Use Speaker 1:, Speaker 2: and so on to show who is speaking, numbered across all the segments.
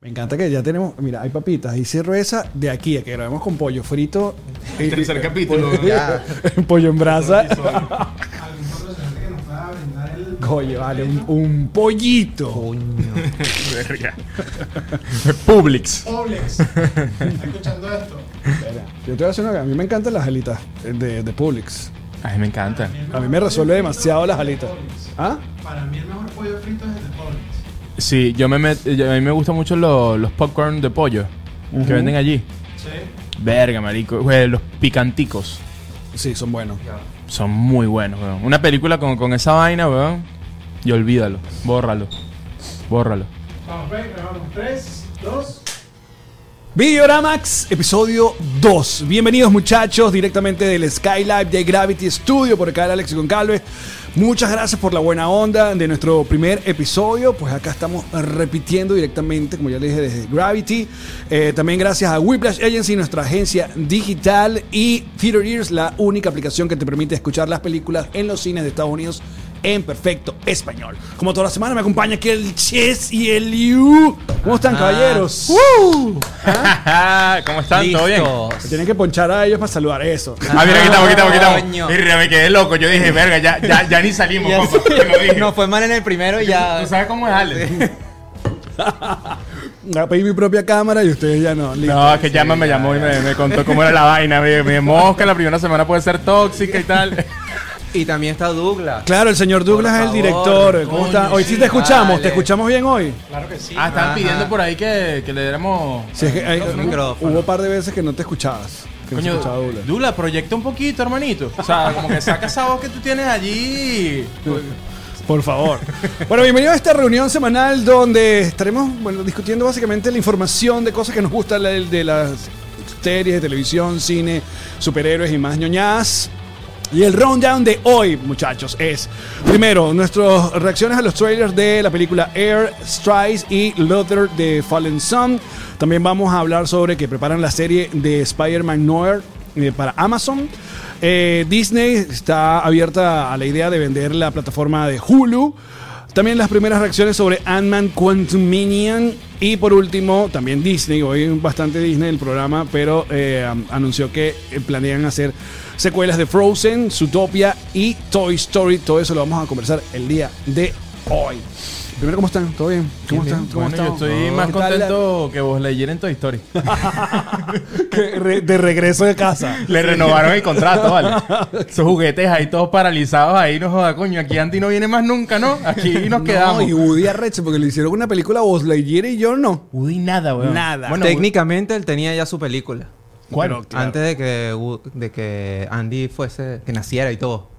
Speaker 1: Me encanta que ya tenemos, mira, hay papitas, y cerveza de aquí a que grabemos con pollo frito. y-
Speaker 2: Tercer
Speaker 1: y-
Speaker 2: capítulo.
Speaker 3: Pues,
Speaker 1: pollo-
Speaker 2: Ya.
Speaker 1: pollo en brasa.
Speaker 4: A lo mejor la gente que nos pueda brindar el.
Speaker 1: Coño, vale, un, un pollito.
Speaker 2: Verga.
Speaker 5: Publix.
Speaker 4: Oblex. ¿Está escuchando esto?
Speaker 1: Espera, Yo te voy a hacer una. A mí me encantan las alitas eh, de, de Publix.
Speaker 5: Ay, me encanta.
Speaker 1: A mí me resuelve demasiado las alitas. ¿Ah?
Speaker 4: Para mí el mejor pollo frito es el de Oblex.
Speaker 5: Sí, yo me met- yo- a mí me gustan mucho los, los popcorn de pollo que venden allí.
Speaker 4: Sí.
Speaker 5: Verga, marico. Güey, los picanticos
Speaker 1: Sí, son buenos.
Speaker 5: son muy buenos, weón. Una película con, con esa vaina, weón. Y olvídalo. Bórralo. Bórralo.
Speaker 4: Vamos, break, grabamos. Tres, dos.
Speaker 1: Videoramax, episodio 2. Bienvenidos muchachos, directamente del Skylab de Gravity Studio, por acá el Alex Goncalves. Muchas gracias por la buena onda de nuestro primer episodio. Pues acá estamos repitiendo directamente, como ya les dije, desde Gravity. Eh, también gracias a Whiplash Agency, nuestra agencia digital, y Theater Ears, la única aplicación que te permite escuchar las películas en los cines de Estados Unidos en perfecto español. Como toda la semana me acompaña aquí el Chess y el Liu. ¿Cómo están, caballeros?
Speaker 5: ¿Cómo están? ¿Todo bien?
Speaker 1: Me Tienen que ponchar a ellos para saludar eso.
Speaker 5: Ah, mira, quitamos, quitamos,
Speaker 3: Coño.
Speaker 5: quitamos. Mira, me quedé loco. Yo dije, verga, ya, ya, ya ni salimos,
Speaker 3: Ya
Speaker 5: compa.
Speaker 3: sé.
Speaker 5: Te lo dije.
Speaker 3: No, fue mal en el primero y ya.
Speaker 5: ¿Tú sabes cómo es Ale?
Speaker 1: Voy a pedir mi propia cámara Ah, pues, y ustedes ya no. listo.
Speaker 5: No, es que llama me llamó y me, me contó cómo era la vaina. Me, me mosca, la primera semana puede ser tóxica y tal.
Speaker 3: Y también está Douglas.
Speaker 1: Claro, el señor Douglas es el
Speaker 3: favor,
Speaker 1: director. ¿Cómo
Speaker 5: coño,
Speaker 1: está? Hoy sí
Speaker 5: sí,
Speaker 1: te escuchamos.
Speaker 3: vale.
Speaker 1: ¿Te escuchamos bien hoy?
Speaker 4: Claro que sí.
Speaker 5: Ah, estaban
Speaker 3: Ajá.
Speaker 5: pidiendo por ahí que, que le diéramos.
Speaker 1: Si es que hay-
Speaker 3: Los
Speaker 1: hu-
Speaker 3: micrófonos.
Speaker 1: hubo un par de veces que no te escuchabas. Que no se
Speaker 5: Coño,
Speaker 1: escuchaba Douglas.
Speaker 5: Dula, proyecta un poquito, hermanito. O sea, como que saca esa voz que tú tienes allí.
Speaker 1: Por favor. Bueno, bienvenido a esta reunión semanal donde estaremos bueno, discutiendo básicamente la información de cosas que nos gustan la- de las series de televisión, cine, superhéroes y más ñoñadas. Y el rundown de hoy, muchachos, es primero nuestras reacciones a los trailers de la película Air, Strides y Luther de Fallen Sun. También vamos a hablar sobre que preparan la serie de Spider-Man Noir eh, para Amazon. Eh, Disney está abierta a la idea de vender la plataforma de Hulu. También las primeras reacciones sobre Ant-Man Quantuminian. Y por último, también Disney. Hoy bastante Disney el programa, pero eh, am- anunció que eh, planean hacer secuelas de Frozen, Zootopia y Toy Story. Todo eso lo vamos a conversar el día de hoy. Primero, ¿cómo están? ¿Todo bien? ¿Cómo están? ¿Cómo
Speaker 5: Bueno, yo
Speaker 1: están?
Speaker 5: estoy más
Speaker 1: ¿Qué tal la-
Speaker 5: contento que vos leyeron Toy Story.
Speaker 1: que re- de regreso de casa.
Speaker 5: Le renovaron el contrato, ¿vale? Esos juguetes ahí todos paralizados ahí, no joda, coño. Aquí Andy no viene más nunca, ¿no? Aquí nos quedamos.
Speaker 1: No, y Woody Arrecho, porque le hicieron una película a Buzz Lightyear y yo no.
Speaker 5: Woody nada, weón.
Speaker 1: Nada.
Speaker 5: Bueno,
Speaker 3: Técnicamente él tenía ya su película.
Speaker 5: ¿cuál?
Speaker 1: Pero, claro.
Speaker 3: Antes de que, Wo- de que Andy fuese. que naciera y todo.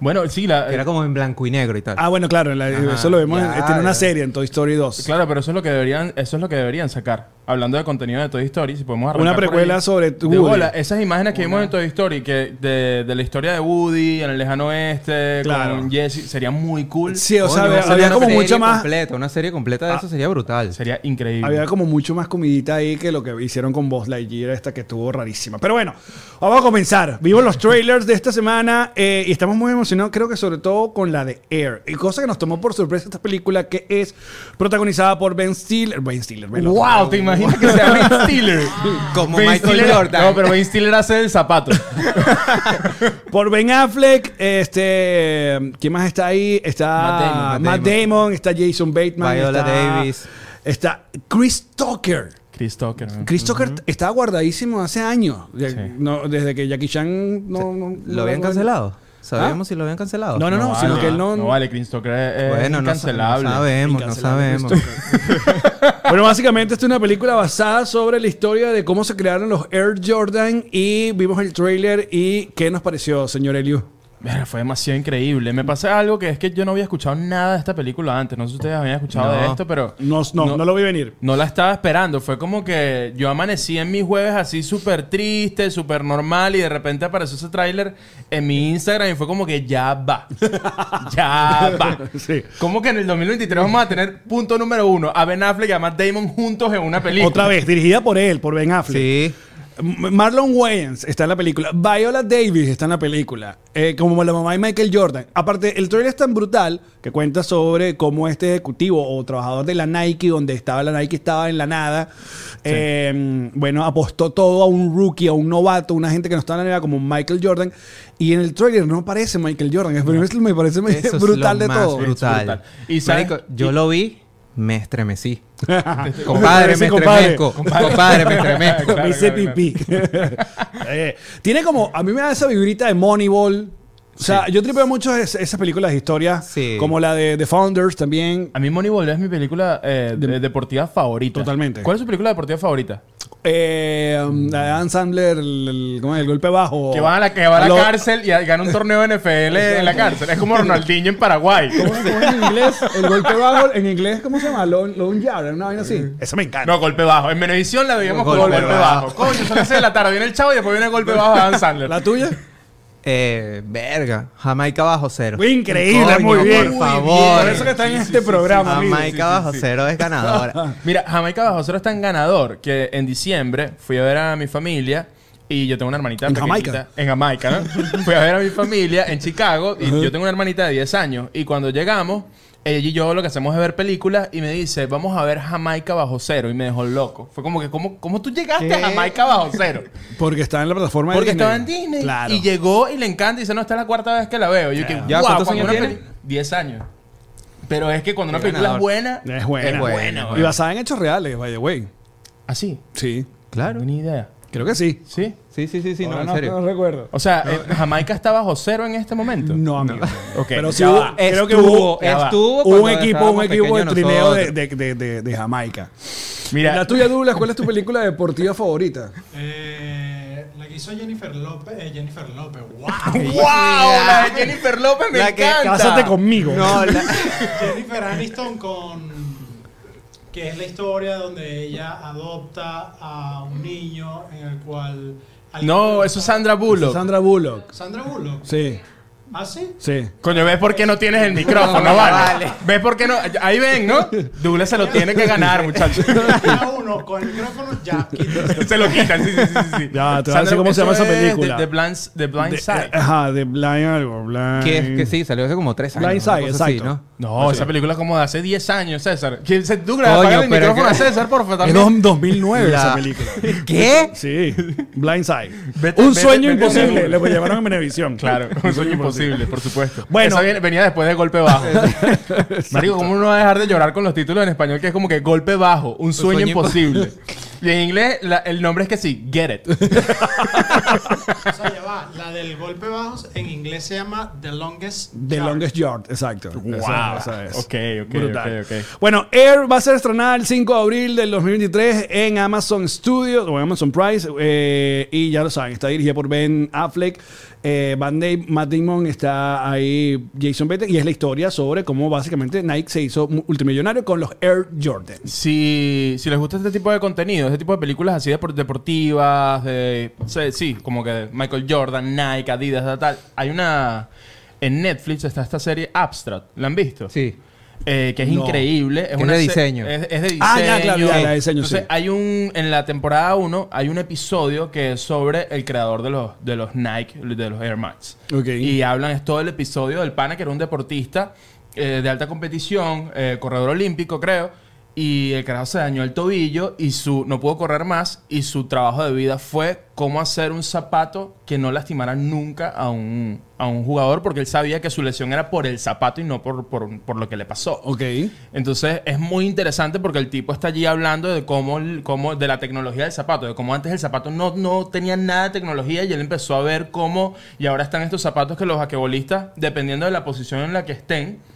Speaker 5: Bueno, sí, la,
Speaker 3: Era como en blanco y negro y tal.
Speaker 1: Ah, bueno, claro, en la-
Speaker 3: Ajá,
Speaker 1: eso lo vemos. en-
Speaker 3: ya,
Speaker 1: tiene una
Speaker 3: ya.
Speaker 1: serie en Toy Story 2.
Speaker 5: Claro, pero eso es lo que deberían, eso es lo que deberían sacar. Hablando de contenido de Toy Story, si podemos arrancar
Speaker 1: Una
Speaker 5: por
Speaker 1: precuela
Speaker 5: ahí.
Speaker 1: sobre
Speaker 5: De
Speaker 1: Woody.
Speaker 5: bola, esas imágenes que vimos en Toy Story, que de, de la historia de Woody en el lejano oeste,
Speaker 1: Claro.
Speaker 5: con Jesse, sería muy cool.
Speaker 1: Sí, o
Speaker 3: Coño,
Speaker 1: sea, había,
Speaker 3: sería
Speaker 1: había
Speaker 3: una
Speaker 1: como
Speaker 3: serie
Speaker 1: mucha más.
Speaker 3: Completa, una serie completa de eso sería brutal.
Speaker 5: Ah. Sería increíble.
Speaker 1: Había como mucho más comidita ahí que lo que hicieron con Buzz Lightyear, esta que estuvo rarísima. Pero bueno, vamos a comenzar. Vimos los trailers de esta semana eh, y estamos muy emocionados, creo que sobre todo con la de Air. Y cosa que nos tomó por sorpresa esta película que es protagonizada por Ben Stiller. Ben Stiller, Ben
Speaker 5: Wow, te imaginas que sea Ben Stiller.
Speaker 3: Como
Speaker 5: Ben
Speaker 3: Michael
Speaker 5: Stiller-
Speaker 3: Jordan.
Speaker 5: No, pero Ben Stiller hace el zapato.
Speaker 1: Por Ben Affleck, este, ¿quién más está ahí? Está
Speaker 3: Matt Damon, Matt
Speaker 1: Matt Damon,
Speaker 3: Damon.
Speaker 1: está Jason Bateman,
Speaker 3: Viola
Speaker 1: está-
Speaker 3: Davis.
Speaker 1: está Chris Tucker.
Speaker 5: Chris Tucker. ¿no?
Speaker 1: Chris Tucker estaba guardadísimo hace años, de-
Speaker 5: Sí.
Speaker 1: no, desde que Jackie Chan no, no- no-
Speaker 3: ¿Lo habían
Speaker 1: no-
Speaker 3: cancelado? ¿Sabíamos si lo habían cancelado?
Speaker 1: No, no, no, sino que él no.
Speaker 5: ¿Ah? No vale, Chris Tucker es, es
Speaker 3: Bueno, no, sa- no
Speaker 5: incancelable.
Speaker 3: sabemos, no
Speaker 1: Incancelable,
Speaker 3: sabemos.
Speaker 1: Bueno, básicamente esta es una película basada sobre la historia de cómo se crearon los Air Jordan y vimos el tráiler y qué nos pareció, señor Eliu.
Speaker 5: Verga, fue demasiado increíble. Me pasa algo que es que yo no había escuchado nada de esta película antes. No sé si ustedes habían escuchado de
Speaker 3: No.
Speaker 5: esto, pero
Speaker 1: No, no, no, lo vi venir.
Speaker 5: no la estaba esperando. Fue como que yo amanecí en mis jueves así súper triste, súper normal y de repente apareció ese tráiler en mi Instagram y fue como que ya va. ya va.
Speaker 1: Sí.
Speaker 5: Como que en el 2023 vamos a tener punto número uno a Ben Affleck y a Matt Damon juntos en una película.
Speaker 1: Otra vez, dirigida por él, por Ben Affleck.
Speaker 3: Sí.
Speaker 1: M- Marlon Wayans está en la película. Viola Davis está en la película. eh, como la mamá de Michael Jordan. Aparte, el trailer es tan brutal que cuenta sobre cómo este ejecutivo o trabajador de la Nike, donde estaba la Nike, estaba en la nada. eh, bueno, apostó todo a un rookie, a un novato, una gente que no estaba en la nada, como Michael Jordan. Y en el trailer no parece Michael Jordan. Es, pero es- Me parece
Speaker 3: Eso es
Speaker 1: brutal
Speaker 3: lo
Speaker 1: de
Speaker 3: más
Speaker 1: todo.
Speaker 3: Brutal.
Speaker 5: brutal. Y sabes-
Speaker 3: Marico, yo
Speaker 5: y-
Speaker 3: lo vi, me estremecí. compadre,
Speaker 1: Sí,
Speaker 3: me
Speaker 1: compadre.
Speaker 3: estremezco. Compadre, me estremezco.
Speaker 5: Claro,
Speaker 1: me hice
Speaker 5: claro,
Speaker 1: pipí. Eh, tiene como, a mí me da esa vibrita de Moneyball. O sea, yo tripeo mucho es- esas películas de historia,
Speaker 3: Sí.
Speaker 1: como la de The Founders también.
Speaker 5: A mí Moneyball es mi película eh, de-
Speaker 1: De-
Speaker 5: deportiva favorita.
Speaker 1: Totalmente.
Speaker 5: ¿Cuál es su película deportiva favorita?
Speaker 1: Eh, um, la de Adam Sandler, el, el- ¿cómo es? El golpe bajo.
Speaker 5: Que va a la, que va a la
Speaker 1: Lo-
Speaker 5: cárcel y a- gana un torneo de NFL en la cárcel. Es como Ronaldinho en Paraguay.
Speaker 1: ¿Cómo se llama en inglés? El golpe bajo, en inglés, ¿cómo se llama? Lone, lone Yard, una vaina así. Eso me encanta.
Speaker 5: No, golpe bajo. En Menevisión la veíamos con
Speaker 3: Golpe
Speaker 5: golpe bajo.
Speaker 3: bajo.
Speaker 5: Coño, son las seis de la tarde. Viene el chavo y después viene el golpe bajo de Adam Sandler.
Speaker 1: ¿La tuya?
Speaker 3: Eh, verga. Jamaica bajo cero.
Speaker 1: Increíble,
Speaker 3: Coño,
Speaker 1: muy bien.
Speaker 3: Por favor.
Speaker 1: Por eso que está en este programa. amigo.
Speaker 3: Jamaica bajo cero es ganadora.
Speaker 5: Mira, Jamaica Bajo Cero es tan ganador que en diciembre fui a ver a mi familia y yo tengo una hermanita
Speaker 1: En
Speaker 5: pequeñita-
Speaker 1: Jamaica.
Speaker 5: En Jamaica, ¿no? fui a ver a mi familia en Chicago y yo tengo una hermanita de 10 años y cuando llegamos, ella y yo lo que hacemos es ver películas y me dice, vamos a ver Jamaica Bajo Cero y me dejó loco. Fue como que, ¿cómo, cómo tú llegaste a
Speaker 3: ¿Qué?
Speaker 5: Jamaica Bajo Cero?
Speaker 1: Porque estaba en la plataforma de
Speaker 5: Porque
Speaker 1: Disney.
Speaker 5: estaba en Disney
Speaker 1: Claro.
Speaker 5: y llegó y le encanta y dice, no, esta es la cuarta vez que la veo. Y yo que,
Speaker 3: Ya,
Speaker 5: "Guau,
Speaker 3: ¿cuántos
Speaker 5: cuando
Speaker 3: años
Speaker 5: una
Speaker 3: tiene?
Speaker 5: peli- 10 años. Pero es que cuando una
Speaker 3: Qué
Speaker 5: película
Speaker 3: ganador.
Speaker 5: es buena,
Speaker 1: Es buena.
Speaker 5: es buena.
Speaker 1: Y
Speaker 5: güey.
Speaker 1: basada en hechos reales, by the way.
Speaker 5: Así.
Speaker 1: Sí,
Speaker 3: Claro.
Speaker 5: Ni idea.
Speaker 1: creo que sí.
Speaker 5: ¿Sí?
Speaker 3: Sí, sí, sí, sí, no,
Speaker 1: Ahora
Speaker 3: en serio.
Speaker 1: recuerdo.
Speaker 5: O sea, eh, Jamaica está bajo cero en este momento.
Speaker 1: No, amigo.
Speaker 5: Ok,
Speaker 1: Pero sí
Speaker 5: ya
Speaker 1: hubo,
Speaker 5: va.
Speaker 1: creo que hubo,
Speaker 5: ya va.
Speaker 1: hubo
Speaker 3: estuvo cuando
Speaker 1: un equipo, un
Speaker 3: estábamos
Speaker 1: equipo de
Speaker 3: pequeños
Speaker 1: trineo de,
Speaker 3: nosotros.
Speaker 1: de- de- de- de Jamaica.
Speaker 5: Mira,
Speaker 1: La tuya, Douglas, ¿cuál es tu película deportiva favorita?
Speaker 4: Eh, la que hizo Jennifer López. Eh, Jennifer López. ¡Wow!
Speaker 5: ¡Wow! La de Jennifer López me
Speaker 3: La que-
Speaker 5: encanta.
Speaker 1: Cásate conmigo.
Speaker 3: No, la-
Speaker 4: Jennifer Aniston con que es la historia donde ella adopta a un niño en el cual
Speaker 5: No, eso es Sandra Bullock.
Speaker 1: Sandra Bullock.
Speaker 4: Sandra Bullock
Speaker 1: Sí,
Speaker 4: ¿Ah, sí?
Speaker 1: sí.
Speaker 5: Coño, ¿ves por qué no tienes el micrófono,
Speaker 3: No,
Speaker 5: vale?
Speaker 3: vale.
Speaker 5: ¿Ves por qué no? Ahí ven, ¿no? Douglas se lo tiene que ganar, muchachos.
Speaker 4: Ya uno con el micrófono ya quítese.
Speaker 5: se lo quitan, sí, sí, sí. sí, sí.
Speaker 1: Ya, te voy a decir cómo se llama
Speaker 5: eso
Speaker 1: esa
Speaker 5: es
Speaker 1: película.
Speaker 5: The, The Blind, The Blind
Speaker 1: De-
Speaker 5: Side.
Speaker 1: eh, Ajá, de Blind algo, Blind.
Speaker 3: que, es- que sí, salió hace como tres años.
Speaker 1: Blindside,
Speaker 3: una cosa así,
Speaker 1: exacto.
Speaker 3: ¿no?
Speaker 5: No, esa película es como de hace 10 años, César. ¿Quién se Douglas,
Speaker 3: Coño,
Speaker 5: apaga el
Speaker 3: pero
Speaker 5: micrófono
Speaker 3: que-
Speaker 5: a César, por favor,
Speaker 1: Es
Speaker 5: también.
Speaker 1: dos- 2009 esa
Speaker 3: La-
Speaker 1: película.
Speaker 3: ¿Qué?
Speaker 1: Sí, Blindside.
Speaker 5: Vete-
Speaker 1: un
Speaker 5: vete-
Speaker 1: sueño
Speaker 5: vete-
Speaker 1: imposible,
Speaker 5: vete-
Speaker 1: lo que llevaron a Venevisión.
Speaker 5: Claro, un sueño imposible, por supuesto.
Speaker 1: Bueno.
Speaker 5: Bueno, venía después de golpe bajo. Marico, ¿cómo uno va a dejar de llorar con los títulos en español que es como que golpe bajo, un sueño,
Speaker 3: sueño
Speaker 5: imposible? y en inglés la- el nombre es que sí, get it.
Speaker 4: O sea, ya va. La del golpe bajo en inglés se llama The Longest
Speaker 1: The
Speaker 4: Yard.
Speaker 1: Longest Yard, exacto. Wow.
Speaker 5: Ok, ok, ok, ok.
Speaker 1: Bueno, Air va a ser estrenada el 5 de abril del 2023 en Amazon Studios o Amazon Price. eh, y ya lo saben, está dirigida por Ben Affleck, eh, Van Damme, Matt Damon, está ahí Jason Bateman. Y es la historia sobre cómo básicamente Nike se hizo mu- ultramillonario con los Air Jordans.
Speaker 5: Si, si les gusta este tipo de contenido, este tipo de películas así depor- deportivas, de, sí, sí, como que Michael Jordan, Nike, Adidas, tal, tal, hay una... En Netflix está esta serie Abstract. ¿La han visto?
Speaker 3: Sí.
Speaker 5: Eh, que es
Speaker 1: No.
Speaker 5: increíble. Es,
Speaker 3: de
Speaker 5: se-
Speaker 3: diseño.
Speaker 5: Es, es de diseño.
Speaker 1: Ah, ya, claro, ya, de diseño,
Speaker 5: Entonces,
Speaker 1: sí.
Speaker 5: hay un. En la temporada 1 hay un episodio que es sobre el creador de los, de los Nike, de los Air Max.
Speaker 1: Ok.
Speaker 5: Y hablan, es todo el episodio del pana que era un deportista eh, de alta competición, eh, corredor olímpico, creo. Y el carajo se dañó el tobillo y su no pudo correr más. Y su trabajo de vida fue cómo hacer un zapato que no lastimara nunca a un, a un jugador, porque él sabía que su lesión era por el zapato y no por, por, por lo que le pasó.
Speaker 1: Ok.
Speaker 5: Entonces es muy interesante porque el tipo está allí hablando de cómo, el- cómo de la tecnología del zapato, de cómo antes el zapato no, no tenía nada de tecnología y él empezó a ver cómo, y ahora están estos zapatos que los basquetbolistas, dependiendo de la posición en la que estén,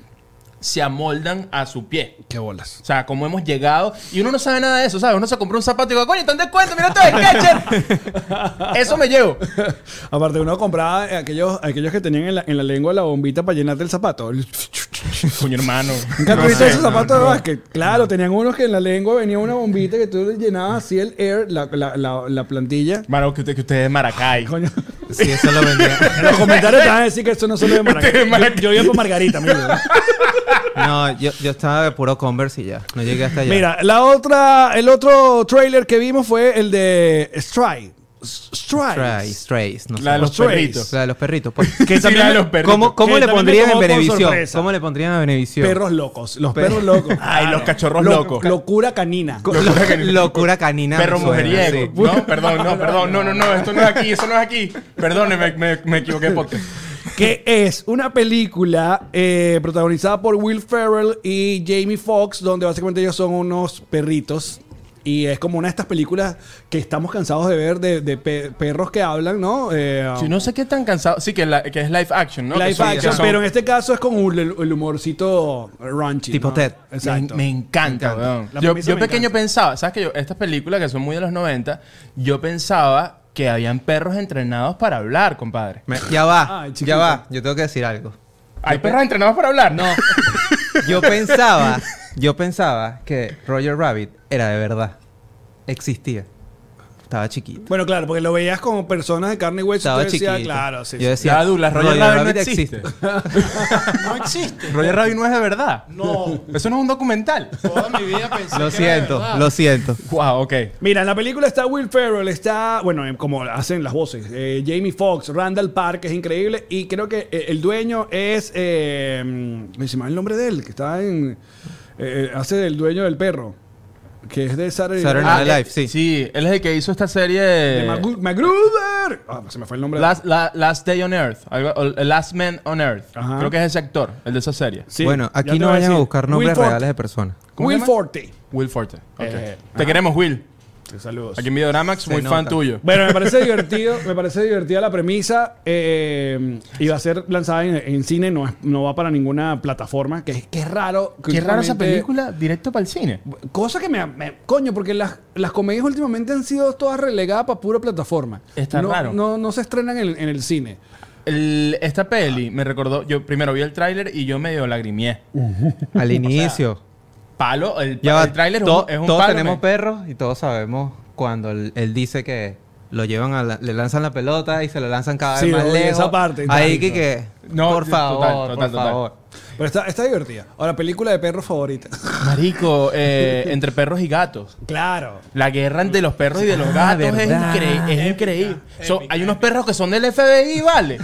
Speaker 5: se amoldan a su pie.
Speaker 1: Qué bolas.
Speaker 5: O sea, cómo hemos llegado. Y uno no sabe nada de eso, ¿sabes? Uno se compró un zapato y digo, coño, ¿están de cuenta? Mira, está de catcher. Eso me llevo.
Speaker 1: Aparte, uno compraba eh, aquellos, aquellos que tenían en la, en la lengua la bombita para llenarte el zapato.
Speaker 5: Coño, hermano.
Speaker 1: Nunca tuviste esos zapatos de básquet. Claro, tenían unos que en la lengua venía una bombita que tú le llenabas así el air, la, la, la, la plantilla.
Speaker 5: Mano, que usted, que usted es de Maracay.
Speaker 1: Coño.
Speaker 3: Sí, eso lo vendía.
Speaker 1: En los comentarios te van a decir que esto no solo es de Maracay.
Speaker 5: Este es
Speaker 1: Yo,
Speaker 5: Maracay.
Speaker 1: yo iba por Margarita, amigo.
Speaker 3: No, yo, yo estaba de puro Converse y ya. No llegué hasta allá.
Speaker 1: Mira, la otra, el otro trailer que vimos fue el de Stride.
Speaker 3: Stray,
Speaker 1: Strays.
Speaker 3: strays, no sé.
Speaker 5: La de los
Speaker 1: Strays.
Speaker 5: perritos.
Speaker 3: La de los perritos. pues.
Speaker 5: Que
Speaker 1: también-
Speaker 5: también los perritos.
Speaker 3: ¿Cómo, cómo
Speaker 1: Que
Speaker 3: le
Speaker 1: también
Speaker 3: pondrían en
Speaker 1: tomó por
Speaker 3: Venevisión?
Speaker 1: sorpresa.
Speaker 3: ¿Cómo le pondrían en Venevisión?
Speaker 1: Perros locos. Los
Speaker 3: Pe-
Speaker 1: perros locos.
Speaker 5: Ay, los cachorros
Speaker 1: Lo-
Speaker 5: locos.
Speaker 1: Locura canina.
Speaker 3: Locura canina. Locura canina
Speaker 5: Perro
Speaker 3: me suena,
Speaker 5: mujeriego.
Speaker 3: sí.
Speaker 5: No, perdón, no, perdón. No, no, no. Esto no es aquí, eso no es aquí. Perdóneme, me, me equivoqué. Porque...
Speaker 1: que es una película eh, protagonizada por Will Ferrell y Jamie Foxx, donde básicamente ellos son unos perritos. Y es como una de estas películas que estamos cansados de ver de, de pe- perros que hablan, ¿no? Eh,
Speaker 5: Si no sé qué tan cansado. Sí, que, la- que es live action, ¿no? Que
Speaker 1: live
Speaker 5: son- que
Speaker 1: action,
Speaker 5: son-
Speaker 1: pero en este caso es con un- el, el humorcito raunchy.
Speaker 3: Tipo
Speaker 1: ¿no?
Speaker 3: Ted.
Speaker 1: Exacto.
Speaker 5: Me, me encanta,
Speaker 3: Me encanta.
Speaker 5: weón.
Speaker 1: La
Speaker 5: Yo,
Speaker 1: premisa
Speaker 5: yo
Speaker 1: me
Speaker 5: pequeño
Speaker 1: encanta.
Speaker 5: pensaba, ¿sabes que yo? Estas películas que son muy de los 90, yo pensaba que habían perros entrenados para hablar, compadre.
Speaker 3: Me- ya va,
Speaker 1: Ay, chiquito.
Speaker 3: ya va. Yo tengo que decir algo.
Speaker 5: ¿Hay perros entrenados para hablar? No.
Speaker 3: Yo pensaba, yo pensaba que Roger Rabbit era de verdad. Existía. Estaba chiquito.
Speaker 1: Bueno, claro, porque lo veías como personas de carne y hueso.
Speaker 3: Estaba
Speaker 1: Yo decía,
Speaker 3: chiquito.
Speaker 1: claro, sí.
Speaker 3: Yo
Speaker 1: sí.
Speaker 3: decía,
Speaker 5: Ya, Douglas, Roger Rabbit no existe.
Speaker 4: No existe.
Speaker 5: Roger Rabbit no es de verdad.
Speaker 4: No.
Speaker 5: Eso no es un documental.
Speaker 4: Toda mi vida pensé que
Speaker 3: Lo
Speaker 4: era de
Speaker 3: siento,
Speaker 4: verdad.
Speaker 3: lo siento.
Speaker 5: Wow, ok.
Speaker 1: Mira, en la película está Will Ferrell, está, bueno, eh, como hacen las voces, eh, Jamie Foxx, Randall Park, es increíble, y creo que eh, el dueño es, eh, mm, me se me va el nombre de él, que está en, eh, eh, hace el dueño del perro, que es de Saturday,
Speaker 3: Saturday
Speaker 1: Night
Speaker 3: Night
Speaker 5: eh,
Speaker 3: Live, sí.
Speaker 5: Sí, él es el que hizo esta serie.
Speaker 1: Live. de
Speaker 3: eh,
Speaker 1: Magru- MacGruber. Ah, se me fue el nombre. de-
Speaker 5: Last, la- Last Day on Earth. algo- o Last Man on Earth.
Speaker 1: Ajá.
Speaker 5: Creo que es ese actor, el de esa serie.
Speaker 1: Sí,
Speaker 3: bueno,
Speaker 1: ya te
Speaker 3: aquí no
Speaker 1: voy
Speaker 3: vayan a
Speaker 1: decir.
Speaker 3: buscar nombres
Speaker 1: Will Forte.
Speaker 3: reales de personas.
Speaker 5: ¿Cómo se
Speaker 1: Will
Speaker 5: llama?
Speaker 1: Forte.
Speaker 5: Will Forte. ok.
Speaker 1: Eh,
Speaker 5: Te queremos, Will.
Speaker 1: Saludos.
Speaker 5: Aquí en Videoramax,
Speaker 3: Se
Speaker 5: muy fan
Speaker 3: nota.
Speaker 5: tuyo.
Speaker 1: Bueno, me parece divertido, me parece divertida la premisa. eh, y va a ser lanzada en, en cine, no, es- no va para ninguna plataforma, que es, que es raro. que
Speaker 5: Qué raro esa
Speaker 1: últimamente-
Speaker 5: película, directo para el cine.
Speaker 1: Cosa que me, me- coño, porque las, las comedias últimamente han sido todas relegadas para pura plataforma.
Speaker 5: Está
Speaker 1: no,
Speaker 5: raro.
Speaker 1: No, no se estrenan en, en el cine.
Speaker 5: El- esta peli me recordó, yo primero vi el tráiler y yo medio lagrimié.
Speaker 3: Al inicio.
Speaker 5: Palo, el,
Speaker 3: Ya va,
Speaker 5: el tráiler es
Speaker 3: to-
Speaker 5: un- es un
Speaker 3: todos
Speaker 5: palo.
Speaker 3: tenemos
Speaker 5: me-
Speaker 3: perros y todos sabemos cuando él, él dice que lo llevan a la- le lanzan la pelota y se la lanzan cada
Speaker 1: Sí,
Speaker 3: vez más
Speaker 1: oye,
Speaker 3: lejos.
Speaker 1: esa parte,
Speaker 3: Ahí
Speaker 1: tal,
Speaker 3: que,
Speaker 1: no.
Speaker 3: que
Speaker 5: No,
Speaker 3: por
Speaker 5: total,
Speaker 3: favor,
Speaker 5: total,
Speaker 3: por
Speaker 5: total.
Speaker 3: favor.
Speaker 1: Pero está, está divertida. Ahora, película de perros favorita.
Speaker 5: Marico, eh, entre perros y gatos.
Speaker 1: claro.
Speaker 5: La guerra entre los perros y de los
Speaker 3: Ah,
Speaker 5: gatos es,
Speaker 3: verdad.
Speaker 5: incre- es
Speaker 4: Épica,
Speaker 5: increíble. Son-
Speaker 4: épica,
Speaker 5: hay unos perros que son del FBI, ¿vale?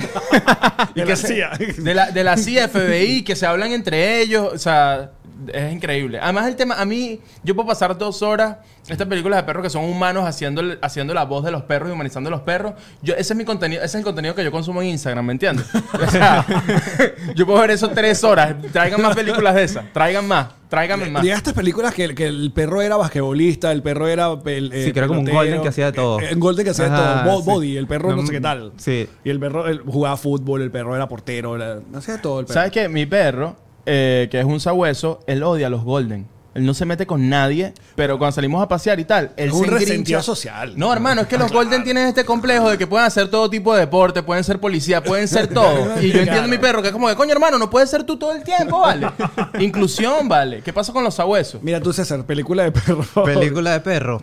Speaker 1: De la CIA.
Speaker 5: de, la, de la CIA, FBI, que se hablan entre ellos. O sea, es increíble. Además, el tema, a mí, yo puedo pasar dos horas. Estas películas de perros que son humanos haciendo, haciendo la voz de los perros y humanizando a los perros. Yo, ese es mi contenido, ese es el contenido que yo consumo en Instagram, ¿me entiendes? O sea, yo puedo ver eso tres horas. Traigan más películas de esas. Traigan más. Tráiganme más.
Speaker 1: Llega a estas películas que, que el perro era basquetbolista, el perro era. El, eh,
Speaker 3: Sí, que era como un
Speaker 1: pelotero,
Speaker 3: golden que hacía de todo.
Speaker 1: eh, Un golden que hacía
Speaker 3: Ajá,
Speaker 1: de todo. Bo-
Speaker 3: sí.
Speaker 1: Body, el perro no,
Speaker 3: No,
Speaker 1: sé qué tal.
Speaker 3: sí.
Speaker 1: Y el perro él jugaba fútbol, el perro era portero, era- hacía de todo el perro.
Speaker 5: ¿Sabes qué? Mi perro, eh, que es un sabueso, él odia a los Golden. Él no se mete con nadie, pero cuando salimos a pasear y tal, él
Speaker 1: Es un
Speaker 5: se engrincha.
Speaker 1: resentido social. Ah,
Speaker 5: No, hermano, es que los Golden tienen este complejo de que pueden hacer todo tipo de deporte, pueden ser policía, pueden ser todo. Y yo entiendo a mi perro que es como que, coño, hermano, no puedes ser tú todo el tiempo, ¿vale? Inclusión, ¿vale? ¿Qué pasa con los sabuesos?
Speaker 1: Mira tú, César, película de perro.
Speaker 3: Película de perro.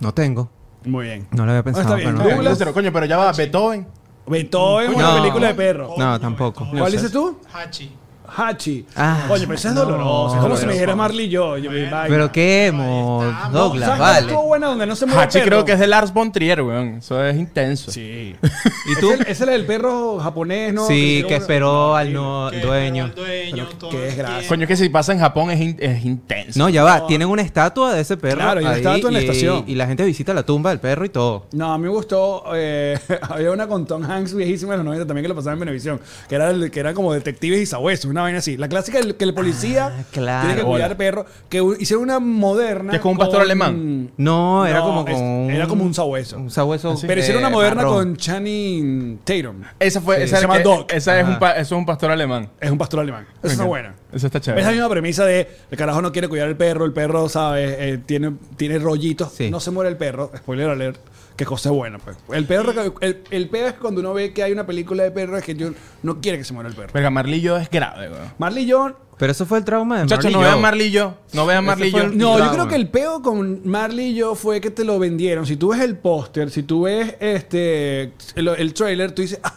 Speaker 3: No tengo.
Speaker 1: Muy bien.
Speaker 3: No lo había pensado.
Speaker 1: está bien,
Speaker 3: pero no
Speaker 5: No,
Speaker 3: tengo.
Speaker 1: Douglas.
Speaker 5: Lúcero, coño, pero ya va Beethoven.
Speaker 1: Beethoven, una
Speaker 3: No.
Speaker 1: película de perro.
Speaker 3: No, tampoco.
Speaker 4: Beethoven.
Speaker 1: ¿Cuál dices tú?
Speaker 4: Hachi.
Speaker 1: Hachi.
Speaker 3: Ah,
Speaker 1: Oye, pero esa es dolorosa. Es como si me dijera Marley y yo. yo mi vaina.
Speaker 3: Pero qué emo,
Speaker 4: Ahí estamos.
Speaker 1: ¿Sabes
Speaker 3: Douglas,
Speaker 1: cuál
Speaker 3: vale.
Speaker 1: estuvo buena donde no se mueve
Speaker 5: Hachi
Speaker 1: el perro?
Speaker 5: creo que es de Lars von Trier, weón. Eso es intenso.
Speaker 1: Sí.
Speaker 3: ¿Y tú?
Speaker 1: Es el, es el del perro japonés, ¿no?
Speaker 3: sí,
Speaker 1: tiene
Speaker 3: que
Speaker 1: una-
Speaker 3: esperó al no,
Speaker 4: Que
Speaker 3: dueño.
Speaker 4: era el dueño, todo
Speaker 1: qué
Speaker 4: el
Speaker 1: desgracia.
Speaker 4: tiempo.
Speaker 5: Coño, que si pasa en Japón es, in- es intenso.
Speaker 3: No, ya va. Tienen una estatua de ese perro.
Speaker 1: Claro, y una
Speaker 3: ahí
Speaker 1: estatua en la estación.
Speaker 3: Y la gente visita la tumba del perro y todo.
Speaker 1: No, a mí me gustó. eh, había una con Tom Hanks viejísima de los 90 también que lo pasaba en Venevisión. Que era, el- que era como detectives y sabuesos, una vaina así. La clásica del- que el policía
Speaker 3: Ah, claro.
Speaker 1: tiene que cuidar al perro. Que u- hicieron una moderna.
Speaker 5: Que es como un pastor alemán. Ah,
Speaker 3: No, era como
Speaker 1: es-
Speaker 3: con
Speaker 1: Era como un sabueso.
Speaker 3: sabueso. Un sabueso.
Speaker 1: Pero hicieron una
Speaker 3: eh,
Speaker 1: moderna
Speaker 3: marrón.
Speaker 1: con Channing Tatum.
Speaker 5: Esa fue,
Speaker 3: Sí.
Speaker 5: esa
Speaker 1: Se
Speaker 5: era
Speaker 1: llama
Speaker 5: que-
Speaker 1: Doc.
Speaker 5: esa es un,
Speaker 3: Ajá.
Speaker 5: pa- eso es un pastor alemán.
Speaker 1: Es un pastor alemán. Esa está buena.
Speaker 5: Eso está
Speaker 1: Es
Speaker 5: chévere.
Speaker 1: la misma premisa de el carajo no quiere cuidar al perro, el perro, ¿sabes? Eh, tiene, tiene rollitos,
Speaker 3: Sí.
Speaker 1: no se muere el perro, spoiler alert, que cosa buena, pues. El perro, el, el peor es que cuando uno ve que hay una película de perro es que yo no quiere que se muera el perro.
Speaker 5: Verga, Marley y yo es grave, weón.
Speaker 1: Marley y yo
Speaker 3: Pero eso fue el trauma de
Speaker 5: Muchachos,
Speaker 3: Marley
Speaker 5: no
Speaker 3: y yo.
Speaker 5: vean Marley y yo. No vean
Speaker 3: Ese
Speaker 5: Marley y
Speaker 3: fue
Speaker 5: yo.
Speaker 3: el-
Speaker 1: No, yo
Speaker 3: Drama.
Speaker 1: creo que el peo con Marley y yo fue que te lo vendieron. Si tú ves el póster, si tú ves este el, el trailer, tú dices, ah,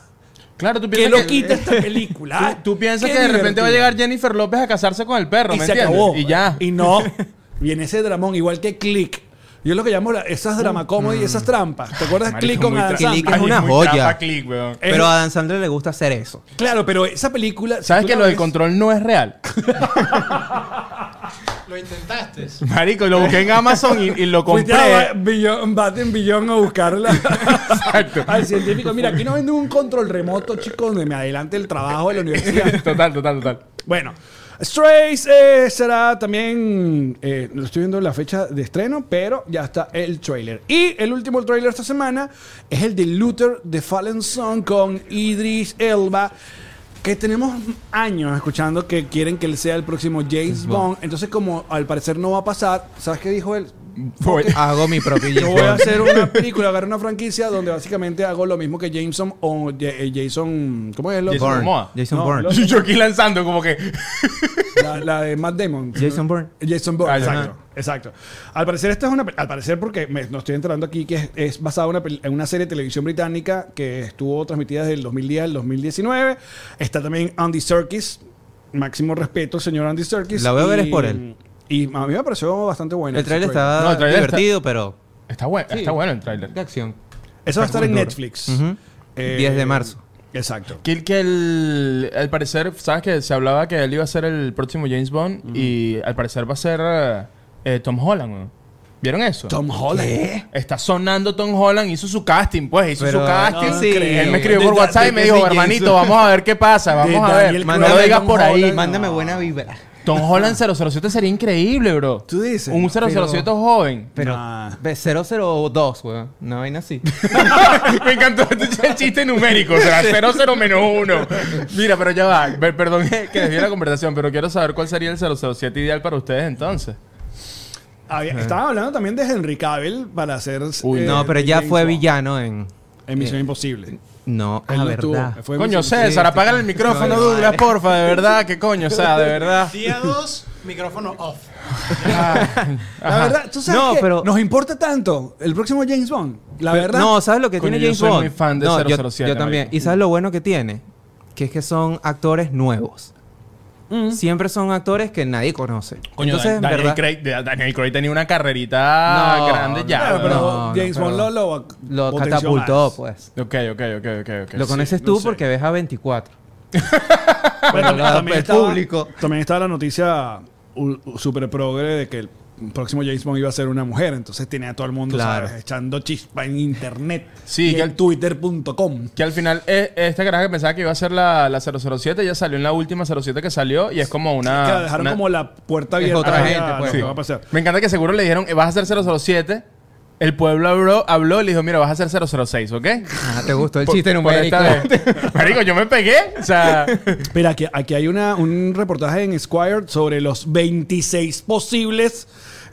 Speaker 5: Claro, tú
Speaker 1: qué
Speaker 5: piensas que...
Speaker 1: loquita esta película. Ah,
Speaker 5: Tú, tú piensas
Speaker 1: Qué
Speaker 5: que de repente va a
Speaker 1: divertida".
Speaker 5: llegar Jennifer López a casarse con el perro,
Speaker 1: y
Speaker 5: ¿me
Speaker 1: se
Speaker 5: entiendes?
Speaker 1: acabó.
Speaker 5: Y ya.
Speaker 1: Y no. Viene ese dramón, igual que Click. Yo lo que llamo la- esas
Speaker 5: Mm.
Speaker 1: drama comedy y esas trampas. ¿Te acuerdas?
Speaker 5: Marico,
Speaker 1: Click con
Speaker 5: muy
Speaker 1: Adam
Speaker 5: tra-
Speaker 3: Click
Speaker 1: Sandler.
Speaker 3: es
Speaker 5: Ay,
Speaker 3: una
Speaker 5: muy
Speaker 3: joya.
Speaker 5: trampa, click, weón.
Speaker 1: Es-
Speaker 3: Pero a Dan Sandler le gusta hacer eso.
Speaker 1: Claro, pero esa película. si
Speaker 5: ¿Sabes
Speaker 1: tú
Speaker 5: que
Speaker 1: la
Speaker 5: lo del
Speaker 1: ves-
Speaker 5: control no es real?
Speaker 4: Lo intentaste.
Speaker 5: Marico, lo busqué en Amazon y, y lo
Speaker 1: Fuiste a
Speaker 5: compré.
Speaker 1: Billón, Batten Billón a buscarla. Al científico. Mira, aquí no venden un control remoto, chicos, donde me adelante el trabajo de la universidad.
Speaker 5: Total, total, total.
Speaker 1: Bueno, Strays eh, será también. eh, lo estoy viendo la fecha de estreno, pero ya está el trailer. Y el último trailer esta semana es el de Luther The Fallen Son con Idris Elba. Que tenemos años escuchando que quieren que él sea el próximo James Bond. Entonces, como al parecer no va a pasar, ¿sabes qué dijo él?
Speaker 5: Voy-
Speaker 3: Hago mi propio
Speaker 1: Yo voy a
Speaker 3: James Bond.
Speaker 1: hacer una película, agarrar una franquicia donde básicamente hago lo mismo que Jameson o eh, Jason. ¿Cómo es? lo-
Speaker 5: Jason
Speaker 3: Bourne.
Speaker 5: Momoa.
Speaker 3: Jason
Speaker 1: No,
Speaker 3: Bourne.
Speaker 1: lo-
Speaker 5: Yo aquí lanzando como que...
Speaker 1: La, la de Matt Damon.
Speaker 3: Jason Bourne.
Speaker 1: Jason Bourne,
Speaker 5: Ah,
Speaker 1: exacto.
Speaker 5: Jason.
Speaker 1: Exacto. Al parecer esta es una pe- al parecer porque me, no estoy enterando aquí que es, es basada en una, pel- en una serie de televisión británica que estuvo transmitida desde el 2010 al 2019. Está también Andy Serkis. Máximo respeto, señor Andy Serkis.
Speaker 3: La voy a ver
Speaker 1: Y-
Speaker 3: es por él.
Speaker 1: Y a mí me pareció bastante bueno.
Speaker 3: El trailer
Speaker 5: No,
Speaker 3: estaba
Speaker 5: el tráiler está-
Speaker 3: divertido, pero.
Speaker 5: Está, bueno,
Speaker 3: Sí.
Speaker 5: está bueno el tráiler.
Speaker 3: De acción.
Speaker 1: Eso va a estar en
Speaker 3: Duro.
Speaker 1: Netflix. Eh,
Speaker 3: Ujú. 10 de marzo.
Speaker 1: Exacto.
Speaker 5: Que, que el, al parecer, ¿sabes que Se hablaba que él iba a ser el próximo James Bond y al parecer va a ser eh, eh, Tom Holland. weón. ¿Vieron eso?
Speaker 1: Tom Holland.
Speaker 5: Está sonando Tom Holland, hizo su casting, pues, hizo
Speaker 3: Pero-
Speaker 5: su casting.
Speaker 1: no creo.
Speaker 5: Él me escribió
Speaker 3: De
Speaker 5: por
Speaker 3: Da-
Speaker 5: WhatsApp y
Speaker 3: de
Speaker 5: me
Speaker 3: que
Speaker 5: dijo,
Speaker 3: sí,
Speaker 5: hermanito,
Speaker 3: Jason".
Speaker 5: vamos a ver qué pasa, vamos a ver.
Speaker 1: Daniel
Speaker 5: No
Speaker 1: Craig,
Speaker 5: lo digas
Speaker 1: Tom
Speaker 5: por ahí.
Speaker 1: Holland.
Speaker 3: Mándame buena vibra.
Speaker 5: Tom Holland 007 sería increíble, bro.
Speaker 1: Tú dices.
Speaker 5: Un 007 joven.
Speaker 3: Pero.
Speaker 1: Nah.
Speaker 3: ve 002, weón. Una vaina así.
Speaker 5: Me encantó el chiste numérico, o sea, 00 menos 1. Mira, pero ya va. Per- Perdón que que desvié la conversación, pero quiero saber cuál sería el 007 ideal para ustedes entonces.
Speaker 1: Había- Estaban hablando también de Henry Cavill para hacer.
Speaker 3: Uy,
Speaker 1: eh,
Speaker 3: no, pero
Speaker 1: de
Speaker 3: ya
Speaker 1: James
Speaker 3: fue Eh,
Speaker 1: Bond
Speaker 3: villano en.
Speaker 1: En Misión Imposible.
Speaker 3: No,
Speaker 1: Él
Speaker 3: a
Speaker 1: no
Speaker 3: Ah, verdad.
Speaker 1: estuvo, fue
Speaker 5: coño,
Speaker 1: Misión
Speaker 5: César, apaga el micrófono,
Speaker 3: Vale,
Speaker 5: Douglas,
Speaker 3: vale.
Speaker 5: porfa, de verdad, qué coño, o sea, de verdad.
Speaker 4: Día 2, micrófono off.
Speaker 5: Ah,
Speaker 1: La verdad, tú sabes
Speaker 3: No,
Speaker 1: que
Speaker 3: pero-
Speaker 1: nos importa tanto el próximo James Bond. La
Speaker 3: Pero-
Speaker 1: verdad.
Speaker 3: No, ¿sabes lo que
Speaker 5: Coño,
Speaker 3: tiene
Speaker 5: yo
Speaker 3: James
Speaker 5: soy
Speaker 3: Bond?
Speaker 5: muy fan de
Speaker 3: No, yo-
Speaker 5: 007,
Speaker 3: Yo, también.
Speaker 5: marico.
Speaker 3: ¿Y sabes lo bueno que tiene? Que es que son actores nuevos. Siempre son actores que nadie conoce.
Speaker 5: Mm. Coño,
Speaker 3: Entonces,
Speaker 5: Dan-
Speaker 3: en
Speaker 5: Daniel,
Speaker 3: verdad,
Speaker 5: Craig, de- Daniel Craig tenía una carrerita
Speaker 3: No,
Speaker 5: grande ya.
Speaker 1: Claro, pero
Speaker 5: ¿verdad?
Speaker 3: No, no,
Speaker 1: James
Speaker 3: pero-
Speaker 1: Bond lo, lo,
Speaker 3: lo
Speaker 1: potenció
Speaker 3: catapultó,
Speaker 1: más.
Speaker 3: pues.
Speaker 5: Ok, ok, ok, ok, ok.
Speaker 3: Lo
Speaker 5: Sí.
Speaker 3: conoces
Speaker 1: no
Speaker 3: tú
Speaker 1: sé.
Speaker 3: porque ves a 24.
Speaker 1: Bueno,
Speaker 3: Bueno,
Speaker 1: también-
Speaker 3: la-
Speaker 1: también
Speaker 3: el
Speaker 1: estaba-
Speaker 3: público.
Speaker 1: También estaba la noticia u- u- super progre de que el próximo James Bond iba a ser una mujer. Entonces tenía a todo el mundo
Speaker 3: Claro.
Speaker 1: ¿sabes? echando chispa en internet.
Speaker 5: Sí,
Speaker 1: y
Speaker 5: que-
Speaker 1: en twitter.com.
Speaker 5: Que al final, eh, esta caraja que pensaba que iba a ser la, la 007, ya salió en la última 07 que salió y es como una.
Speaker 1: que la dejaron
Speaker 5: una-
Speaker 1: como la puerta
Speaker 3: Ah, Es
Speaker 1: abierta.
Speaker 3: otra
Speaker 1: a-
Speaker 3: gente,
Speaker 1: a
Speaker 3: pues.
Speaker 1: lo que
Speaker 3: Sí.
Speaker 1: va a pasar.
Speaker 5: Me encanta que seguro le dijeron, eh, vas a ser 007. El pueblo habló, habló y le dijo, mira, vas a ser 006, ¿ok?
Speaker 3: Ah, te gustó el
Speaker 5: Por-
Speaker 3: chiste
Speaker 5: por
Speaker 3: numérico.
Speaker 5: esta vez. Marico, yo me pegué. O sea,
Speaker 1: Mira, aquí, aquí hay una, un reportaje en Squire sobre los 26 posibles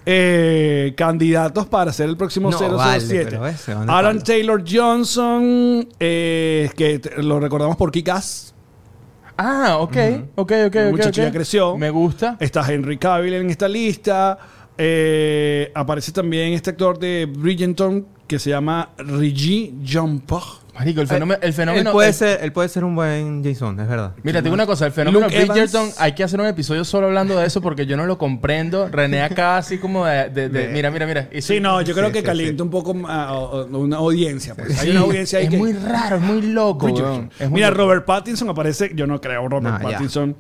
Speaker 1: eh, candidatos para ser el próximo
Speaker 3: No,
Speaker 1: 007.
Speaker 3: vale, pero ese, ¿dónde
Speaker 1: Alan
Speaker 3: está?
Speaker 1: Taylor Johnson, eh, que te- lo recordamos por Kikas.
Speaker 5: ah, ok, ok, ok, ok.
Speaker 1: El muchacho
Speaker 5: ok.
Speaker 1: ya creció. Eh,
Speaker 5: Me gusta.
Speaker 1: Está Henry Cavill en esta lista. Eh, aparece también este actor de Bridgerton que se llama Rigi Jean-Paul.
Speaker 5: Marico, el fenómeno. El fenómeno
Speaker 3: Él puede,
Speaker 5: el-
Speaker 3: ser, él puede ser un buen Jason, es verdad.
Speaker 5: Mira, te digo una cosa, el fenómeno
Speaker 1: Luke
Speaker 5: Bridgerton,
Speaker 1: Evans.
Speaker 5: hay que hacer un episodio solo hablando de eso porque yo no lo comprendo. René acá así como de, de- de- mira, mira, mira. Y
Speaker 1: Sí, no, yo creo
Speaker 3: sí,
Speaker 1: que
Speaker 3: sí,
Speaker 1: calienta un poco ah, o- o- una audiencia. pues. Hay una audiencia ahí
Speaker 5: es
Speaker 1: que,
Speaker 5: muy raro, es muy loco. weón. Es muy
Speaker 1: Mira,
Speaker 5: loco.
Speaker 1: Robert Pattinson aparece. Yo no creo Robert
Speaker 3: Nah, ya.
Speaker 1: Pattinson.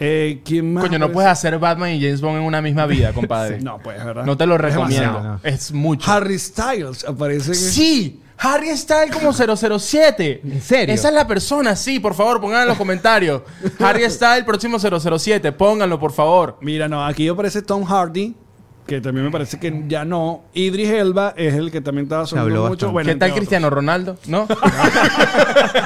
Speaker 1: Eh, ¿Quién más?
Speaker 5: Coño, no
Speaker 1: aparece?
Speaker 5: puedes hacer Batman y James Bond en una misma vida, compadre.
Speaker 1: No
Speaker 5: no.
Speaker 1: puedes, ¿verdad?
Speaker 5: te lo
Speaker 1: Es
Speaker 5: recomiendo.
Speaker 1: demasiado.
Speaker 3: no.
Speaker 5: Es mucho.
Speaker 1: Harry Styles aparece. en-
Speaker 5: Sí, Harry Styles como 007.
Speaker 3: ¿En serio?
Speaker 5: Esa es la persona, sí, por favor, pongan en los comentarios. Harry Styles, próximo 007, pónganlo, por favor.
Speaker 1: Mira, no, aquí aparece Tom Hardy. Que también me parece que ya no. Idris Elba es el que también estaba sonando
Speaker 3: habló
Speaker 1: mucho.
Speaker 3: bastante.
Speaker 1: Bueno,
Speaker 5: ¿Qué tal
Speaker 1: entre
Speaker 5: Cristiano Ronaldo? ¿No?
Speaker 1: otros.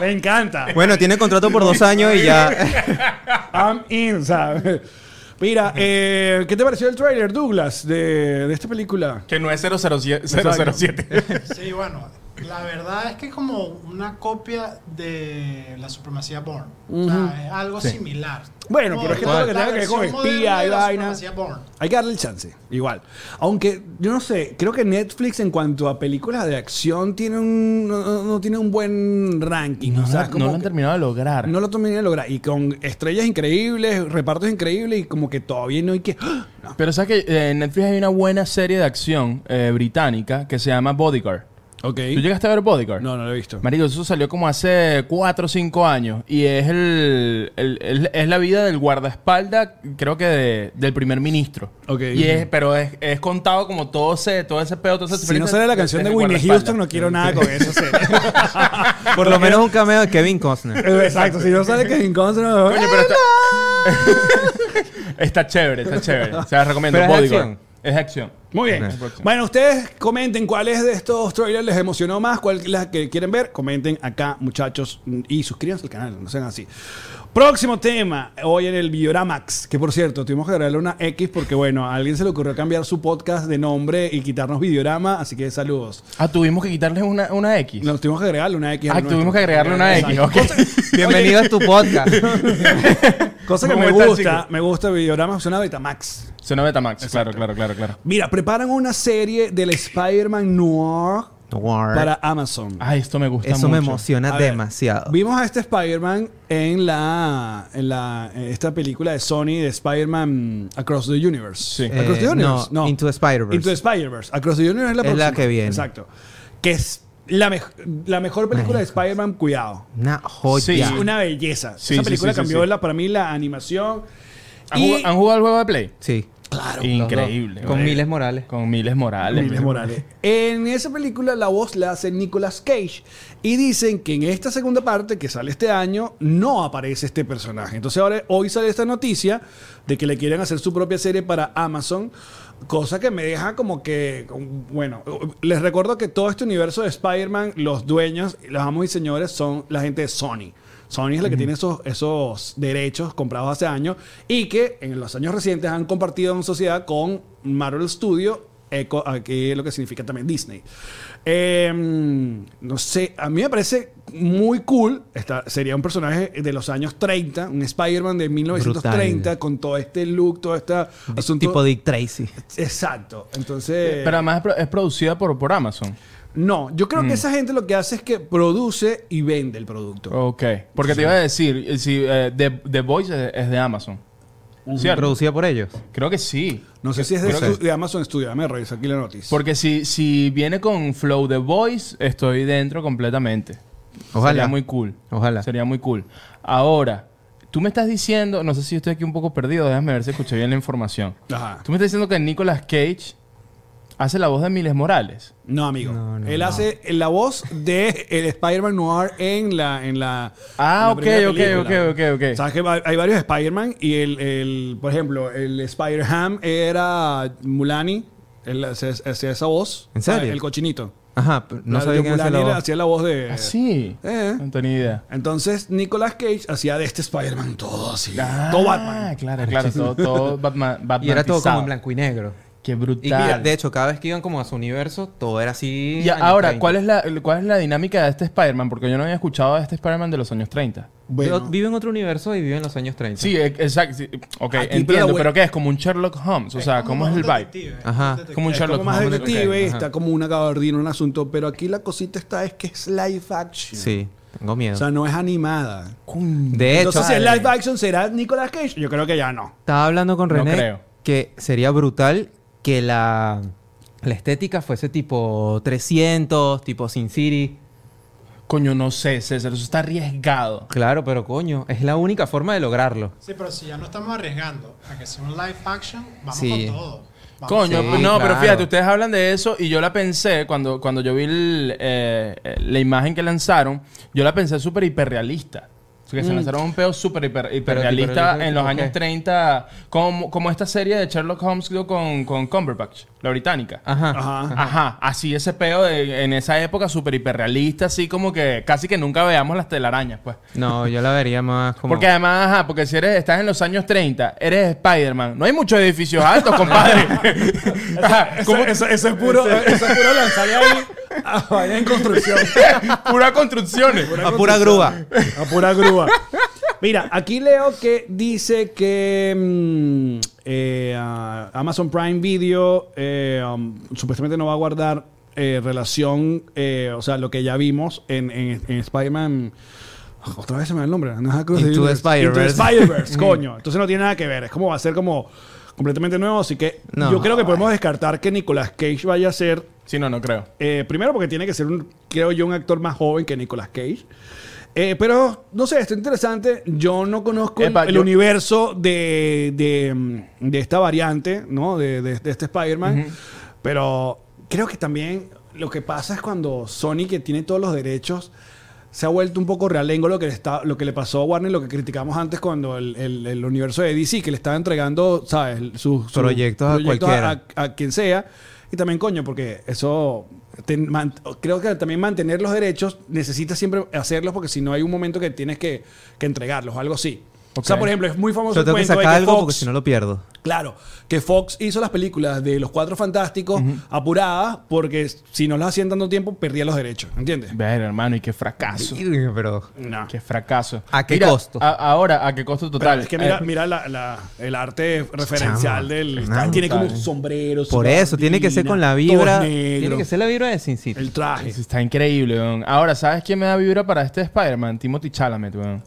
Speaker 1: Me encanta.
Speaker 3: Bueno, tiene contrato por dos años y ya.
Speaker 1: I'm in, ¿sabes? Mira, eh, ¿qué te pareció el trailer, Douglas, de, de esta película?
Speaker 5: que no es 007.
Speaker 1: Exacto.
Speaker 5: 007.
Speaker 4: Sí, bueno, La verdad es que es como una copia de la supremacía Bourne. O
Speaker 1: Ujú.
Speaker 4: sea, es algo
Speaker 3: Sí.
Speaker 4: similar.
Speaker 1: Bueno,
Speaker 4: Como
Speaker 1: pero es que
Speaker 4: la-
Speaker 1: todo lo que
Speaker 4: la
Speaker 1: tenga que ver con
Speaker 4: versión
Speaker 1: espía
Speaker 4: moderna
Speaker 1: y
Speaker 4: de la
Speaker 1: vaina.
Speaker 4: supremacía Bourne.
Speaker 1: Hay que darle el chance, igual. Aunque, yo no sé, creo que Netflix en cuanto a películas de acción tiene un, no, no tiene un buen ranking.
Speaker 5: No,
Speaker 1: o sea,
Speaker 5: la-
Speaker 1: como
Speaker 5: no lo han
Speaker 1: que-
Speaker 5: terminado de lograr.
Speaker 1: no lo terminé de lograr. Y con estrellas increíbles, repartos increíbles y como que todavía no hay que... ¡Ah! No.
Speaker 5: Pero sabes que eh, en Netflix hay una buena serie de acción eh, británica que se llama Bodyguard.
Speaker 1: Ok.
Speaker 5: ¿Tú llegaste a ver Bodyguard?
Speaker 1: No, no lo he visto.
Speaker 5: Marico, eso salió como hace 4 o 5 años. Y es el, el- el- es la vida del guardaespaldas, creo que de- del primer ministro.
Speaker 1: Ok.
Speaker 5: Y es, pero es, es contado como todo ese, todo ese pedo, todo ese
Speaker 1: Si no sale la canción de Winnie Houston, no quiero nada con eso.
Speaker 3: Por lo menos un cameo de Kevin Costner.
Speaker 1: Exacto, si no sale Kevin Costner... no-
Speaker 5: Coño, pero está... está chévere, está chévere. Se las recomiendo.
Speaker 3: Pero es
Speaker 5: Bodyguard.
Speaker 3: acción.
Speaker 5: Es acción.
Speaker 1: Muy bien. Bueno, ustedes comenten cuáles de estos trailers les emocionó más, cuál es la que quieren ver. Comenten acá, muchachos, y suscríbanse al canal, no sean así. Próximo tema, hoy en el Bioramax, que por cierto, tuvimos que agregarle una X porque, bueno, a alguien se le ocurrió cambiar su podcast de nombre y quitarnos Videorama, así que saludos.
Speaker 5: Ah, tuvimos que quitarles una, una X.
Speaker 1: Nos tuvimos que agregarle una X. al
Speaker 5: ah,
Speaker 1: nuestro.
Speaker 5: tuvimos que agregarle una X.
Speaker 1: Exacto.
Speaker 5: ok.
Speaker 3: Bienvenido a tu podcast.
Speaker 1: Cosa que
Speaker 5: ¿Cómo
Speaker 1: me
Speaker 5: estás,
Speaker 1: gusta,
Speaker 5: chicos?
Speaker 1: me gusta Videorama, suena a Betamax.
Speaker 5: Suena Betamax. Claro, claro, claro, claro.
Speaker 1: Mira, preparan una serie del Spider-Man Noir
Speaker 3: Para
Speaker 1: para Amazon.
Speaker 5: Ah, esto me gusta
Speaker 3: Eso
Speaker 5: mucho.
Speaker 3: me emociona
Speaker 1: A ver,
Speaker 3: demasiado.
Speaker 1: Vimos a este Spider-Man en la, en la en esta película de Sony de Spider-Man Across the Universe.
Speaker 5: Sí.
Speaker 3: Eh,
Speaker 1: Across the Universe.
Speaker 3: no, Into the Spider-Verse.
Speaker 1: Into the Spider-Verse. Across the Universe es la
Speaker 3: Es la
Speaker 1: próxima.
Speaker 3: que viene.
Speaker 1: Exacto. Que es la, mej- la mejor película de Spider-Man, cuidado.
Speaker 3: Una joya.
Speaker 5: Sí.
Speaker 1: Es una belleza.
Speaker 5: Sí,
Speaker 1: Esa
Speaker 5: sí,
Speaker 1: película
Speaker 5: sí, sí,
Speaker 1: cambió
Speaker 5: sí.
Speaker 1: La, para mí la animación.
Speaker 5: ¿Han,
Speaker 1: Y,
Speaker 5: jugado, han jugado al juego de Play?
Speaker 3: Sí.
Speaker 1: claro,
Speaker 3: Los dos.
Speaker 5: Increíble.
Speaker 3: Con
Speaker 5: bro.
Speaker 3: Miles Morales.
Speaker 5: Con Miles Morales.
Speaker 1: Miles Morales. En esa película la voz la hace Nicolas Cage y dicen que en esta segunda parte que sale este año no aparece este personaje. Entonces ahora hoy sale esta noticia de que le quieren hacer su propia serie para Amazon, cosa que me deja como que bueno, les recuerdo que todo este universo de Spider-Man, los dueños, los amos y señores son la gente de Sony. Sony es la que tiene esos, esos derechos comprados hace años y que en los años recientes han compartido en sociedad con Marvel Studio Eco, aquí lo que significa también Disney. Eh, no sé, a mí me parece muy cool. Esta, sería un personaje de los años 30, un Spider-Man de 1930,
Speaker 3: Brutal.
Speaker 1: con todo este look, todo este
Speaker 3: Di-
Speaker 1: asunto.
Speaker 3: Tipo Dick Tracy.
Speaker 1: Exacto. Entonces.
Speaker 5: Eh, Pero además es pro- es producida por, por Amazon.
Speaker 1: no, yo
Speaker 3: Mm.
Speaker 1: creo que esa gente lo que hace es que produce y vende el producto.
Speaker 5: Ok. Porque te iba a decir, eh, si, eh, The, The Voice es, es de Amazon. ¿Cierto?
Speaker 3: Producida por ellos.
Speaker 5: Creo que sí.
Speaker 1: No sé si es de,
Speaker 5: Creo que-
Speaker 1: su- de Amazon Studio. Dame revisar aquí la noticia.
Speaker 5: Porque si, si viene con Flow The Voice, estoy dentro completamente.
Speaker 3: Ojalá.
Speaker 5: Sería muy cool.
Speaker 3: Ojalá.
Speaker 5: Sería muy cool. Ahora, tú me estás diciendo, no sé si estoy aquí un poco perdido, déjame ver si escuché bien la información.
Speaker 1: Ajá.
Speaker 5: Tú me estás diciendo que Nicolas Cage hace la voz de Miles Morales.
Speaker 1: No, amigo.
Speaker 3: No, no,
Speaker 1: Él
Speaker 3: no.
Speaker 1: hace la voz de el Spider-Man Noir en la. En la
Speaker 5: Ah,
Speaker 1: en la
Speaker 5: ok,
Speaker 1: primera
Speaker 5: ok,
Speaker 1: película.
Speaker 5: ok, ok, ok.
Speaker 1: Sabes que va- hay varios Spider-Man y el, el- Por ejemplo, el Spider-Ham era Mulani. Él hacía hacía esa voz.
Speaker 3: ¿En serio?
Speaker 1: El cochinito.
Speaker 3: Ajá, pero no
Speaker 1: La-
Speaker 3: sabía quién hacía la
Speaker 1: Mulany
Speaker 3: voz.
Speaker 1: hacía la voz de.
Speaker 5: Ah, sí.
Speaker 1: Eh.
Speaker 5: No tenía idea.
Speaker 1: Entonces, Nicolas Cage hacía de este Spider-Man todo así.
Speaker 5: Ah,
Speaker 1: todo Batman.
Speaker 5: Claro, claro. Todo, todo Batman,
Speaker 3: Y era todo como
Speaker 5: Batmanizado.
Speaker 3: en blanco y negro.
Speaker 5: Qué
Speaker 3: Y mira,
Speaker 5: brutal.
Speaker 3: de hecho, cada vez que iban como a su universo, todo era así.
Speaker 5: y
Speaker 3: años
Speaker 5: ahora,
Speaker 3: 30.
Speaker 5: ¿cuál es, la, ¿cuál es la dinámica de este Spider-Man? Porque yo no había escuchado de este Spider-Man de los años 30.
Speaker 1: Bueno.
Speaker 3: Vive en otro universo y vive en los años 30.
Speaker 5: Sí, e- exacto. sí. Ok,
Speaker 1: Aquí,
Speaker 5: entiendo.
Speaker 1: pero-
Speaker 5: Pero, ¿qué es? Como un Sherlock Holmes. O sea, ¿cómo es el vibe?
Speaker 3: Ajá.
Speaker 5: Como un
Speaker 1: Es como
Speaker 5: Sherlock
Speaker 1: más
Speaker 5: Holmes.
Speaker 1: detective,
Speaker 5: ok, ajá.
Speaker 1: está como una gabardina, un asunto. Pero aquí la cosita está es que es live action.
Speaker 3: Sí, tengo
Speaker 1: O
Speaker 3: miedo.
Speaker 1: sea, no es animada.
Speaker 3: de hecho, eh,
Speaker 1: Entonces, si es
Speaker 3: padre,
Speaker 1: live action, ¿será Nicolas Cage? Yo creo que ya no.
Speaker 3: estaba hablando con
Speaker 5: No
Speaker 3: René
Speaker 5: creo.
Speaker 3: que sería brutal que la, la estética fuese tipo 300, tipo Sin City.
Speaker 5: Coño, no sé, César. Eso está arriesgado.
Speaker 3: Claro, pero coño, es la única forma de lograrlo.
Speaker 4: Sí, pero si ya no estamos arriesgando a que sea un live action, vamos
Speaker 3: Sí.
Speaker 4: con todo. Vamos
Speaker 5: Coño,
Speaker 3: Sí,
Speaker 5: pues no, pero
Speaker 3: claro.
Speaker 5: fíjate, ustedes hablan de eso y yo la pensé cuando, cuando yo vi el, eh, eh, la imagen que lanzaron, yo la pensé súper hiperrealista. O sea, que se lanzaron un peo súper hiper- hiperrealista
Speaker 3: hiperrealista,
Speaker 5: en los
Speaker 3: ¿tipo
Speaker 5: años
Speaker 3: qué?
Speaker 5: 30, como, como esta serie de Sherlock Holmes con, con Cumberbatch, la británica.
Speaker 3: Ah, Ajá.
Speaker 1: Ajá.
Speaker 5: Ajá, así ese peo de- en esa época súper hiperrealista, así como que casi que nunca veamos las telarañas, pues.
Speaker 3: No, yo la vería más como.
Speaker 5: Porque además, ajá, porque si eres, estás en los años 30, eres Spider-Man. No hay muchos edificios altos, compadre. Ajá, ¿cómo-
Speaker 1: Ese, ese- ese es puro, ese es puro lanzar ahí Ah, vaina en construcción.
Speaker 5: Pura construcciones.
Speaker 3: A pura grúa.
Speaker 1: A pura grúa. Mira, aquí leo que dice que mm, eh, ah, Amazon Prime Video eh, um, supuestamente no va a guardar eh, relación, eh, o sea, lo que ya vimos en, en- en Spider-Man. Otra vez se me da el nombre. No es Across
Speaker 3: Into the
Speaker 1: Spider-Verse.
Speaker 3: Spider-Verse.
Speaker 1: Into the Spider-Verse, coño. Entonces no tiene nada que ver. Es como va a ser como completamente nuevo. Así que
Speaker 3: No,
Speaker 1: yo creo que podemos descartar que Nicolas Cage vaya a ser
Speaker 5: Sí, no, no creo.
Speaker 1: eh, primero porque tiene que ser, un, creo yo, un actor más joven que Nicolas Cage. Eh, pero, no sé, está interesante. Yo no conozco el-
Speaker 5: Epa,
Speaker 1: el,
Speaker 5: yo-
Speaker 1: universo de, de, mm, de esta variante, ¿no? De, de- de este Spider-Man. Pero creo que también lo que pasa es cuando Sony, que tiene todos los derechos, se ha vuelto un poco realengo lo que le, está, lo que le pasó a Warner, lo que criticamos antes cuando el, el- el universo de DC, que le estaba entregando, ¿sabes? Sus sus
Speaker 3: Proyectos a cualquiera.
Speaker 1: a- a quien sea. Y también, coño, porque eso. te man- creo que también mantener los derechos necesitas siempre hacerlos porque si no hay un momento que tienes que, que entregarlos o algo así. O sea,
Speaker 5: Ok.
Speaker 1: por ejemplo, es muy famoso
Speaker 3: Yo
Speaker 1: el
Speaker 3: tengo que
Speaker 1: cuento de
Speaker 3: sacar
Speaker 1: que
Speaker 3: algo
Speaker 1: Fox-
Speaker 3: porque si no lo pierdo.
Speaker 1: Claro, que Fox hizo las películas de Los Cuatro Fantásticos apuradas porque si no las hacían tanto tiempo perdía los derechos, ¿entiendes?
Speaker 5: Ver, hermano, y qué fracaso.
Speaker 3: Pero
Speaker 1: No.
Speaker 5: Qué fracaso.
Speaker 3: ¿A qué
Speaker 5: Mira,
Speaker 3: costo?
Speaker 5: a- ahora, ¿a qué costo
Speaker 1: Pero
Speaker 5: total?
Speaker 1: es que mira,
Speaker 5: Eh,
Speaker 1: mira la- la- el arte referencial
Speaker 3: Chamo,
Speaker 1: del...
Speaker 3: Fernando,
Speaker 1: tiene como
Speaker 5: ¿sabes?
Speaker 1: sombreros.
Speaker 3: por eso, tiene que ser con la vibra. Tiene que ser la vibra de Sin City.
Speaker 1: El traje.
Speaker 5: Está increíble, weón. Ahora, ¿sabes quién me da vibra para este Spider-Man? Timothy Chalamet, weón.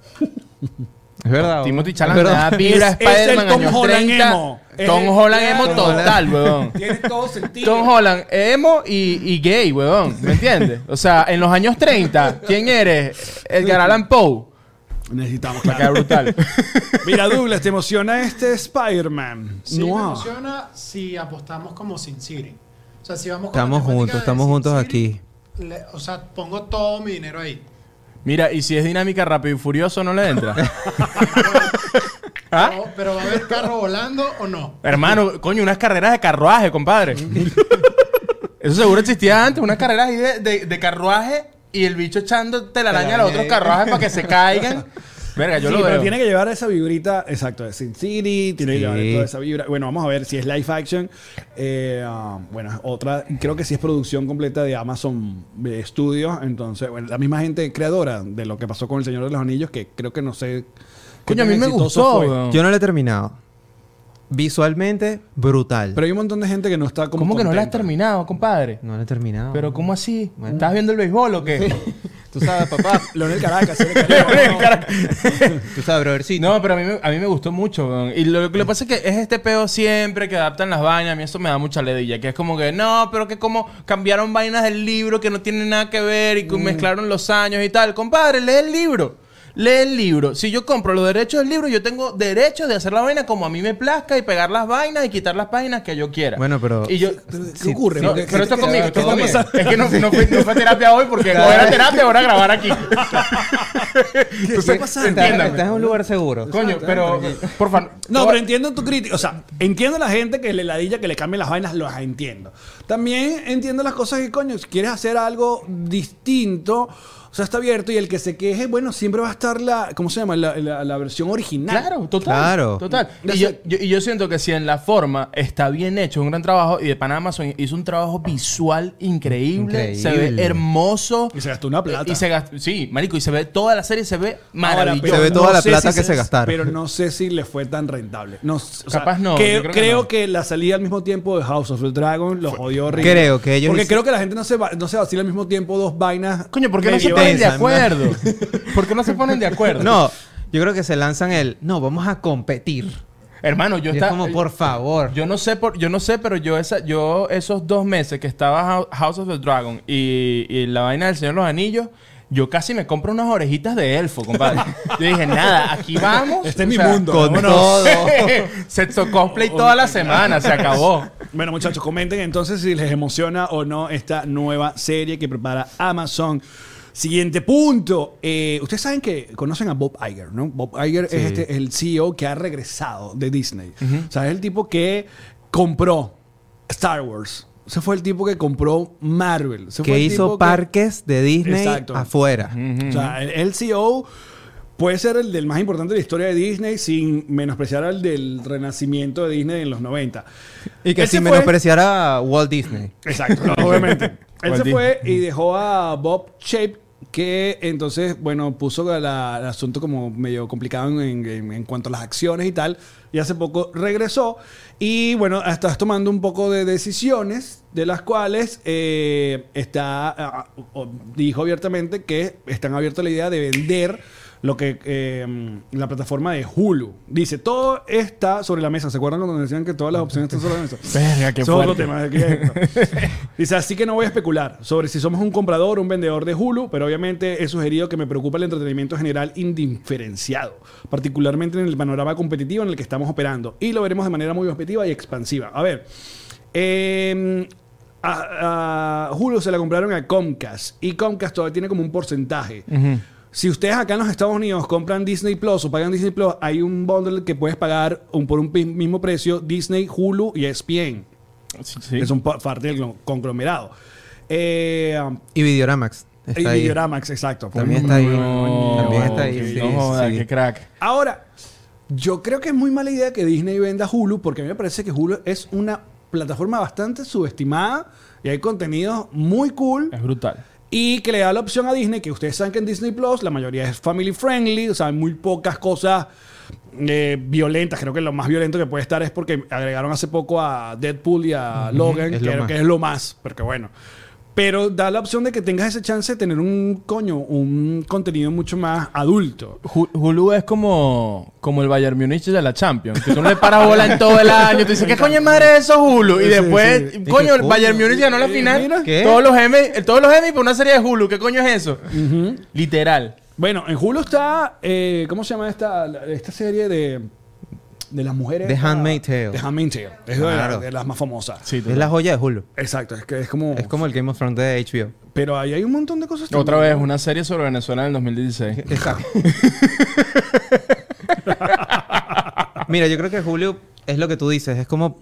Speaker 3: Es verdad.
Speaker 5: Timothy
Speaker 3: Chala
Speaker 5: Chalamet Ah, me da vibra a
Speaker 1: Es- es el
Speaker 5: Spider-Man
Speaker 1: Tom
Speaker 5: años
Speaker 1: Holland
Speaker 5: 30.
Speaker 1: emo. Es
Speaker 5: Tom
Speaker 1: el-
Speaker 5: Holland
Speaker 1: claro.
Speaker 5: emo total, weón.
Speaker 1: Tiene todo sentido.
Speaker 5: Tom Holland, emo y, y gay, weón. ¿Me entiendes? O sea, en los años 30, ¿quién eres? Edgar Allan Poe.
Speaker 1: Necesitamos,
Speaker 5: Me queda
Speaker 1: claro.
Speaker 5: brutal.
Speaker 1: Mira, Douglas, ¿te emociona este Spider-Man?
Speaker 4: Sí
Speaker 1: Noir.
Speaker 4: me emociona si apostamos como Sin City. O sea, si vamos con la
Speaker 3: Estamos
Speaker 4: temática
Speaker 3: juntos,
Speaker 4: de
Speaker 3: estamos
Speaker 4: Sin City,
Speaker 3: juntos aquí.
Speaker 4: le- o sea, pongo todo mi dinero ahí.
Speaker 5: Mira, y si es dinámica rápido y furioso, no le entra. ¿Ah?
Speaker 4: No, pero va a haber carro volando o no.
Speaker 5: Hermano, coño, unas carreras de carruaje, compadre. Eso seguro existía antes, unas carreras ahí de, de- de carruaje y el bicho echando telaraña a los otros carruajes para que se caigan. Verga, yo
Speaker 1: Sí,
Speaker 5: lo
Speaker 1: pero
Speaker 5: veo.
Speaker 1: tiene que llevar esa vibrita, exacto, de Sin City, tiene que
Speaker 3: Sí.
Speaker 1: llevar toda esa vibra. Bueno, vamos a ver si es live action. Eh, ah, bueno, otra, creo que sí es producción completa de Amazon eh, Studios. Entonces, bueno, la misma gente creadora de lo que pasó con El Señor de los Anillos, que creo que no sé. qué
Speaker 5: Coño, a
Speaker 1: tan
Speaker 5: mí me
Speaker 1: exitoso
Speaker 5: gustó,
Speaker 1: fue.
Speaker 5: weón.
Speaker 3: Yo no lo he terminado. Visualmente, brutal.
Speaker 1: Pero hay un montón de gente que no está como.
Speaker 5: ¿Cómo que no la has
Speaker 1: contenta.
Speaker 5: terminado, compadre?
Speaker 3: no lo he terminado.
Speaker 5: Pero ¿cómo así?
Speaker 3: Bueno.
Speaker 5: ¿Estás viendo el béisbol o qué?
Speaker 3: Tú sabes, papá.
Speaker 1: Leonel Caracas, sí, le queremos, ¿no?
Speaker 3: Tú sabes, brothercito.
Speaker 5: No, pero a mí, me- a mí me gustó mucho, weón. Y lo, lo que pasa es que es este peo siempre que adaptan las vainas. A mí eso me da mucha ledilla. Que es como que, no, pero que como cambiaron vainas del libro que no tienen nada que ver y que mezclaron los años y tal. Compadre, lee el libro. Lee el libro. Si yo compro los derechos del libro, yo tengo derechos de hacer la vaina como a mí me plazca y pegar las vainas y quitar las páginas que yo quiera.
Speaker 3: Bueno, pero-
Speaker 5: Y yo,
Speaker 1: ¿Qué ocurre?
Speaker 5: no,
Speaker 1: Porque-
Speaker 5: pero esto es conmigo,
Speaker 1: ¿Qué
Speaker 5: esto es
Speaker 1: está
Speaker 5: conmigo.
Speaker 1: pasando?
Speaker 5: Es que no, no fui, no fue a terapia hoy porque no era terapia, ahora grabar aquí.
Speaker 1: ¿Qué está pasando?
Speaker 3: estás,
Speaker 5: entiéndame.
Speaker 3: estás en un lugar seguro.
Speaker 5: Coño, pero por favor.
Speaker 1: No, pero entiendo tu crítica. O sea, entiendo a la gente que le ladilla, que le cambien las vainas, las entiendo. También entiendo las cosas que, coño, si quieres hacer algo distinto, o sea, está abierto y el que se queje, bueno, siempre va a estar la, ¿cómo se llama? La, la- la versión original.
Speaker 5: Claro, total.
Speaker 3: Claro.
Speaker 5: Total.
Speaker 1: Ya
Speaker 5: Y yo,
Speaker 1: sé.
Speaker 5: yo- y yo siento que si en la forma está bien hecho, es un gran trabajo. Y de Pan Amazon hizo un trabajo visual increíble.
Speaker 3: Increíble.
Speaker 5: Se ve hermoso.
Speaker 1: Y se gastó una plata.
Speaker 5: Y se gastó, sí, marico, y se ve toda la serie, se ve
Speaker 1: Ahora,
Speaker 5: maravilloso.
Speaker 1: pero
Speaker 3: Se ve toda la
Speaker 1: sé
Speaker 3: plata que se gastaron.
Speaker 1: Pero no sé si le fue tan rentable. No, s- o sea,
Speaker 5: Capaz no,
Speaker 1: que-
Speaker 5: yo
Speaker 1: creo
Speaker 5: creo
Speaker 1: que,
Speaker 5: que no.
Speaker 1: la salida al mismo tiempo de House of the Dragon los jodió horrible.
Speaker 3: Creo que ellos
Speaker 1: Porque creo
Speaker 3: hicieron-
Speaker 1: que la gente no se, va- no se vacila al mismo tiempo dos vainas.
Speaker 5: Coño, ¿por qué no se
Speaker 1: medievales.
Speaker 5: ponen de
Speaker 3: tensa,
Speaker 5: acuerdo? ¿Por qué no se ponen de acuerdo?
Speaker 3: No, yo creo que se lanzan el. No, vamos a competir.
Speaker 5: Hermano, yo
Speaker 3: Y es
Speaker 5: estaba.
Speaker 3: como, por favor.
Speaker 5: Yo no sé por, yo no sé, pero yo esa, yo esos dos meses que estaba Hou- House of the Dragon y, y la vaina del Señor de los Anillos, yo casi me compro unas orejitas de elfo, compadre. yo dije, nada, aquí vamos.
Speaker 1: Este es
Speaker 5: O
Speaker 1: mi
Speaker 5: sea,
Speaker 1: mundo.
Speaker 3: con
Speaker 1: vámonos.
Speaker 3: todo.
Speaker 5: Sexo cosplay toda la semana, se acabó.
Speaker 1: Bueno, muchachos, comenten entonces si les emociona o no esta nueva serie que prepara Amazon. Siguiente punto. Eh, Ustedes saben que conocen a Bob Iger, ¿no? Bob Iger es este, el CEO que ha regresado de Disney. O sea, es el tipo que compró Star Wars. Ese fue el tipo que compró Marvel. Ese fue
Speaker 3: Que
Speaker 1: el tipo
Speaker 3: hizo parques de Disney
Speaker 1: Exacto.
Speaker 3: afuera.
Speaker 1: O sea, el, el CEO puede ser el del más importante de la historia de Disney sin menospreciar al del renacimiento de Disney en los 90.
Speaker 3: Y que
Speaker 1: Él se
Speaker 3: si
Speaker 1: fue-
Speaker 3: menospreciara a Walt Disney.
Speaker 1: Exacto, obviamente. Él
Speaker 5: ¿Cuál
Speaker 1: se
Speaker 5: dijo?
Speaker 1: fue y dejó a Bob Shape, que entonces, bueno, puso la- el asunto como medio complicado en, en- en cuanto a las acciones y tal. Y hace poco regresó. Y bueno, estás tomando un poco de decisiones, de las cuales eh, está, ah, o- dijo abiertamente que están abiertos a la idea de vender lo que eh, la plataforma de Hulu dice todo está sobre la mesa se acuerdan cuando decían que todas las opciones están sobre la mesa
Speaker 5: Verga, qué
Speaker 1: Eso es otro
Speaker 5: fuerte.
Speaker 1: tema, que- dice así que no voy a especular sobre si somos un comprador o un vendedor de Hulu pero obviamente he sugerido que me preocupa el entretenimiento general indiferenciado particularmente en el panorama competitivo en el que estamos operando y lo veremos de manera muy objetiva y expansiva a ver eh, a, a Hulu se la compraron a Comcast y Comcast todavía tiene como un porcentaje si ustedes acá en los Estados Unidos compran Disney Plus o pagan Disney Plus, hay un bundle que puedes pagar un- por un pi- mismo precio Disney, Hulu y E ESPN.
Speaker 5: Sí,
Speaker 1: Que son pa- parte del glo- conglomerado. Eh,
Speaker 3: Y Videoramax.
Speaker 1: y
Speaker 3: Está ahí.
Speaker 1: Videoramax, exacto.
Speaker 3: También está ahí.
Speaker 5: No,
Speaker 3: También está ahí.
Speaker 5: ok,
Speaker 3: sí,
Speaker 5: no joda,
Speaker 3: sí.
Speaker 5: qué crack.
Speaker 1: Ahora, yo creo que es muy mala idea que Disney venda Hulu porque a mí me parece que Hulu es una plataforma bastante subestimada y hay contenidos muy cool.
Speaker 5: Es brutal.
Speaker 1: Y que le da la opción a Disney, que ustedes saben que en Disney Plus la mayoría es family friendly, o sea, hay muy pocas cosas eh, violentas. Creo que lo más violento que puede estar es porque agregaron hace poco a Deadpool y a Logan,
Speaker 3: es
Speaker 1: que,
Speaker 3: lo
Speaker 1: creo
Speaker 3: más.
Speaker 1: que es lo más, porque bueno. Pero da la opción de que tengas esa chance de tener un coño, un contenido mucho más adulto.
Speaker 5: Ju- Hulu es como, como el Bayern Munich de la Champions. Que tú no le paras bola en todo el año. Tú dices, ¿qué coño es madre de eso, Hulu? Y
Speaker 1: Sí,
Speaker 5: después,
Speaker 1: sí.
Speaker 3: ¿Y
Speaker 5: coño, el
Speaker 3: qué
Speaker 5: Bayern
Speaker 3: coño?
Speaker 5: Munich ganó la
Speaker 1: Eh,
Speaker 5: final.
Speaker 1: mira.
Speaker 3: ¿Qué?
Speaker 5: Todos los Emmy, todos los Emmy por una serie de Hulu. ¿Qué coño es eso? Literal.
Speaker 1: Bueno, en Hulu está, eh, ¿cómo se llama esta, la- esta serie de, de las mujeres?
Speaker 3: The
Speaker 1: esta-
Speaker 3: Handmaid's Tale.
Speaker 1: The Handmaid's Tale. Es de la-
Speaker 3: Claro.
Speaker 1: de las más famosas.
Speaker 5: Sí,
Speaker 3: Es la joya de Hulu.
Speaker 1: Exacto, es que
Speaker 3: Es como el Game of Thrones de HBO.
Speaker 1: Pero ahí hay un montón de cosas.
Speaker 5: Otra
Speaker 1: también.
Speaker 5: vez, una serie sobre Venezuela en el 2016.
Speaker 3: Exacto. Mira, yo creo que Hulu es lo que tú dices, es como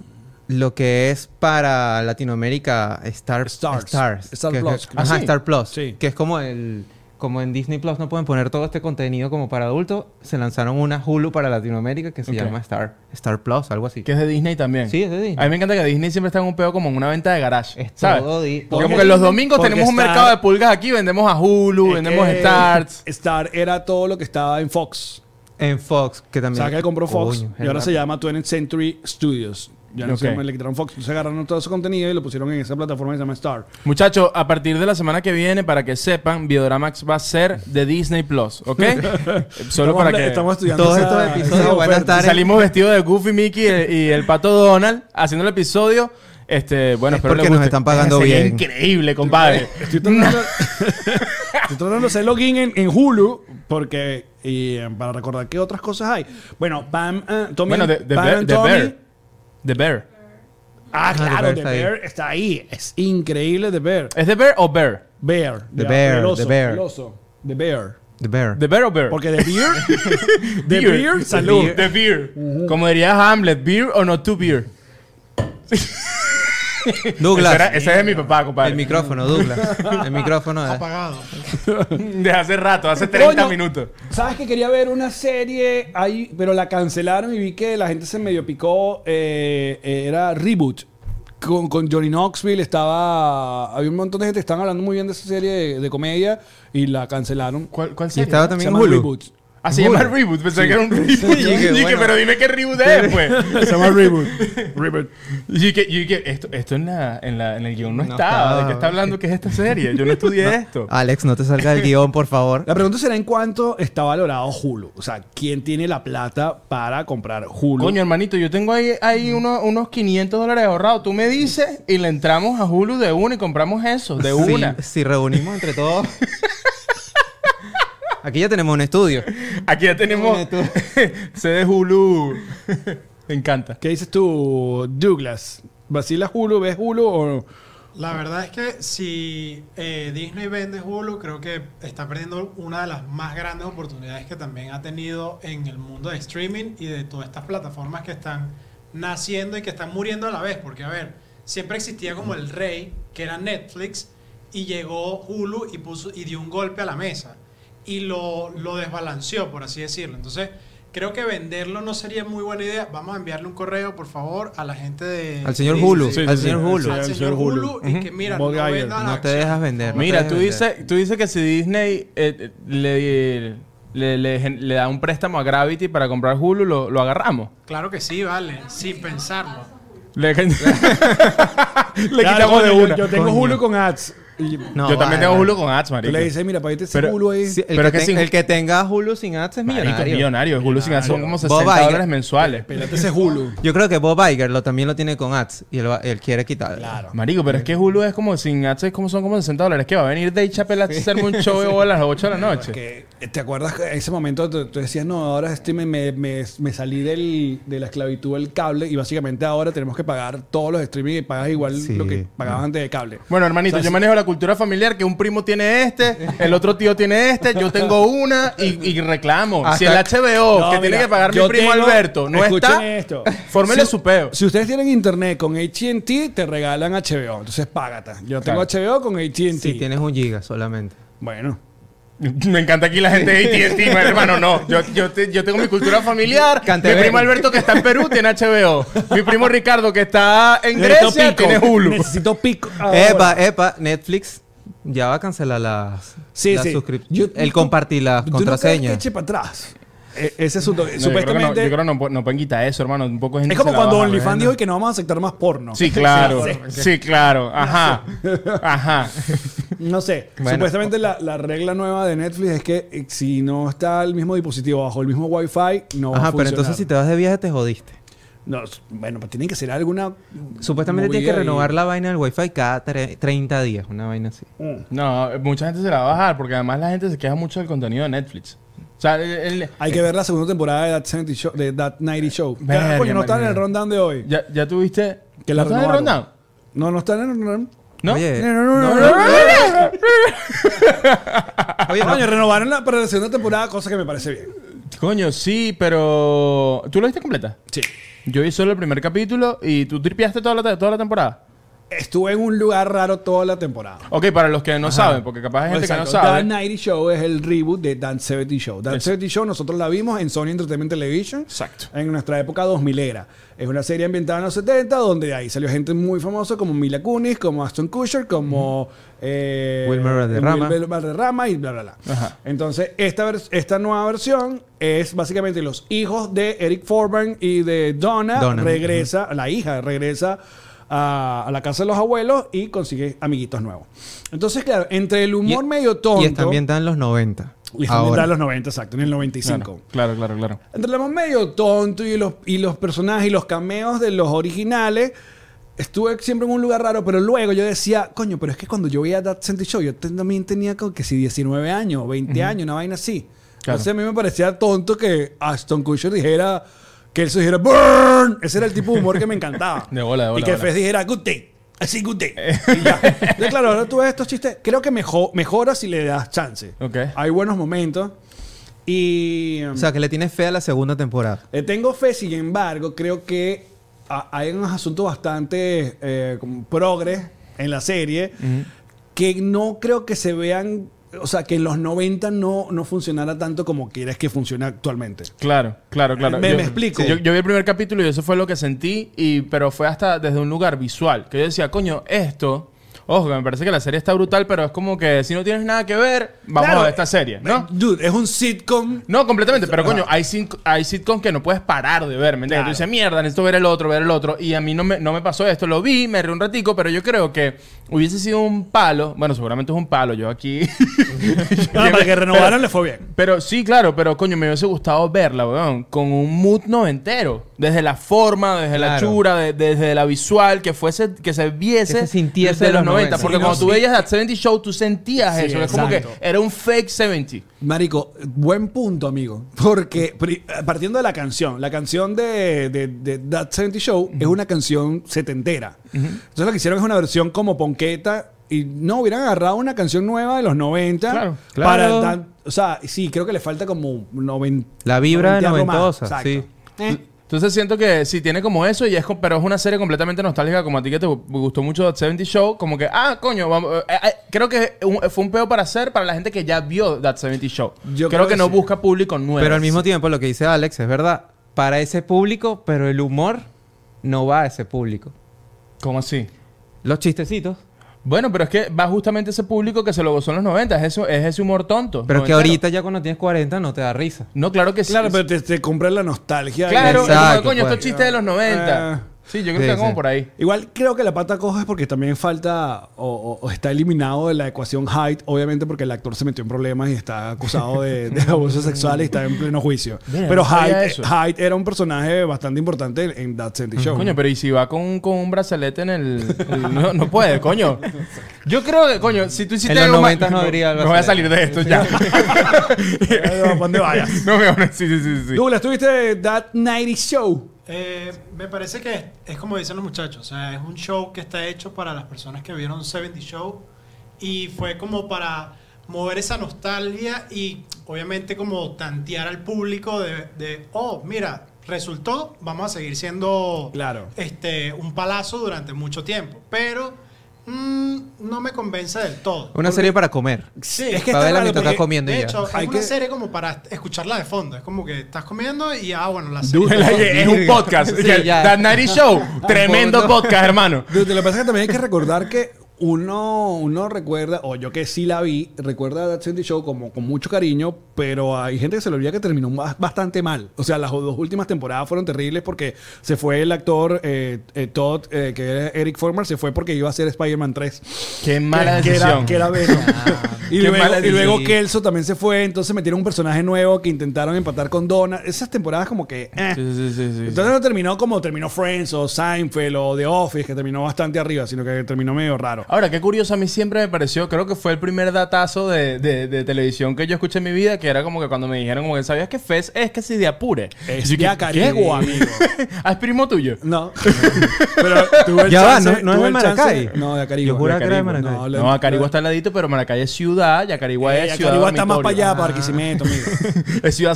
Speaker 3: lo que es para Latinoamérica Star
Speaker 1: Stars.
Speaker 3: Stars,
Speaker 1: Star
Speaker 3: que-
Speaker 1: Plus,
Speaker 3: que-
Speaker 1: creo.
Speaker 3: ajá,
Speaker 5: Ah, sí.
Speaker 3: Star Plus,
Speaker 1: Sí.
Speaker 3: que es como el como en Disney Plus no pueden poner todo este contenido como para adultos, se lanzaron una Hulu para Latinoamérica que se
Speaker 5: Ok.
Speaker 3: llama Star Star Plus, algo así.
Speaker 5: Que es de Disney también.
Speaker 3: Sí, es de Disney.
Speaker 5: A mí me encanta que Disney siempre está en un pedo como en una venta de garage.
Speaker 3: Es
Speaker 5: ¿Sabes?
Speaker 3: todo di-
Speaker 5: Porque
Speaker 1: porque
Speaker 5: como que los domingos
Speaker 1: porque
Speaker 5: tenemos un
Speaker 1: Star-
Speaker 5: mercado de pulgas aquí. Vendemos a Hulu,
Speaker 1: Es
Speaker 5: vendemos
Speaker 1: que
Speaker 5: Starts.
Speaker 1: Star era todo lo que estaba en Fox.
Speaker 3: En Fox, que
Speaker 1: O
Speaker 3: también
Speaker 1: sea, que compró Fox
Speaker 3: Coño,
Speaker 1: y ahora
Speaker 3: es
Speaker 1: se llama 20th Century Studios. Ya no se
Speaker 5: Ok.
Speaker 1: llama, le quitaron Fox. Entonces agarraron todo su contenido y lo pusieron en esa plataforma que se llama Star.
Speaker 5: Muchachos, a partir de la semana que viene, para que sepan, Videoramax va a ser de Disney Plus, ¿ok? Solo
Speaker 1: Estamos
Speaker 5: para
Speaker 1: habla-
Speaker 5: que
Speaker 1: Estamos estudiando
Speaker 3: Todos
Speaker 1: esa-
Speaker 3: estos episodios
Speaker 1: esa
Speaker 3: van a
Speaker 1: oferta.
Speaker 3: estar-
Speaker 5: salimos vestidos de Goofy, Mickey eh, y el pato Donald haciendo el episodio. Este, bueno,
Speaker 3: Es
Speaker 5: espero les
Speaker 3: porque nos
Speaker 5: guste.
Speaker 3: están pagando
Speaker 5: Sería
Speaker 3: bien.
Speaker 5: Increíble, compadre.
Speaker 1: Estoy tratando, estoy tratando de hacer login en, en Hulu porque y, eh, para recordar qué otras cosas hay. Bueno, Pam, eh, Tommy,
Speaker 5: bueno, de, de
Speaker 1: Pam
Speaker 5: Bear,
Speaker 1: and
Speaker 5: de
Speaker 1: Tommy-
Speaker 5: Bear. De Bear.
Speaker 1: Ah,
Speaker 3: Ah, The
Speaker 1: claro,
Speaker 3: Bear
Speaker 1: The
Speaker 3: está ahí.
Speaker 1: Bear está ahí. Es increíble The Bear.
Speaker 5: ¿Es de Bear o Bear?
Speaker 1: Bear.
Speaker 3: The
Speaker 1: ya,
Speaker 3: Bear,
Speaker 1: el oso,
Speaker 3: The Bear.
Speaker 1: el oso, The Bear.
Speaker 3: The Bear.
Speaker 5: ¿De Bear o Bear?
Speaker 1: Porque The Beer. the Beer, salud.
Speaker 5: De Beer. Como diría Hamlet, ¿beer o no to beer?
Speaker 3: Douglas.
Speaker 5: Ese, era- ese es de mi papá, compadre.
Speaker 3: el micrófono, Douglas. El micrófono. eh.
Speaker 4: Apagado.
Speaker 5: de hace rato, hace 30
Speaker 1: Coño.
Speaker 5: minutos.
Speaker 1: ¿Sabes que quería ver una serie ahí, pero la cancelaron y vi que la gente se medio picó? eh, eh, era Reboot. Con, con Johnny Knoxville estaba. Había un montón de gente que estaban hablando muy bien de esa serie de, de comedia y la cancelaron.
Speaker 5: ¿Cuál, cuál
Speaker 3: Y
Speaker 5: serie?
Speaker 3: estaba
Speaker 1: Se
Speaker 3: también
Speaker 1: llama
Speaker 3: Hulu.
Speaker 1: Reboot.
Speaker 5: Ah, se llama Reboot. Pensé que era un Reboot.
Speaker 3: Sí,
Speaker 5: Y dije,
Speaker 3: que bueno.
Speaker 5: pero dime qué Reboot es, pues.
Speaker 1: Se llama Reboot. Reboot.
Speaker 5: Y dije, y dije, esto, esto en, la, en, la, en el guión no,
Speaker 3: No
Speaker 5: estaba. ¿De
Speaker 3: estaba.
Speaker 5: qué está hablando? ¿Qué es esta serie? Yo no estudié esto.
Speaker 3: Alex, no Ah, te salga del guión, por favor.
Speaker 1: La pregunta será en cuánto está valorado Hulu. O sea, ¿quién tiene la plata para comprar Hulu?
Speaker 5: Coño, hermanito, yo tengo ahí, ahí uno- unos 500 dólares ahorrados. Tú me dices y le entramos a Hulu de una y compramos eso, de
Speaker 3: Si-
Speaker 5: una.
Speaker 3: Si, reunimos entre todos. Aquí ya tenemos un estudio.
Speaker 5: Aquí ya tenemos
Speaker 3: Dime tú.
Speaker 5: sede Hulu. me encanta.
Speaker 1: ¿Qué dices tú, Douglas? ¿Vacilas Hulu? ¿Ves Hulu? O...
Speaker 4: La verdad es que si eh, Disney vende Hulu, creo que está perdiendo una de las más grandes oportunidades que también ha tenido en el mundo de streaming y de todas estas plataformas que están naciendo y que están muriendo a la vez. Porque, a ver, siempre existía como el rey, que era Netflix, y llegó Hulu y, puso, y dio un golpe a la mesa. Y lo, lo desbalanceó, por así decirlo. Entonces, Creo que venderlo no sería muy buena idea. Vamos a enviarle un correo, por favor, a la gente de.
Speaker 3: Al señor Hulu,
Speaker 1: sí,
Speaker 3: al
Speaker 1: sí,
Speaker 3: señor
Speaker 1: sí.
Speaker 3: Hulu.
Speaker 1: Sí,
Speaker 4: Al
Speaker 1: al
Speaker 4: señor
Speaker 1: señor Hulu.
Speaker 4: Hulu. Y que mira, no
Speaker 1: Bob Geiger,
Speaker 4: vendan
Speaker 3: No te
Speaker 4: acciones,
Speaker 3: dejas
Speaker 4: por
Speaker 3: vender.
Speaker 4: favor.
Speaker 5: Mira,
Speaker 3: no
Speaker 5: tú
Speaker 3: te dejes
Speaker 5: dices, tú dices que si Disney eh, eh, le, le- le gen- le da un préstamo a Gravity para comprar Hulu, lo, lo agarramos.
Speaker 4: Claro que sí, vale. Sin pensarlo.
Speaker 5: Le, le
Speaker 1: Claro,
Speaker 5: quitamos de
Speaker 1: coño, yo-
Speaker 5: una.
Speaker 1: Yo,
Speaker 5: Yo,
Speaker 1: tengo
Speaker 3: Coño.
Speaker 1: Hulu con ads. Y
Speaker 3: No,
Speaker 5: también
Speaker 3: vale.
Speaker 5: tengo Hulu con ads,
Speaker 1: tú
Speaker 5: marico.
Speaker 1: le dices, mira, para este ese
Speaker 5: Pero-
Speaker 1: Hulu ahí.
Speaker 3: Sí, el,
Speaker 5: Pero
Speaker 3: que
Speaker 5: es que
Speaker 3: ten-
Speaker 5: sin-
Speaker 3: el que tenga Hulu sin ads es
Speaker 5: Marico,
Speaker 3: millonario.
Speaker 5: millonario. Hulu sin ads son como 60
Speaker 3: Bob Iger.
Speaker 5: dólares mensuales.
Speaker 1: Espérate ese Hulu.
Speaker 3: Yo creo que Bob Iger lo, también lo tiene con ads y él, va- él quiere quitarlo.
Speaker 1: Claro.
Speaker 5: Marico, pero es que Hulu es como sin ads, es como son como 60 dólares. Que va a venir Dave Chappelle a hacerme un show a las 8 de la noche.
Speaker 1: Que, ¿Te acuerdas que ese momento tú, tú decías, no, ahora estoy- me, me, me- me salí del, de la esclavitud del cable y básicamente ahora tenemos que pagar todos los streaming y pagas igual
Speaker 3: Sí.
Speaker 1: lo que pagabas antes de cable?
Speaker 5: Bueno, hermanito, yo manejo la cultura familiar que un primo tiene este, el otro tío tiene este, yo tengo una y, y reclamo. si el
Speaker 3: Hasta-
Speaker 5: HBO
Speaker 1: No,
Speaker 5: que tiene
Speaker 1: mira,
Speaker 5: que pagar mi
Speaker 1: yo
Speaker 5: primo
Speaker 1: tengo-
Speaker 5: Alberto no
Speaker 1: escuchen
Speaker 5: está,
Speaker 1: esto.
Speaker 5: fórmele
Speaker 1: Si-
Speaker 5: su peo.
Speaker 1: Si ustedes tienen internet con ATT, te regalan HBO. Entonces págata. Yo tengo
Speaker 5: Claro.
Speaker 1: HBO con ATT.
Speaker 3: Si tienes un giga solamente.
Speaker 1: Bueno.
Speaker 5: Me encanta aquí la gente de AT&T, man, hermano, no. Yo, yo te- yo tengo mi cultura familiar.
Speaker 3: Canterbero.
Speaker 5: Mi primo Alberto que está en Perú tiene HBO. Mi primo Ricardo que está en
Speaker 1: Necesito
Speaker 5: Grecia
Speaker 1: pico.
Speaker 5: tiene Hulu.
Speaker 1: Necesito pico.
Speaker 3: Epa,
Speaker 1: ahora.
Speaker 3: epa, Netflix ya va a cancelar las,
Speaker 1: Sí,
Speaker 3: las
Speaker 1: sí.
Speaker 3: suscrip-
Speaker 1: Yo-
Speaker 3: el compartir las
Speaker 1: ¿Tú no crees que
Speaker 3: contraseñas.
Speaker 1: eche para atrás? E- ese es su...
Speaker 5: Eh, No, yo creo que no-
Speaker 1: supuestamente...
Speaker 5: Yo creo que no, po- no pueden quitar eso, hermano. Un poco de gente
Speaker 1: es como
Speaker 5: se la
Speaker 1: cuando
Speaker 5: baja,
Speaker 1: OnlyFans
Speaker 5: ¿verdad?
Speaker 1: dijo que no vamos a aceptar más porno.
Speaker 5: Sí, claro. Sí, claro. Ajá. Ajá.
Speaker 1: No sé.
Speaker 3: Bueno.
Speaker 1: Supuestamente la, la regla nueva de Netflix es que eh, si no está el mismo dispositivo bajo el mismo Wi-Fi, no va a
Speaker 3: Ajá, pero
Speaker 1: funcionar.
Speaker 3: entonces si te vas de viaje te jodiste.
Speaker 1: No, s- bueno, pues tienen que ser alguna...
Speaker 3: Supuestamente
Speaker 1: movida
Speaker 3: tienes que
Speaker 1: ahí.
Speaker 3: renovar la vaina del wifi cada tre- 30 días, una vaina así.
Speaker 1: Mm.
Speaker 5: No, mucha gente se la va a bajar porque además la gente se queja mucho del contenido de Netflix. O sea, el- el-
Speaker 1: Hay que ver la segunda temporada de That 70 Show. De That 90 Show.
Speaker 5: Eh. Verga,
Speaker 1: Carajo, coño, no está en el
Speaker 5: marico.
Speaker 1: rundown de hoy.
Speaker 5: ya, ya tuviste.
Speaker 1: Que la
Speaker 5: ¿No estás de
Speaker 1: renovaron.
Speaker 5: rundown?
Speaker 1: No, no está en el rundown.
Speaker 5: ¿No?
Speaker 3: Oye,
Speaker 1: No, no, Eh, no, no, no, no,
Speaker 3: oye, no.
Speaker 1: Coño, renovaron la, para la segunda temporada, cosa que me parece bien.
Speaker 5: Coño, sí, pero. ¿Tú lo viste completa?
Speaker 1: Sí.
Speaker 5: Yo vi solo el primer capítulo y tú tripiaste toda la, te- toda la temporada.
Speaker 1: Estuve en un lugar raro toda la temporada.
Speaker 5: Ok, para los que no saben, porque capaz hay gente que no
Speaker 1: The
Speaker 5: sabe.
Speaker 1: 90 Show es el reboot de Dan 70 Show. Dan
Speaker 5: Eso.
Speaker 1: 70 Show nosotros la vimos en Sony Entertainment Television.
Speaker 5: Exacto.
Speaker 1: En nuestra época 2000 era. Es una serie ambientada en los 70 donde de ahí salió gente muy famosa como Mila Kunis, como Aston Kutcher, como... eh,
Speaker 3: Wilmer Valderrama.
Speaker 1: Wilmer Valderrama y bla, bla, bla.
Speaker 5: Ajá.
Speaker 1: Entonces, esta, vers- esta nueva versión es básicamente los hijos de Eric Forman y de Donna.
Speaker 3: Donna.
Speaker 1: Regresa, la hija regresa a, a la casa de los abuelos y consigue amiguitos nuevos. Entonces, claro, entre el humor
Speaker 3: Y-
Speaker 1: medio tonto...
Speaker 3: Y está ambientada en los 90.
Speaker 1: y está ambientada
Speaker 3: Ahora.
Speaker 1: en los 90, exacto, en el 95.
Speaker 5: Claro, claro, claro, claro.
Speaker 1: Entre el humor medio tonto y los, y los personajes y los cameos de los originales... Estuve siempre en un lugar raro, pero luego yo decía, coño, pero es que cuando yo veía That 70 Show, yo ten- también tenía como que si 19 años, 20 años, una vaina así.
Speaker 5: Claro.
Speaker 1: Entonces a mí me parecía tonto que Aston Kutcher dijera, que él se dijera, ¡Burn! Ese era el tipo de humor que me encantaba.
Speaker 5: De bola, de bola,
Speaker 1: Y que
Speaker 5: de bola. Eh.
Speaker 1: Fez dijera, ¡Good day! Así, good day. Y ya. Entonces, claro, ahora tú ves estos chistes, creo que mejo- mejora si le das chance.
Speaker 5: Ok.
Speaker 1: Hay buenos momentos. Y.
Speaker 3: O sea, que le tienes fe a la segunda temporada.
Speaker 1: Le Eh, tengo fe, sin embargo, creo que a- hay unos asuntos bastante eh, como progres en la serie que no creo que se vean, o sea, que en los 90 no, no funcionara tanto como quieres que funcione actualmente.
Speaker 5: Claro, claro, claro.
Speaker 1: Me-
Speaker 5: Yo-
Speaker 1: me explico.
Speaker 5: Yo, yo vi el primer capítulo y eso fue lo que sentí, y, pero fue hasta desde un lugar visual. Que yo decía, coño, esto. Ojo, que me parece que la serie está brutal, pero es como que si no tienes nada que ver, vamos
Speaker 1: Claro, eh,
Speaker 5: a ver esta serie, ¿no?
Speaker 1: Dude, es un sitcom.
Speaker 5: No, completamente, pero coño,
Speaker 1: Ajá.
Speaker 5: hay, sit- hay sitcoms que no puedes parar de ver, ¿me entiendes?
Speaker 1: Claro.
Speaker 5: Tú dices, mierda, necesito ver el otro, ver el otro. Y a mí no me, no me pasó esto, lo vi, me reí un ratico, pero yo creo que hubiese sido un palo. Bueno, seguramente es un palo, yo aquí.
Speaker 1: No, para que renovaran le fue bien.
Speaker 5: Pero sí, claro, pero coño, me hubiese gustado verla, weón, con un mood noventero. Desde la forma, desde la
Speaker 3: Claro.
Speaker 5: chura, de- desde la visual, que fuese, que se viese.
Speaker 3: Que se sintiese
Speaker 5: de los
Speaker 3: los
Speaker 5: 90.
Speaker 3: 90.
Speaker 5: Porque
Speaker 1: Sí,
Speaker 5: cuando
Speaker 1: no,
Speaker 5: tú
Speaker 1: sí.
Speaker 5: veías That 70 Show, tú sentías
Speaker 1: Sí,
Speaker 5: eso. Es como que
Speaker 1: exacto.
Speaker 5: era un fake 70.
Speaker 1: Marico, buen punto, amigo. Porque pri- partiendo de la canción, la canción de, de, de That 70 Show es una canción setentera. Entonces lo que hicieron es una versión como ponqueta y no hubieran agarrado una canción nueva de los 90
Speaker 5: Claro,
Speaker 1: para
Speaker 5: claro.
Speaker 1: tan- o sea, sí, creo que le falta como 90
Speaker 3: La vibra de
Speaker 1: algo más.
Speaker 3: noventosa,
Speaker 1: Exacto.
Speaker 3: sí.
Speaker 1: Eh,
Speaker 5: Entonces siento que sí tiene como eso, y es co- pero es una serie completamente nostálgica, como a ti que te gu- gustó mucho The 70 Show, como que, ah, coño, vamos, eh, eh, creo que un- fue un peo para hacer para la gente que ya vio That 70 Show.
Speaker 1: Yo
Speaker 5: creo,
Speaker 1: creo
Speaker 5: que,
Speaker 1: que
Speaker 5: no
Speaker 1: sí.
Speaker 5: busca público nuevo.
Speaker 3: Pero al mismo tiempo, lo que dice Alex es verdad. Para ese público, pero el humor no va a ese público.
Speaker 5: ¿Cómo así?
Speaker 3: Los chistecitos.
Speaker 5: Bueno, pero es que va justamente ese público que se lo gozó en los 90. Es, eso, es ese humor tonto.
Speaker 3: Pero que
Speaker 5: noventero.
Speaker 3: ahorita ya cuando tienes 40 no te da risa.
Speaker 5: No, claro que sí.
Speaker 1: Claro, pero te, te compras la nostalgia.
Speaker 5: Claro,
Speaker 1: Y-
Speaker 3: Exacto,
Speaker 5: es como, coño,
Speaker 3: pues.
Speaker 5: estos chistes de los 90.
Speaker 1: Ah.
Speaker 5: sí, yo creo que
Speaker 3: Sí,
Speaker 5: está como
Speaker 3: sí.
Speaker 5: por ahí.
Speaker 1: Igual creo que la pata coja es porque también falta o, o- o está eliminado de la ecuación height, obviamente porque el actor se metió en problemas y está acusado de, de abuso sexual y está en pleno juicio.
Speaker 5: Mira,
Speaker 1: Pero
Speaker 5: no sabía
Speaker 1: height,
Speaker 5: eso.
Speaker 1: height era un personaje bastante importante en That 70 Show.
Speaker 5: Coño, pero ¿y si va con, con un brazalete en el... el- no, no puede, coño. Yo creo que, coño, si tú hiciste
Speaker 3: En los
Speaker 5: algo mal-
Speaker 3: 90 no habría el
Speaker 5: No voy a
Speaker 3: brazalete.
Speaker 5: salir de esto ya.
Speaker 1: ¿Para dónde vayas?
Speaker 5: no, me van a- sí, sí, sí, sí.
Speaker 1: Douglas, ¿tuviste That 90 Show?
Speaker 4: Eh, me parece que es, es como dicen los muchachos, o sea, es un show que está hecho para las personas que vieron 70 Show y fue como para mover esa nostalgia y obviamente como tantear al público de, de, oh, mira, resultó, vamos a seguir siendo
Speaker 1: Claro.
Speaker 4: este, un palazo durante mucho tiempo, pero mm, no me convence del todo. Eh,
Speaker 3: Una serie para comer.
Speaker 1: Sí,
Speaker 3: Para verla
Speaker 1: raro
Speaker 3: mientras
Speaker 1: porque-
Speaker 3: estás comiendo y
Speaker 4: de
Speaker 3: ya.
Speaker 4: hecho,
Speaker 1: Hay
Speaker 4: es una
Speaker 1: que-
Speaker 4: serie como para escucharla de fondo. Es como que estás comiendo y, ah, bueno, la serie.
Speaker 5: Douglas, oye, es un podcast.
Speaker 3: Sí,
Speaker 5: Que-
Speaker 3: ya.
Speaker 5: That 90 Show. Tremendo podcast, hermano.
Speaker 1: Lo que pasa es que también hay que recordar que uno, uno recuerda, o yo que sí la vi, recuerda That 70 Show como con mucho cariño, pero hay gente que se lo olvida que terminó ba- bastante mal. O sea, las dos últimas temporadas fueron terribles porque se fue el actor eh, eh, Todd, eh, que era Eric Former, se fue porque iba a hacer Spider-Man 3.
Speaker 5: Qué mala
Speaker 1: que, que
Speaker 5: decisión. Ah,
Speaker 1: era, que era Venom. y,
Speaker 5: qué
Speaker 1: luego,
Speaker 5: mala
Speaker 1: y luego
Speaker 5: decisión.
Speaker 1: Kelso también se fue, entonces metieron un personaje nuevo que intentaron empatar con Donna. Esas temporadas como que... eh.
Speaker 5: Sí, sí, sí, sí, sí.
Speaker 1: Entonces no terminó como terminó Friends o Seinfeld o The Office, que terminó bastante arriba, sino que terminó medio raro.
Speaker 5: Ahora, qué curioso, a mí siempre me pareció, creo que fue el primer datazo de, de- de televisión que yo escuché en mi vida, que era como que cuando me dijeron, como que sabías que Fez es que si de apure.
Speaker 1: Es Eh,
Speaker 5: Y yo,
Speaker 1: ya
Speaker 5: ¿qué?
Speaker 1: cariego, amigo.
Speaker 5: Ah, es primo tuyo.
Speaker 1: No. Pero tuve el
Speaker 3: Ya va,
Speaker 1: chance-
Speaker 3: ¿no- no es
Speaker 1: tuve
Speaker 3: de
Speaker 1: el chance-
Speaker 3: Maracay?
Speaker 1: No, de Acarigua.
Speaker 3: Yo juraba que era de
Speaker 1: Acarigua,
Speaker 3: Maracay.
Speaker 1: lo-
Speaker 5: No, Acarigua está al ladito, pero Maracay es ciudad y Acarigua
Speaker 1: Eh,
Speaker 5: es ciudad. Ah.
Speaker 1: Acarigua está más para allá, para
Speaker 5: dormitorio.
Speaker 1: Barquisimeto, amigo.
Speaker 5: Es ciudad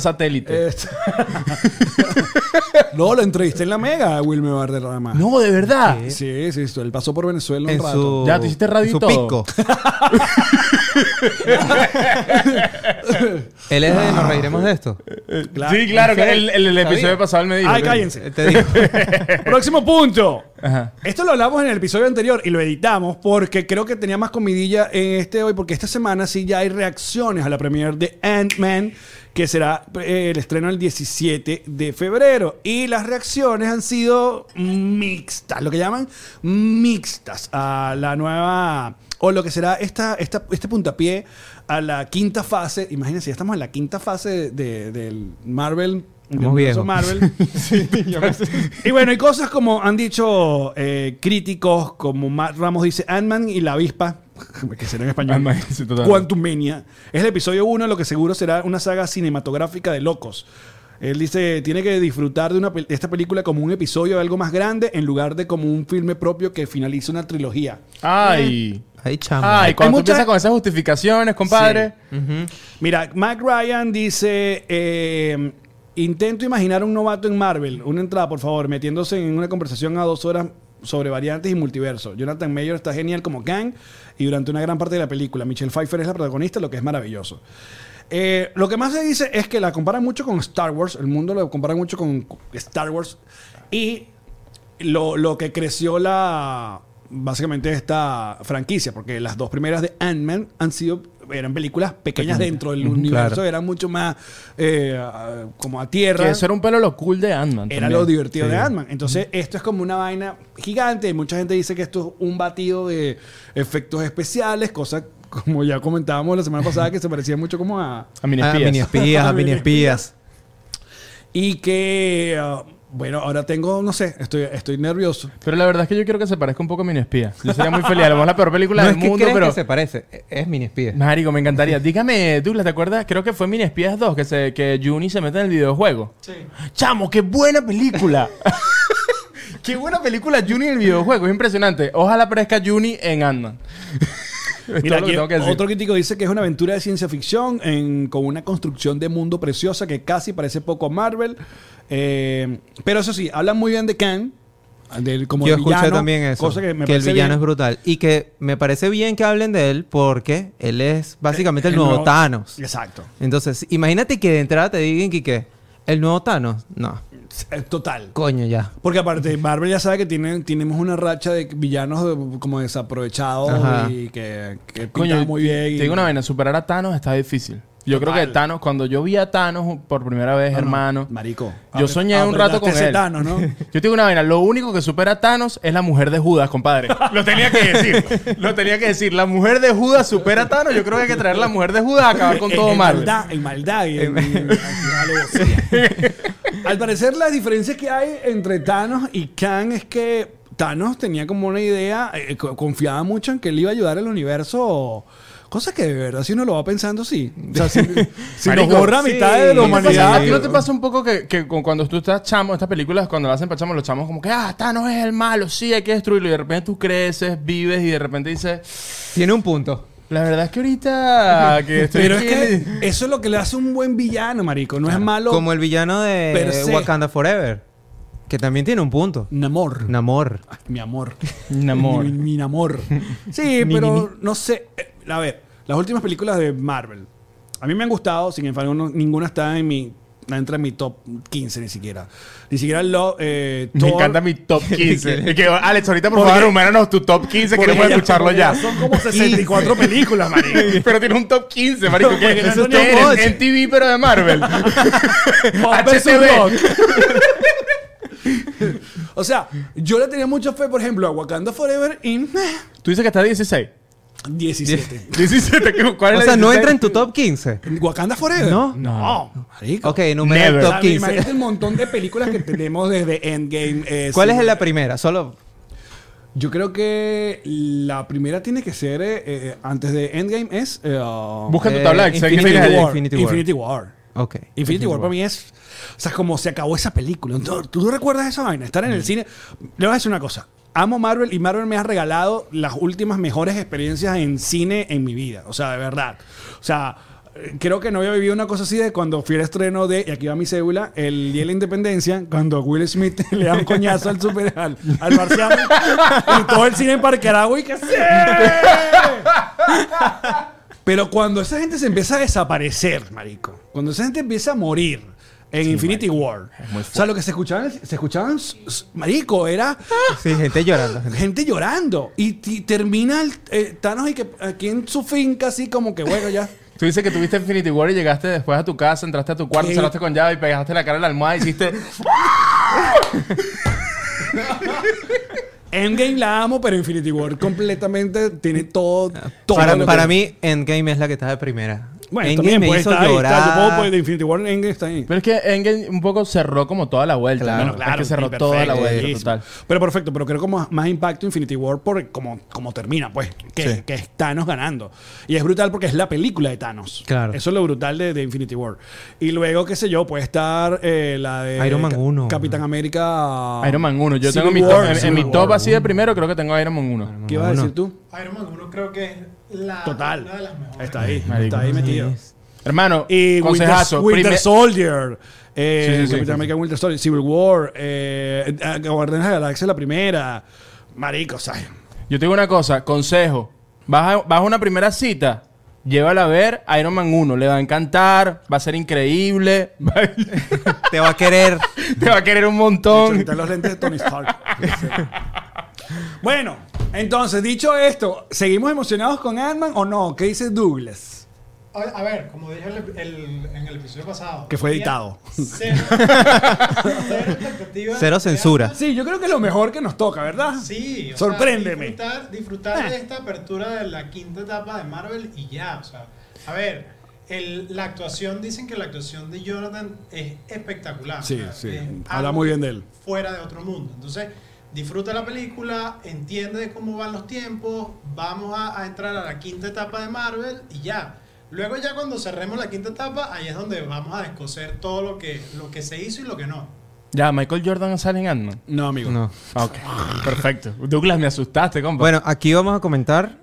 Speaker 5: satélite.
Speaker 1: Este- no, lo entrevisté en la mega, Wilmer Barderrama.
Speaker 5: no, de verdad.
Speaker 1: Sí, sí, sí, él pasó por Venezuela un
Speaker 3: En
Speaker 1: rato.
Speaker 3: su,
Speaker 5: Ya, tú hiciste radio
Speaker 3: en
Speaker 5: y
Speaker 3: su
Speaker 5: todo.
Speaker 3: pico. Él es de nos reiremos de esto.
Speaker 1: Claro.
Speaker 5: Eh, sí, claro, que el, el- el
Speaker 3: Sabía.
Speaker 5: episodio pasado él me dijo.
Speaker 1: Ay,
Speaker 5: que-
Speaker 1: cállense.
Speaker 3: Eh, Te digo.
Speaker 1: Próximo punto.
Speaker 5: Ajá.
Speaker 1: Esto lo hablamos en el episodio anterior y lo editamos porque creo que tenía más comidilla en este hoy, porque esta semana sí ya hay reacciones a la premiere de Ant-Man, que será eh, el estreno el 17 de febrero. Y las reacciones han sido mixtas, lo que llaman mixtas a la nueva, o lo que será esta, esta, este puntapié a la quinta fase. Imagínense, ya estamos en la quinta fase de- del Marvel. del
Speaker 3: Estamos
Speaker 1: universo
Speaker 3: viejos.
Speaker 1: Marvel. Y bueno, hay cosas como han dicho eh, críticos, como Matt Ramos dice, Ant-Man y la avispa, que será en español,
Speaker 5: Ant-Man, sí, totalmente.
Speaker 1: Quantumania, es el episodio 1, lo que seguro será una saga cinematográfica de locos. Él dice, tiene que disfrutar de, una, pel- esta película como un episodio de algo más grande en lugar de como un filme propio que finaliza una trilogía.
Speaker 5: Ay.
Speaker 3: Ay, chamo.
Speaker 5: Ay, cuando tú
Speaker 1: mucha-
Speaker 5: empiezas con esas justificaciones, compadre.
Speaker 1: Mira, Mac Ryan dice. eh, Intento imaginar un novato en Marvel. Una entrada, por favor, metiéndose en una conversación a dos horas sobre variantes y multiverso. Jonathan Mayer está genial como Kang y durante una gran parte de la película. Michelle Pfeiffer es la protagonista, lo que es maravilloso. Eh, lo que más se dice es que la comparan mucho con Star Wars. El mundo lo compara mucho con Star Wars. Y lo, lo que creció la básicamente esta franquicia, porque las dos primeras de Ant-Man han sido eran películas pequeñas dentro del universo,
Speaker 3: claro.
Speaker 1: eran mucho más eh, a- como a tierra.
Speaker 5: Que eso era un pelo lo cool de Ant-Man.
Speaker 1: Era
Speaker 5: también.
Speaker 1: lo divertido de Ant-Man. Entonces, esto es como una vaina gigante. Y mucha gente dice que esto es un batido de efectos especiales, cosa como ya comentábamos la semana pasada, que se parecía mucho como a,
Speaker 5: A mini
Speaker 3: Ah,
Speaker 5: espías.
Speaker 3: mini espías, mini espías.
Speaker 1: Y que, ah, bueno, ahora tengo, no sé, estoy, estoy nervioso.
Speaker 5: Pero la verdad es que yo quiero que se parezca un poco a Mini Espía. Yo sería muy feliz. A lo mejor la peor película
Speaker 3: No
Speaker 5: del
Speaker 3: es que
Speaker 5: mundo,
Speaker 3: crees
Speaker 5: pero.
Speaker 3: que se parece. e- Es mini espía.
Speaker 5: Marico, me encantaría. Dígame, Douglas, ¿te acuerdas? Creo que fue Mini Espías 2 que, se, que Juni se mete en el videojuego.
Speaker 4: Sí.
Speaker 5: ¡Chamo, qué buena película! ¡Qué buena película Juni en el videojuego! Es impresionante. Ojalá aparezca Juni en Ant-Man. Es
Speaker 1: Mira,
Speaker 5: todo lo que
Speaker 1: aquí
Speaker 5: tengo que decir.
Speaker 1: otro crítico dice que es una aventura de ciencia ficción en- con una construcción de mundo preciosa que casi parece poco a Marvel. Eh, pero eso sí, hablan muy bien de Kang. Del, como
Speaker 3: Yo
Speaker 1: el
Speaker 3: escuché
Speaker 1: villano,
Speaker 3: también eso.
Speaker 1: Cosa que me
Speaker 3: el
Speaker 1: parece
Speaker 3: villano
Speaker 1: bien.
Speaker 3: es brutal. Y que me parece bien que hablen de él porque él es básicamente
Speaker 5: Eh,
Speaker 3: el, nuevo Thanos.
Speaker 1: Exacto.
Speaker 3: Entonces, imagínate que de entrada te digan que ¿qué? el nuevo Thanos. No,
Speaker 1: Eh, Total.
Speaker 3: coño ya.
Speaker 1: Porque aparte, Marvel ya sabe que tienen, tenemos una racha de villanos de- como desaprovechados
Speaker 3: Ajá.
Speaker 1: y que, que
Speaker 5: Coño,
Speaker 1: pintan muy bien. y-
Speaker 5: Te digo una vaina, superar a Thanos está difícil. Yo creo que Thanos, cuando yo vi a Thanos por primera vez,
Speaker 1: No, no,
Speaker 5: hermano,
Speaker 1: Marico.
Speaker 5: yo soñé un rato con
Speaker 1: Ese
Speaker 5: él.
Speaker 1: Thanos, ¿no?
Speaker 5: Yo te digo una vaina, lo único que supera a Thanos es la mujer de Judas, compadre. Lo tenía que decir. Lo tenía que decir. La mujer de Judas supera a Thanos. Yo creo que hay que traer la mujer de Judas a acabar con
Speaker 1: En-
Speaker 5: todo
Speaker 1: en
Speaker 5: Marvel.
Speaker 1: maldad, en maldad y en- en- en- alevosía. Al parecer las diferencias que hay entre Thanos y Kang es que Thanos tenía como una idea, eh, co- confiaba mucho en que él iba a ayudar al universo. Cosa que de verdad si uno lo va pensando, sí. O sea, si, si
Speaker 5: Marico,
Speaker 1: nos borra a mitad
Speaker 3: sí.
Speaker 1: de la
Speaker 3: ¿Qué te pasa?
Speaker 1: humanidad.
Speaker 5: ¿A ti no te pasa un poco que, que con- cuando tú estás chamo, estas películas, cuando las hacen para chamos, los chamos como que, ah, Thanos es el malo, sí, hay que destruirlo. Y de repente tú creces, vives y de repente dices,
Speaker 3: Tiene un punto.
Speaker 5: la verdad es que ahorita que estoy
Speaker 1: Pero es
Speaker 5: aquí-
Speaker 1: que eso es lo que le hace un buen villano, marico. No es malo
Speaker 3: Como el villano
Speaker 1: Per
Speaker 3: de
Speaker 1: se.
Speaker 3: Wakanda Forever, que también tiene un punto.
Speaker 1: Namor.
Speaker 3: Namor.
Speaker 1: Ay, mi amor.
Speaker 5: Namor.
Speaker 1: Mi, mi- mi Namor. Sí, pero no sé. Eh, A ver, las últimas películas de Marvel. A mí me han gustado, sin embargo, no- ninguna está en mi. No entra en mi top 15 ni siquiera. Ni siquiera lo. eh,
Speaker 5: Me
Speaker 1: Thor,
Speaker 5: encanta mi top 15. Y que, Alex, ahorita por
Speaker 1: Porque-
Speaker 5: favor, humanos tu top 15,
Speaker 1: porque
Speaker 5: queremos
Speaker 1: ya-
Speaker 5: escucharlo
Speaker 1: porque
Speaker 5: ya.
Speaker 1: Son como 64 películas, marico.
Speaker 5: Pero tiene un top 15, marico. ¿Qué,
Speaker 1: porque no son
Speaker 5: ¿qué
Speaker 1: ni
Speaker 5: eres?
Speaker 1: un ocho.
Speaker 5: En TV, pero de Marvel.
Speaker 1: Pop versus
Speaker 5: HTV.
Speaker 1: rock. o sea, yo le tenía mucha fe, por ejemplo, a Wakanda Forever y eh,
Speaker 5: Tú dices que está 16.
Speaker 1: 17.
Speaker 5: 17, ¿cuál
Speaker 3: O
Speaker 5: era
Speaker 3: sea,
Speaker 5: el
Speaker 3: no
Speaker 5: 16?
Speaker 3: entra en tu top 15.
Speaker 1: ¿Wakanda Forever?
Speaker 3: No.
Speaker 1: No, marico.
Speaker 3: Ok, número
Speaker 5: Never.
Speaker 3: del
Speaker 1: O
Speaker 3: top
Speaker 1: sea, Imagínate
Speaker 3: 15.
Speaker 1: el montón de películas que tenemos desde Endgame. eh,
Speaker 3: ¿Cuál
Speaker 1: sí.
Speaker 3: es la primera? Solo
Speaker 1: Yo creo que la primera tiene que ser eh, eh, antes de Endgame es eh, uh,
Speaker 5: Busca tu
Speaker 3: Eh,
Speaker 5: tabla de Excel que
Speaker 3: Infinity
Speaker 5: tienes allí.
Speaker 3: War. Infinity
Speaker 1: Infinity War.
Speaker 3: Ok.
Speaker 1: Infinity War para mí es. O sea, como se acabó esa película. ¿Tú, tú recuerdas esa vaina? Estar en el cine. Le voy a decir una cosa. Amo Marvel y Marvel me ha regalado las últimas mejores experiencias en cine en mi vida. O sea, de verdad. O sea. eh, Creo que no había vivido una cosa así de cuando fui al estreno de, y aquí va mi cédula, el Día de la Independencia, cuando Will Smith le da un coñazo al super, al, al marciano, y todo el cine parqueado y que ¡sí! Pero cuando esa gente se empieza a desaparecer, marico. Cuando esa gente empieza a morir en Infinity War. O sea, lo que se escuchaban, se escuchaban, s- s- marico, era
Speaker 3: Sí, gente llorando.
Speaker 1: gente llorando. Y ti- termina el, eh, Thanos y que aquí en su finca así como que, bueno, ya.
Speaker 5: Tú dices que tuviste Infinity War y llegaste después a tu casa, entraste a tu cuarto,
Speaker 1: Sí.
Speaker 5: cerraste con llave y pegaste la cara en la almohada y hiciste.
Speaker 1: Endgame la amo, pero Infinity War completamente tiene todo, todo.
Speaker 3: para,
Speaker 1: lo que-
Speaker 3: para mí, Endgame es la que está de primera.
Speaker 1: bueno,
Speaker 3: Endgame
Speaker 1: también
Speaker 3: me
Speaker 1: puede
Speaker 3: hizo
Speaker 1: estar ahí.
Speaker 3: llorar.
Speaker 1: Está, yo puedo poner de Infinity War, Endgame está ahí.
Speaker 5: Pero es que Engel un poco cerró como toda la vuelta.
Speaker 3: Claro,
Speaker 5: ¿no?
Speaker 1: Bueno, claro,
Speaker 5: es que cerró
Speaker 1: sí,
Speaker 5: toda la
Speaker 1: perfecto,
Speaker 5: vuelta,
Speaker 1: bellísimo.
Speaker 5: total.
Speaker 1: Pero perfecto, pero creo que más, más impacto Infinity War por como, como termina, pues. Que, que es Thanos ganando. Y es brutal porque es la película de Thanos.
Speaker 3: Claro.
Speaker 1: Eso es lo brutal de, de Infinity War. Y luego, qué sé yo, puede estar eh, la de
Speaker 3: Iron Man
Speaker 1: Ca-
Speaker 3: 1.
Speaker 1: Capitán América.
Speaker 5: Iron Man 1. Yo
Speaker 1: Civil
Speaker 5: tengo mi
Speaker 1: War,
Speaker 5: top, en- en,
Speaker 1: Civil
Speaker 5: mi
Speaker 1: War.
Speaker 5: top así de primero, creo que tengo Iron Man 1.
Speaker 1: ¿Qué ibas a
Speaker 3: Uno.
Speaker 1: decir tú?
Speaker 4: Iron Man 1 creo que es la,
Speaker 1: Total.
Speaker 4: una de las mejores.
Speaker 1: Está ahí,
Speaker 5: Marico.
Speaker 1: está ahí metido.
Speaker 5: Hermano,
Speaker 1: Y Winter,
Speaker 5: consejazo.
Speaker 1: Winter
Speaker 5: primer-
Speaker 1: Soldier. eh,
Speaker 5: Sí, sí, sí,
Speaker 1: Capitán
Speaker 5: sí, sí.
Speaker 1: América Winter Soldier. Civil War. Eh, eh, Guardianes de la Galaxia, la primera. Marico, ¿sabes?
Speaker 5: Yo te digo una cosa, consejo. Vas a, vas a una primera cita, llévala a ver Iron Man 1. Le va a encantar, va a ser increíble, va-
Speaker 3: Te va a querer.
Speaker 5: te va a querer un
Speaker 1: Se
Speaker 5: montón.
Speaker 1: quitan los lentes de Tony Stark. bueno, entonces, dicho esto, ¿seguimos emocionados con Ant-Man o no? ¿Qué dice Douglas?
Speaker 4: A, a ver, como dije el- el- en el episodio pasado.
Speaker 1: Que fue
Speaker 4: tenía
Speaker 1: editado.
Speaker 4: Cero, cero expectativas.
Speaker 3: Cero censura.
Speaker 1: Sí, yo creo que es lo mejor que nos toca, ¿verdad?
Speaker 4: Sí. o sea,
Speaker 1: Sorpréndeme. Ah.
Speaker 4: disfrutar disfrutar de esta apertura de la quinta etapa de Marvel y ya. O sea, a ver, el- la actuación, dicen que la actuación de Jonathan es espectacular.
Speaker 1: Sí,
Speaker 4: o sea,
Speaker 1: sí,
Speaker 4: es
Speaker 1: habla
Speaker 4: algo
Speaker 1: muy bien de él.
Speaker 4: Fuera de otro mundo. Entonces, disfruta la película, entiende de cómo van los tiempos, vamos a, a entrar a la quinta etapa de Marvel y ya. Luego ya cuando cerremos la quinta etapa, ahí es donde vamos a descoser todo lo que, lo que se hizo y lo que no.
Speaker 5: Ya, Michael Jordan sale en Ant-Man.
Speaker 1: No, amigo.
Speaker 3: No.
Speaker 5: Ah, Ok, perfecto. Douglas, me asustaste, compa.
Speaker 3: Bueno, aquí vamos a comentar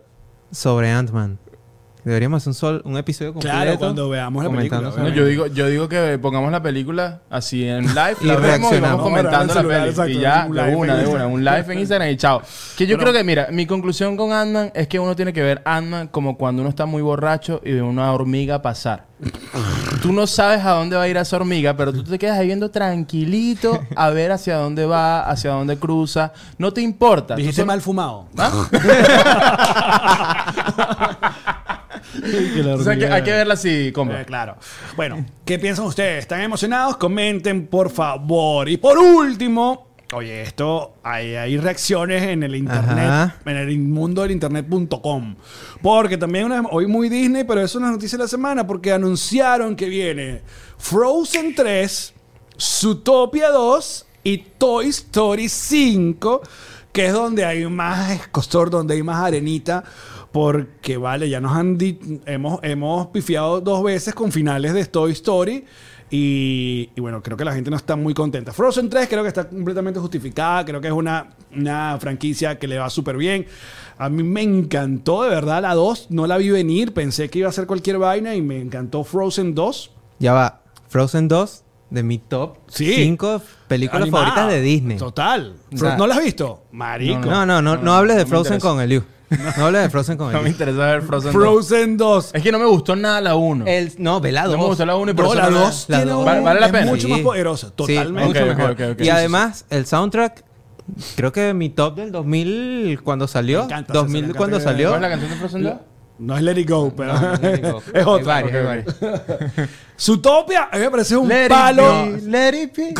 Speaker 3: sobre Ant-Man. Deberíamos hacer un, sol, un episodio completo.
Speaker 1: Claro, cuando veamos la película.
Speaker 3: comentando
Speaker 5: No,
Speaker 1: obviamente.
Speaker 5: yo, digo, yo digo que pongamos la película así en live
Speaker 3: Y
Speaker 5: la vemos y vamos
Speaker 3: reaccionamos.
Speaker 5: comentando
Speaker 1: Ahora en el
Speaker 5: la
Speaker 1: celular,
Speaker 5: peli. Y
Speaker 1: exacto,
Speaker 5: ya,
Speaker 1: un live
Speaker 5: de
Speaker 1: en
Speaker 5: una, de
Speaker 1: Instagram.
Speaker 5: una, un live en Instagram y chao. Que yo creo que, mira, mi conclusión con Ant-Man es que uno tiene que ver Ant-Man como cuando uno está muy borracho y ve una hormiga pasar. tú no sabes a dónde va a ir esa hormiga, pero tú te quedas ahí viendo tranquilito a ver hacia dónde va, hacia dónde cruza. No te importa. Tú
Speaker 1: Dijiste ¿Ah?
Speaker 5: solo-
Speaker 1: mal fumado. Que la
Speaker 5: O sea, que
Speaker 1: hormiga-
Speaker 5: hay que verla así, como.
Speaker 1: Eh, claro. Bueno, ¿qué piensan ustedes? ¿Están emocionados? Comenten, por favor. Y por último, oye, esto, hay, hay reacciones en el internet,
Speaker 3: Ajá.
Speaker 1: en el mundo del internet.com. Porque también una- hoy muy Disney, pero eso es una noticia de la semana, porque anunciaron que viene Frozen 3, Zootopia 2 y Toy Story 5, que es donde hay más escostor, donde hay más arenita. Porque, vale, ya nos han di- hemos, hemos pifiado dos veces con finales de Toy Story. Y, y bueno, creo que la gente no está muy contenta. Frozen 3 creo que está completamente justificada. Creo que es una, una franquicia que le va súper bien. A mí me encantó, de verdad, la 2. No la vi venir. Pensé que iba a ser cualquier vaina y me encantó Frozen 2.
Speaker 3: Ya va. Frozen 2 de mi top
Speaker 1: Sí.
Speaker 3: 5 películas
Speaker 1: Animada.
Speaker 3: favoritas de Disney.
Speaker 1: Total.
Speaker 3: O sea,
Speaker 1: ¿No la has visto? Marico.
Speaker 3: No, no, no,
Speaker 5: No,
Speaker 3: no, hables de
Speaker 5: no me
Speaker 3: Frozen
Speaker 5: interesa.
Speaker 3: con Eliu. No hables de Frozen con
Speaker 5: No me
Speaker 3: Eliu.
Speaker 5: interesa ver Frozen. dos.
Speaker 1: Frozen 2.
Speaker 5: Es que no me gustó nada la 1.
Speaker 3: El, no, velado.
Speaker 5: No me gustó la 1 y por
Speaker 1: No,
Speaker 5: eso
Speaker 1: la
Speaker 5: no
Speaker 1: 2
Speaker 3: la
Speaker 1: tiene
Speaker 3: dos.
Speaker 1: un-
Speaker 5: Vale- vale la
Speaker 1: es
Speaker 5: pena.
Speaker 1: mucho más
Speaker 3: Sí,
Speaker 1: poderosa. Totalmente.
Speaker 3: Sí, mucho
Speaker 5: Ok, ok,
Speaker 3: mejor.
Speaker 5: ok, ok,
Speaker 3: Y
Speaker 5: sí,
Speaker 3: además, el soundtrack, creo que mi top del 2000 cuando salió.
Speaker 1: Me encanta,
Speaker 3: 2000
Speaker 1: César, me
Speaker 3: cuando
Speaker 1: encanta que-
Speaker 3: salió.
Speaker 5: ¿Cuál es la canción de Frozen 2?
Speaker 1: No es Let It Go, pero
Speaker 3: No, no, no, no, no.
Speaker 1: es
Speaker 3: Hay
Speaker 1: otra.
Speaker 3: varias, hay varias.
Speaker 1: Zootopia, a mí me parece un
Speaker 5: Let it
Speaker 1: palo.
Speaker 5: be,
Speaker 1: let it be.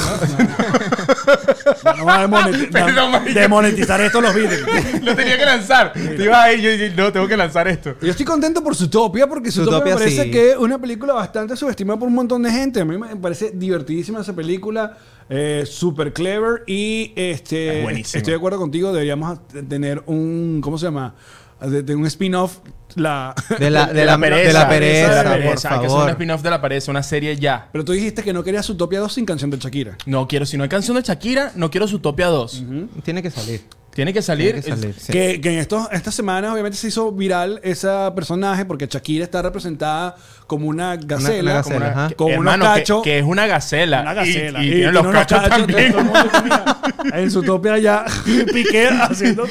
Speaker 1: No, no vamos a demonet-
Speaker 5: Perdón,
Speaker 1: no,
Speaker 5: marica.
Speaker 1: demonetizar esto los Beatles.
Speaker 5: Lo tenía que lanzar. Te iba ahí, yo dije, no, tengo que lanzar esto.
Speaker 1: Yo estoy contento por Zootopia porque Zootopia,
Speaker 3: Zootopia,
Speaker 1: me parece
Speaker 3: sí.
Speaker 1: que es una película bastante subestimada por un montón de gente. A mí me parece divertidísima esa película, eh, súper clever y este,
Speaker 5: Es buenísima.
Speaker 1: estoy de acuerdo contigo, deberíamos tener un, ¿cómo se llama? De, de un spin-off la,
Speaker 3: De la, de la, de la pereza, por
Speaker 5: Hay que hacer un
Speaker 3: favor.
Speaker 5: spin-off de la pereza, una serie ya.
Speaker 1: Pero tú dijiste que no querías Zootopia 2 sin canción de Shakira.
Speaker 5: No quiero, si no hay canción de Shakira, no quiero Zootopia 2.
Speaker 3: Tiene que salir.
Speaker 5: Tiene que salir.
Speaker 3: Tiene que salir. sí.
Speaker 1: Que, que en estos, estas semanas obviamente se hizo viral ese personaje porque Shakira está representada como una gacela.
Speaker 3: una
Speaker 5: Como una,
Speaker 3: Ajá.
Speaker 5: que-
Speaker 1: Con unos
Speaker 5: Eh, hermano, que-
Speaker 1: cachos.
Speaker 5: que, es una gacela.
Speaker 1: Una gacela.
Speaker 5: Y, y tiene los
Speaker 1: unos
Speaker 5: cachos, también.
Speaker 1: todo el mundo, mira, en su tope allá, Piqué haciendo...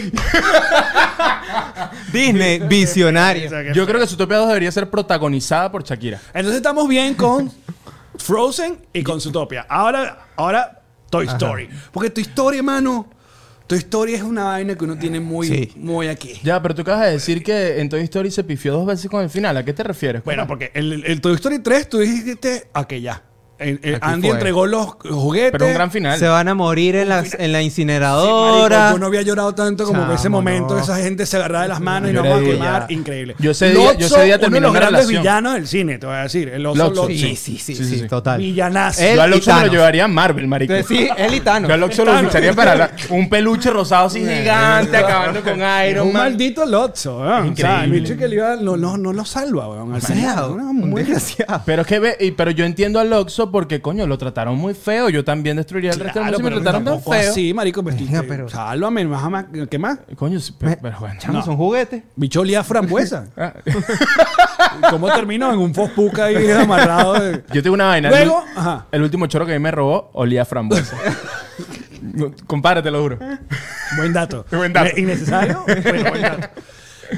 Speaker 3: Disney, visionario.
Speaker 5: Yo creo que Zootopia 2 debería ser protagonizada por Shakira.
Speaker 1: Entonces estamos bien con Frozen y con Zootopia. Ahora, ahora Toy Story. Porque Toy Story, hermano, Toy Story es una vaina que uno tiene muy,
Speaker 3: Sí.
Speaker 1: muy aquí.
Speaker 5: Ya, pero tú acabas de decir que en Toy Story se pifió dos veces con el final. ¿A qué te refieres?
Speaker 1: Bueno, porque el, el Toy Story 3, tú dijiste, aquella. ya. El- el
Speaker 3: Aquí
Speaker 1: Andy
Speaker 3: fue.
Speaker 1: entregó los juguetes.
Speaker 5: pero un gran final.
Speaker 3: este Se van a morir en la, en la
Speaker 1: Sí, marico,
Speaker 3: incineradora.
Speaker 1: yo no había llorado tanto como en ese
Speaker 3: Chamo,
Speaker 1: momento.
Speaker 3: no.
Speaker 1: Esa gente se agarraba de las manos y
Speaker 5: Yo
Speaker 1: nos va a
Speaker 5: le digo
Speaker 1: quemar.
Speaker 5: ya.
Speaker 1: Increíble.
Speaker 5: Yo ese día- yo ese día
Speaker 1: uno de
Speaker 5: terminé
Speaker 1: los
Speaker 5: una
Speaker 1: grandes
Speaker 5: relación.
Speaker 1: villanos del cine, te voy a decir. El oso
Speaker 5: Lotso,
Speaker 1: Lotso.
Speaker 3: Sí, sí, sí,
Speaker 5: Sí, Eh,
Speaker 3: sí,
Speaker 5: sí,
Speaker 3: sí,
Speaker 5: sí.
Speaker 3: total.
Speaker 1: Villanazo.
Speaker 3: Él
Speaker 5: Yo al
Speaker 3: y
Speaker 5: Oxxo me lo
Speaker 3: Thanos.
Speaker 5: llevaría a Marvel, marico.
Speaker 3: Sí, él y Thanos.
Speaker 5: Yo al Oxxo lo ficharía para la- un peluche rosado así gigante, acabando con
Speaker 1: Era
Speaker 5: Iron
Speaker 1: un
Speaker 5: Man.
Speaker 1: maldito Lotso. weón. O sea, el
Speaker 5: Increíble. Este
Speaker 1: bicho que le iba, no, no, no lo salva, weón. Al final,
Speaker 3: Desgraciado,
Speaker 1: una
Speaker 3: un
Speaker 1: muy-
Speaker 3: desgraciado.
Speaker 5: Pero es que ve, y- pero yo entiendo al Oxxo porque, coño, lo trataron muy feo. Yo también destruiría el resto del
Speaker 1: Claro,
Speaker 5: mundo si me
Speaker 1: pero
Speaker 5: trataron tan
Speaker 1: tampoco
Speaker 5: feo.
Speaker 1: así, marico. pues,
Speaker 3: Venga,
Speaker 1: te-
Speaker 3: pero-
Speaker 1: Sálvame, más, más, ¿qué más?
Speaker 5: Coño, sí, pe- pero, bueno.
Speaker 3: Chamo, son juguetes.
Speaker 1: Bicho olía a frambuesa.
Speaker 5: Ah,
Speaker 1: ¿Cómo terminó? En un fospuca ahí amarrado. de-
Speaker 5: Yo tengo una vaina.
Speaker 1: Luego,
Speaker 5: el,
Speaker 1: ajá.
Speaker 5: el último choro que a mí me robó olía a frambuesa. No, Compadre, te lo juro.
Speaker 1: Buen dato.
Speaker 5: Buen dato.
Speaker 1: Ne- Innecesario, pero buen dato.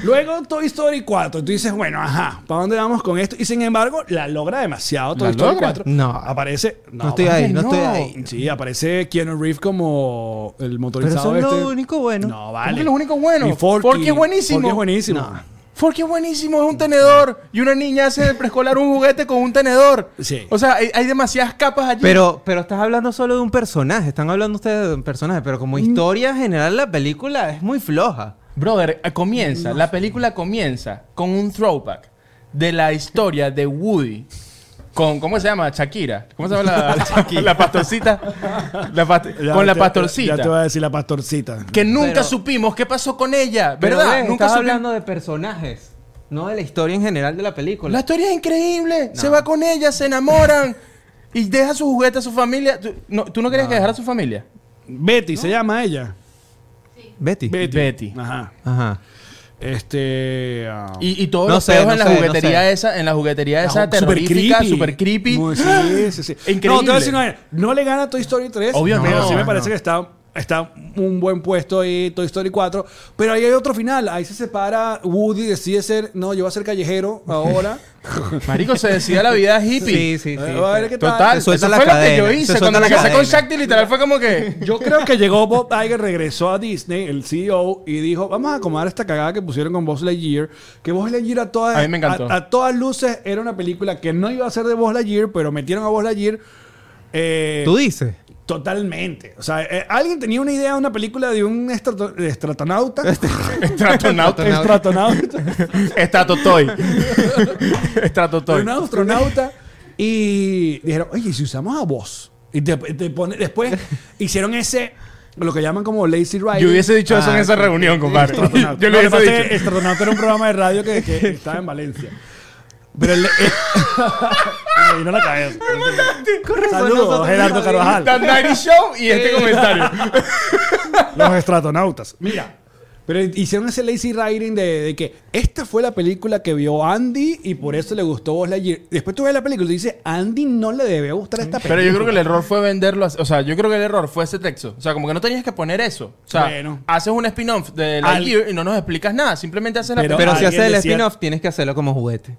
Speaker 1: Luego Toy Story 4. Tú dices, bueno, ajá, ¿para dónde vamos con esto? Y sin embargo, la logra demasiado Toy
Speaker 5: ¿La
Speaker 1: Story
Speaker 5: logra?
Speaker 1: 4.
Speaker 3: No.
Speaker 1: Aparece. No,
Speaker 3: No estoy
Speaker 1: vale.
Speaker 3: ahí, no
Speaker 5: no.
Speaker 3: estoy ahí.
Speaker 1: Sí, aparece Keanu Reeves como el
Speaker 3: Pero
Speaker 1: motorizado
Speaker 3: eso es
Speaker 1: este.
Speaker 3: lo único bueno.
Speaker 1: No,
Speaker 5: ¿Cómo
Speaker 1: vale.
Speaker 5: que lo único bueno?
Speaker 1: Y Forky.
Speaker 5: Ah, Forky es buenísimo.
Speaker 1: Forky es buenísimo.
Speaker 5: Porque es buenísimo, es un tenedor. Y una niña hace de preescolar un juguete con un tenedor.
Speaker 1: Sí.
Speaker 5: O sea, hay, hay demasiadas capas allí.
Speaker 3: Pero, pero estás hablando solo de un personaje. Están hablando ustedes de un personaje. Pero como historia general, la película es muy floja.
Speaker 5: Brother, eh, comienza, la película comienza con un throwback de la historia de Woody. Con, ¿Cómo se llama? Shakira. ¿Cómo se llama la, la, la pastorcita? La past-
Speaker 1: Ya-
Speaker 5: con la
Speaker 1: ya-
Speaker 5: pastorcita.
Speaker 1: Ya te voy a decir la pastorcita.
Speaker 5: Que nunca
Speaker 3: Pero-
Speaker 5: supimos qué pasó con ella,
Speaker 3: Pero,
Speaker 5: ¿verdad?
Speaker 3: ves,
Speaker 5: nunca
Speaker 3: estás
Speaker 5: supimos.
Speaker 3: hablando de personajes. No de la historia en general de la película.
Speaker 5: La historia es increíble. Se va con ella, se enamoran y deja su juguete a su familia. ¿Tú no, ¿tú no querías que dejara a su familia?
Speaker 1: Betty se llama ella.
Speaker 3: Betty.
Speaker 5: Betty.
Speaker 1: Ajá.
Speaker 3: Ajá.
Speaker 1: Este. ah,
Speaker 5: Y, y todos
Speaker 3: No
Speaker 5: los
Speaker 3: sé,
Speaker 5: peos
Speaker 3: no
Speaker 5: en la
Speaker 3: sé, no
Speaker 5: juguetería
Speaker 3: sé.
Speaker 5: esa, en la juguetería esa
Speaker 1: super
Speaker 5: terrorífica, super creepy.
Speaker 1: Muy- Sí, sí, sí.
Speaker 5: Increíble.
Speaker 1: No, te voy a decir una vaina. No le gana Toy Story 3.
Speaker 5: Obviamente.
Speaker 1: Pero sí
Speaker 5: No,
Speaker 1: me
Speaker 5: no.
Speaker 1: parece que está, está un buen puesto ahí Toy Story 4. Pero ahí hay otro final. Ahí se separa. Woody decide ser. No, yo voy a ser callejero ahora.
Speaker 5: Marico, se decía la vida hippie.
Speaker 3: Sí, sí, sí.
Speaker 1: Eh, a ver qué tal.
Speaker 5: Total,
Speaker 3: Se suelta
Speaker 5: eso
Speaker 3: la
Speaker 5: fue lo que
Speaker 3: cadena,
Speaker 5: yo
Speaker 3: se
Speaker 5: hice.
Speaker 3: suelta
Speaker 5: Cuando
Speaker 3: la
Speaker 5: me casé con
Speaker 3: cadena.
Speaker 5: Shakti, literal fue como que...
Speaker 1: Yo creo que llegó Bob Iger, regresó a Disney, el CEO, y dijo, vamos a acomodar esta cagada que pusieron con Buzz Lightyear, que Buzz Lightyear a todas,
Speaker 5: A mí me encantó.
Speaker 1: a- a todas luces era una película que no iba a ser de Buzz Lightyear, pero metieron a Buzz Lightyear eh,
Speaker 3: Tú dices.
Speaker 1: totalmente. O sea, eh, alguien tenía una idea de una película de un estrato- de estratonauta.
Speaker 5: Este, Estratonauta.
Speaker 1: estratonauta.
Speaker 5: Estratotoy. Estratotoy.
Speaker 1: un astronauta y dijeron, oye, ¿y si usamos a vos. Y te, te pone- después hicieron ese, lo que llaman como lazy ride.
Speaker 5: Yo hubiese dicho
Speaker 3: Ah,
Speaker 5: eso en esa reunión, compadre. Yo lo
Speaker 1: No,
Speaker 5: hubiese
Speaker 1: pasa es que
Speaker 5: dicho.
Speaker 1: Estronauta era un programa de radio que, que estaba en Valencia. Pero el. Me vino la cabeza. Saludos, Gerardo
Speaker 5: The
Speaker 1: Carvajal.
Speaker 5: Nighty Show y este comentario.
Speaker 1: Los estratonautas. Mira. Pero hicieron ese lazy writing de, de que esta fue la película que vio Andy y por eso le gustó Buzz Lightyear. Después tú ves la película y dices, Andy no le debe gustar esta película.
Speaker 5: Pero yo creo que el error fue venderlo. así- O sea, yo creo que el error fue ese texto. O sea, como que no tenías que poner eso. O sea,
Speaker 1: Bueno.
Speaker 5: haces un spin-off de
Speaker 1: Al-
Speaker 5: Lightyear y no nos explicas nada. Simplemente haces la
Speaker 1: Pero-
Speaker 3: Pero si
Speaker 1: Alguien
Speaker 3: haces el
Speaker 1: decía-
Speaker 3: spin-off, tienes que hacerlo como juguete.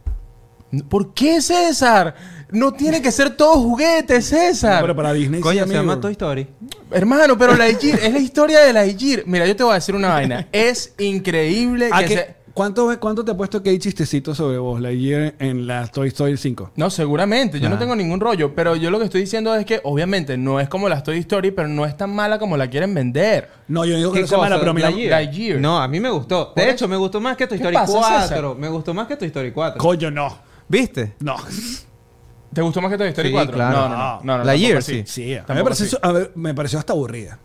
Speaker 5: ¿Por qué César? No tiene que ser todo juguete, César.
Speaker 1: No, pero para Disney sí,
Speaker 3: Coño, se
Speaker 1: amigo.
Speaker 3: llama Toy Story.
Speaker 5: Hermano, pero Lightyear es la historia de Lightyear. Mira, yo te voy a decir una vaina. Es increíble
Speaker 1: ¿A
Speaker 5: que
Speaker 1: qué-
Speaker 5: se-
Speaker 1: ¿Cuánto, ¿Cuánto te ha puesto que hay chistecitos sobre vos Lightyear en la Toy Story 5?
Speaker 5: No, seguramente. Yo no
Speaker 3: Ah.
Speaker 5: tengo ningún rollo. Pero yo lo que estoy diciendo es que, obviamente, no es como la Toy Story, pero no es tan mala como la quieren vender.
Speaker 1: No, yo digo que
Speaker 3: ¿Qué
Speaker 1: no sea mala,
Speaker 3: cosa?
Speaker 1: pero mira,
Speaker 3: Lightyear.
Speaker 5: Lightyear.
Speaker 3: No, a mí me gustó.
Speaker 5: ¿Por
Speaker 3: De
Speaker 5: qué?
Speaker 3: hecho, me gustó más que Toy
Speaker 5: ¿Qué
Speaker 3: Story
Speaker 5: pasa,
Speaker 3: 4.
Speaker 5: César?
Speaker 3: Me gustó más que Toy Story 4.
Speaker 1: coño, no.
Speaker 3: ¿Viste?
Speaker 1: No.
Speaker 5: ¿Te gustó más que Toy Story
Speaker 3: Sí,
Speaker 5: 4?
Speaker 3: claro.
Speaker 5: No, no, no. no, no, tampoco
Speaker 3: Lightyear,
Speaker 5: así.
Speaker 3: sí.
Speaker 1: Sí, a mí me
Speaker 5: Tampoco
Speaker 1: pareció,
Speaker 5: así.
Speaker 1: a ver, me pareció hasta aburrida.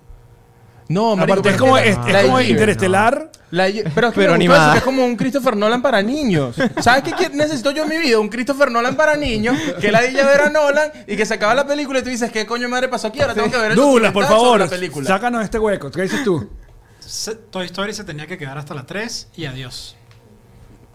Speaker 5: No, marico,
Speaker 1: Aparte,
Speaker 5: pero
Speaker 1: es como,
Speaker 5: que-
Speaker 1: es, es
Speaker 5: Lightyear,
Speaker 1: como
Speaker 5: no.
Speaker 1: interestelar.
Speaker 5: Lightyear- Pero es que
Speaker 3: Pero
Speaker 5: me gustó
Speaker 3: animada.
Speaker 5: eso, que es como un Christopher Nolan para niños. ¿Sabes qué quie- necesito yo en mi vida? Un Christopher Nolan para niños, que la dilla ver a Nolan y que se acaba la película y tú dices, ¿qué coño madre pasó aquí? Ahora tengo que ver el
Speaker 1: Dulas, por
Speaker 5: documental sobre
Speaker 1: favor,
Speaker 5: la película.
Speaker 1: sácanos este hueco. ¿Qué dices tú?
Speaker 4: Se- Toy Story se tenía que quedar hasta la 3 y adiós.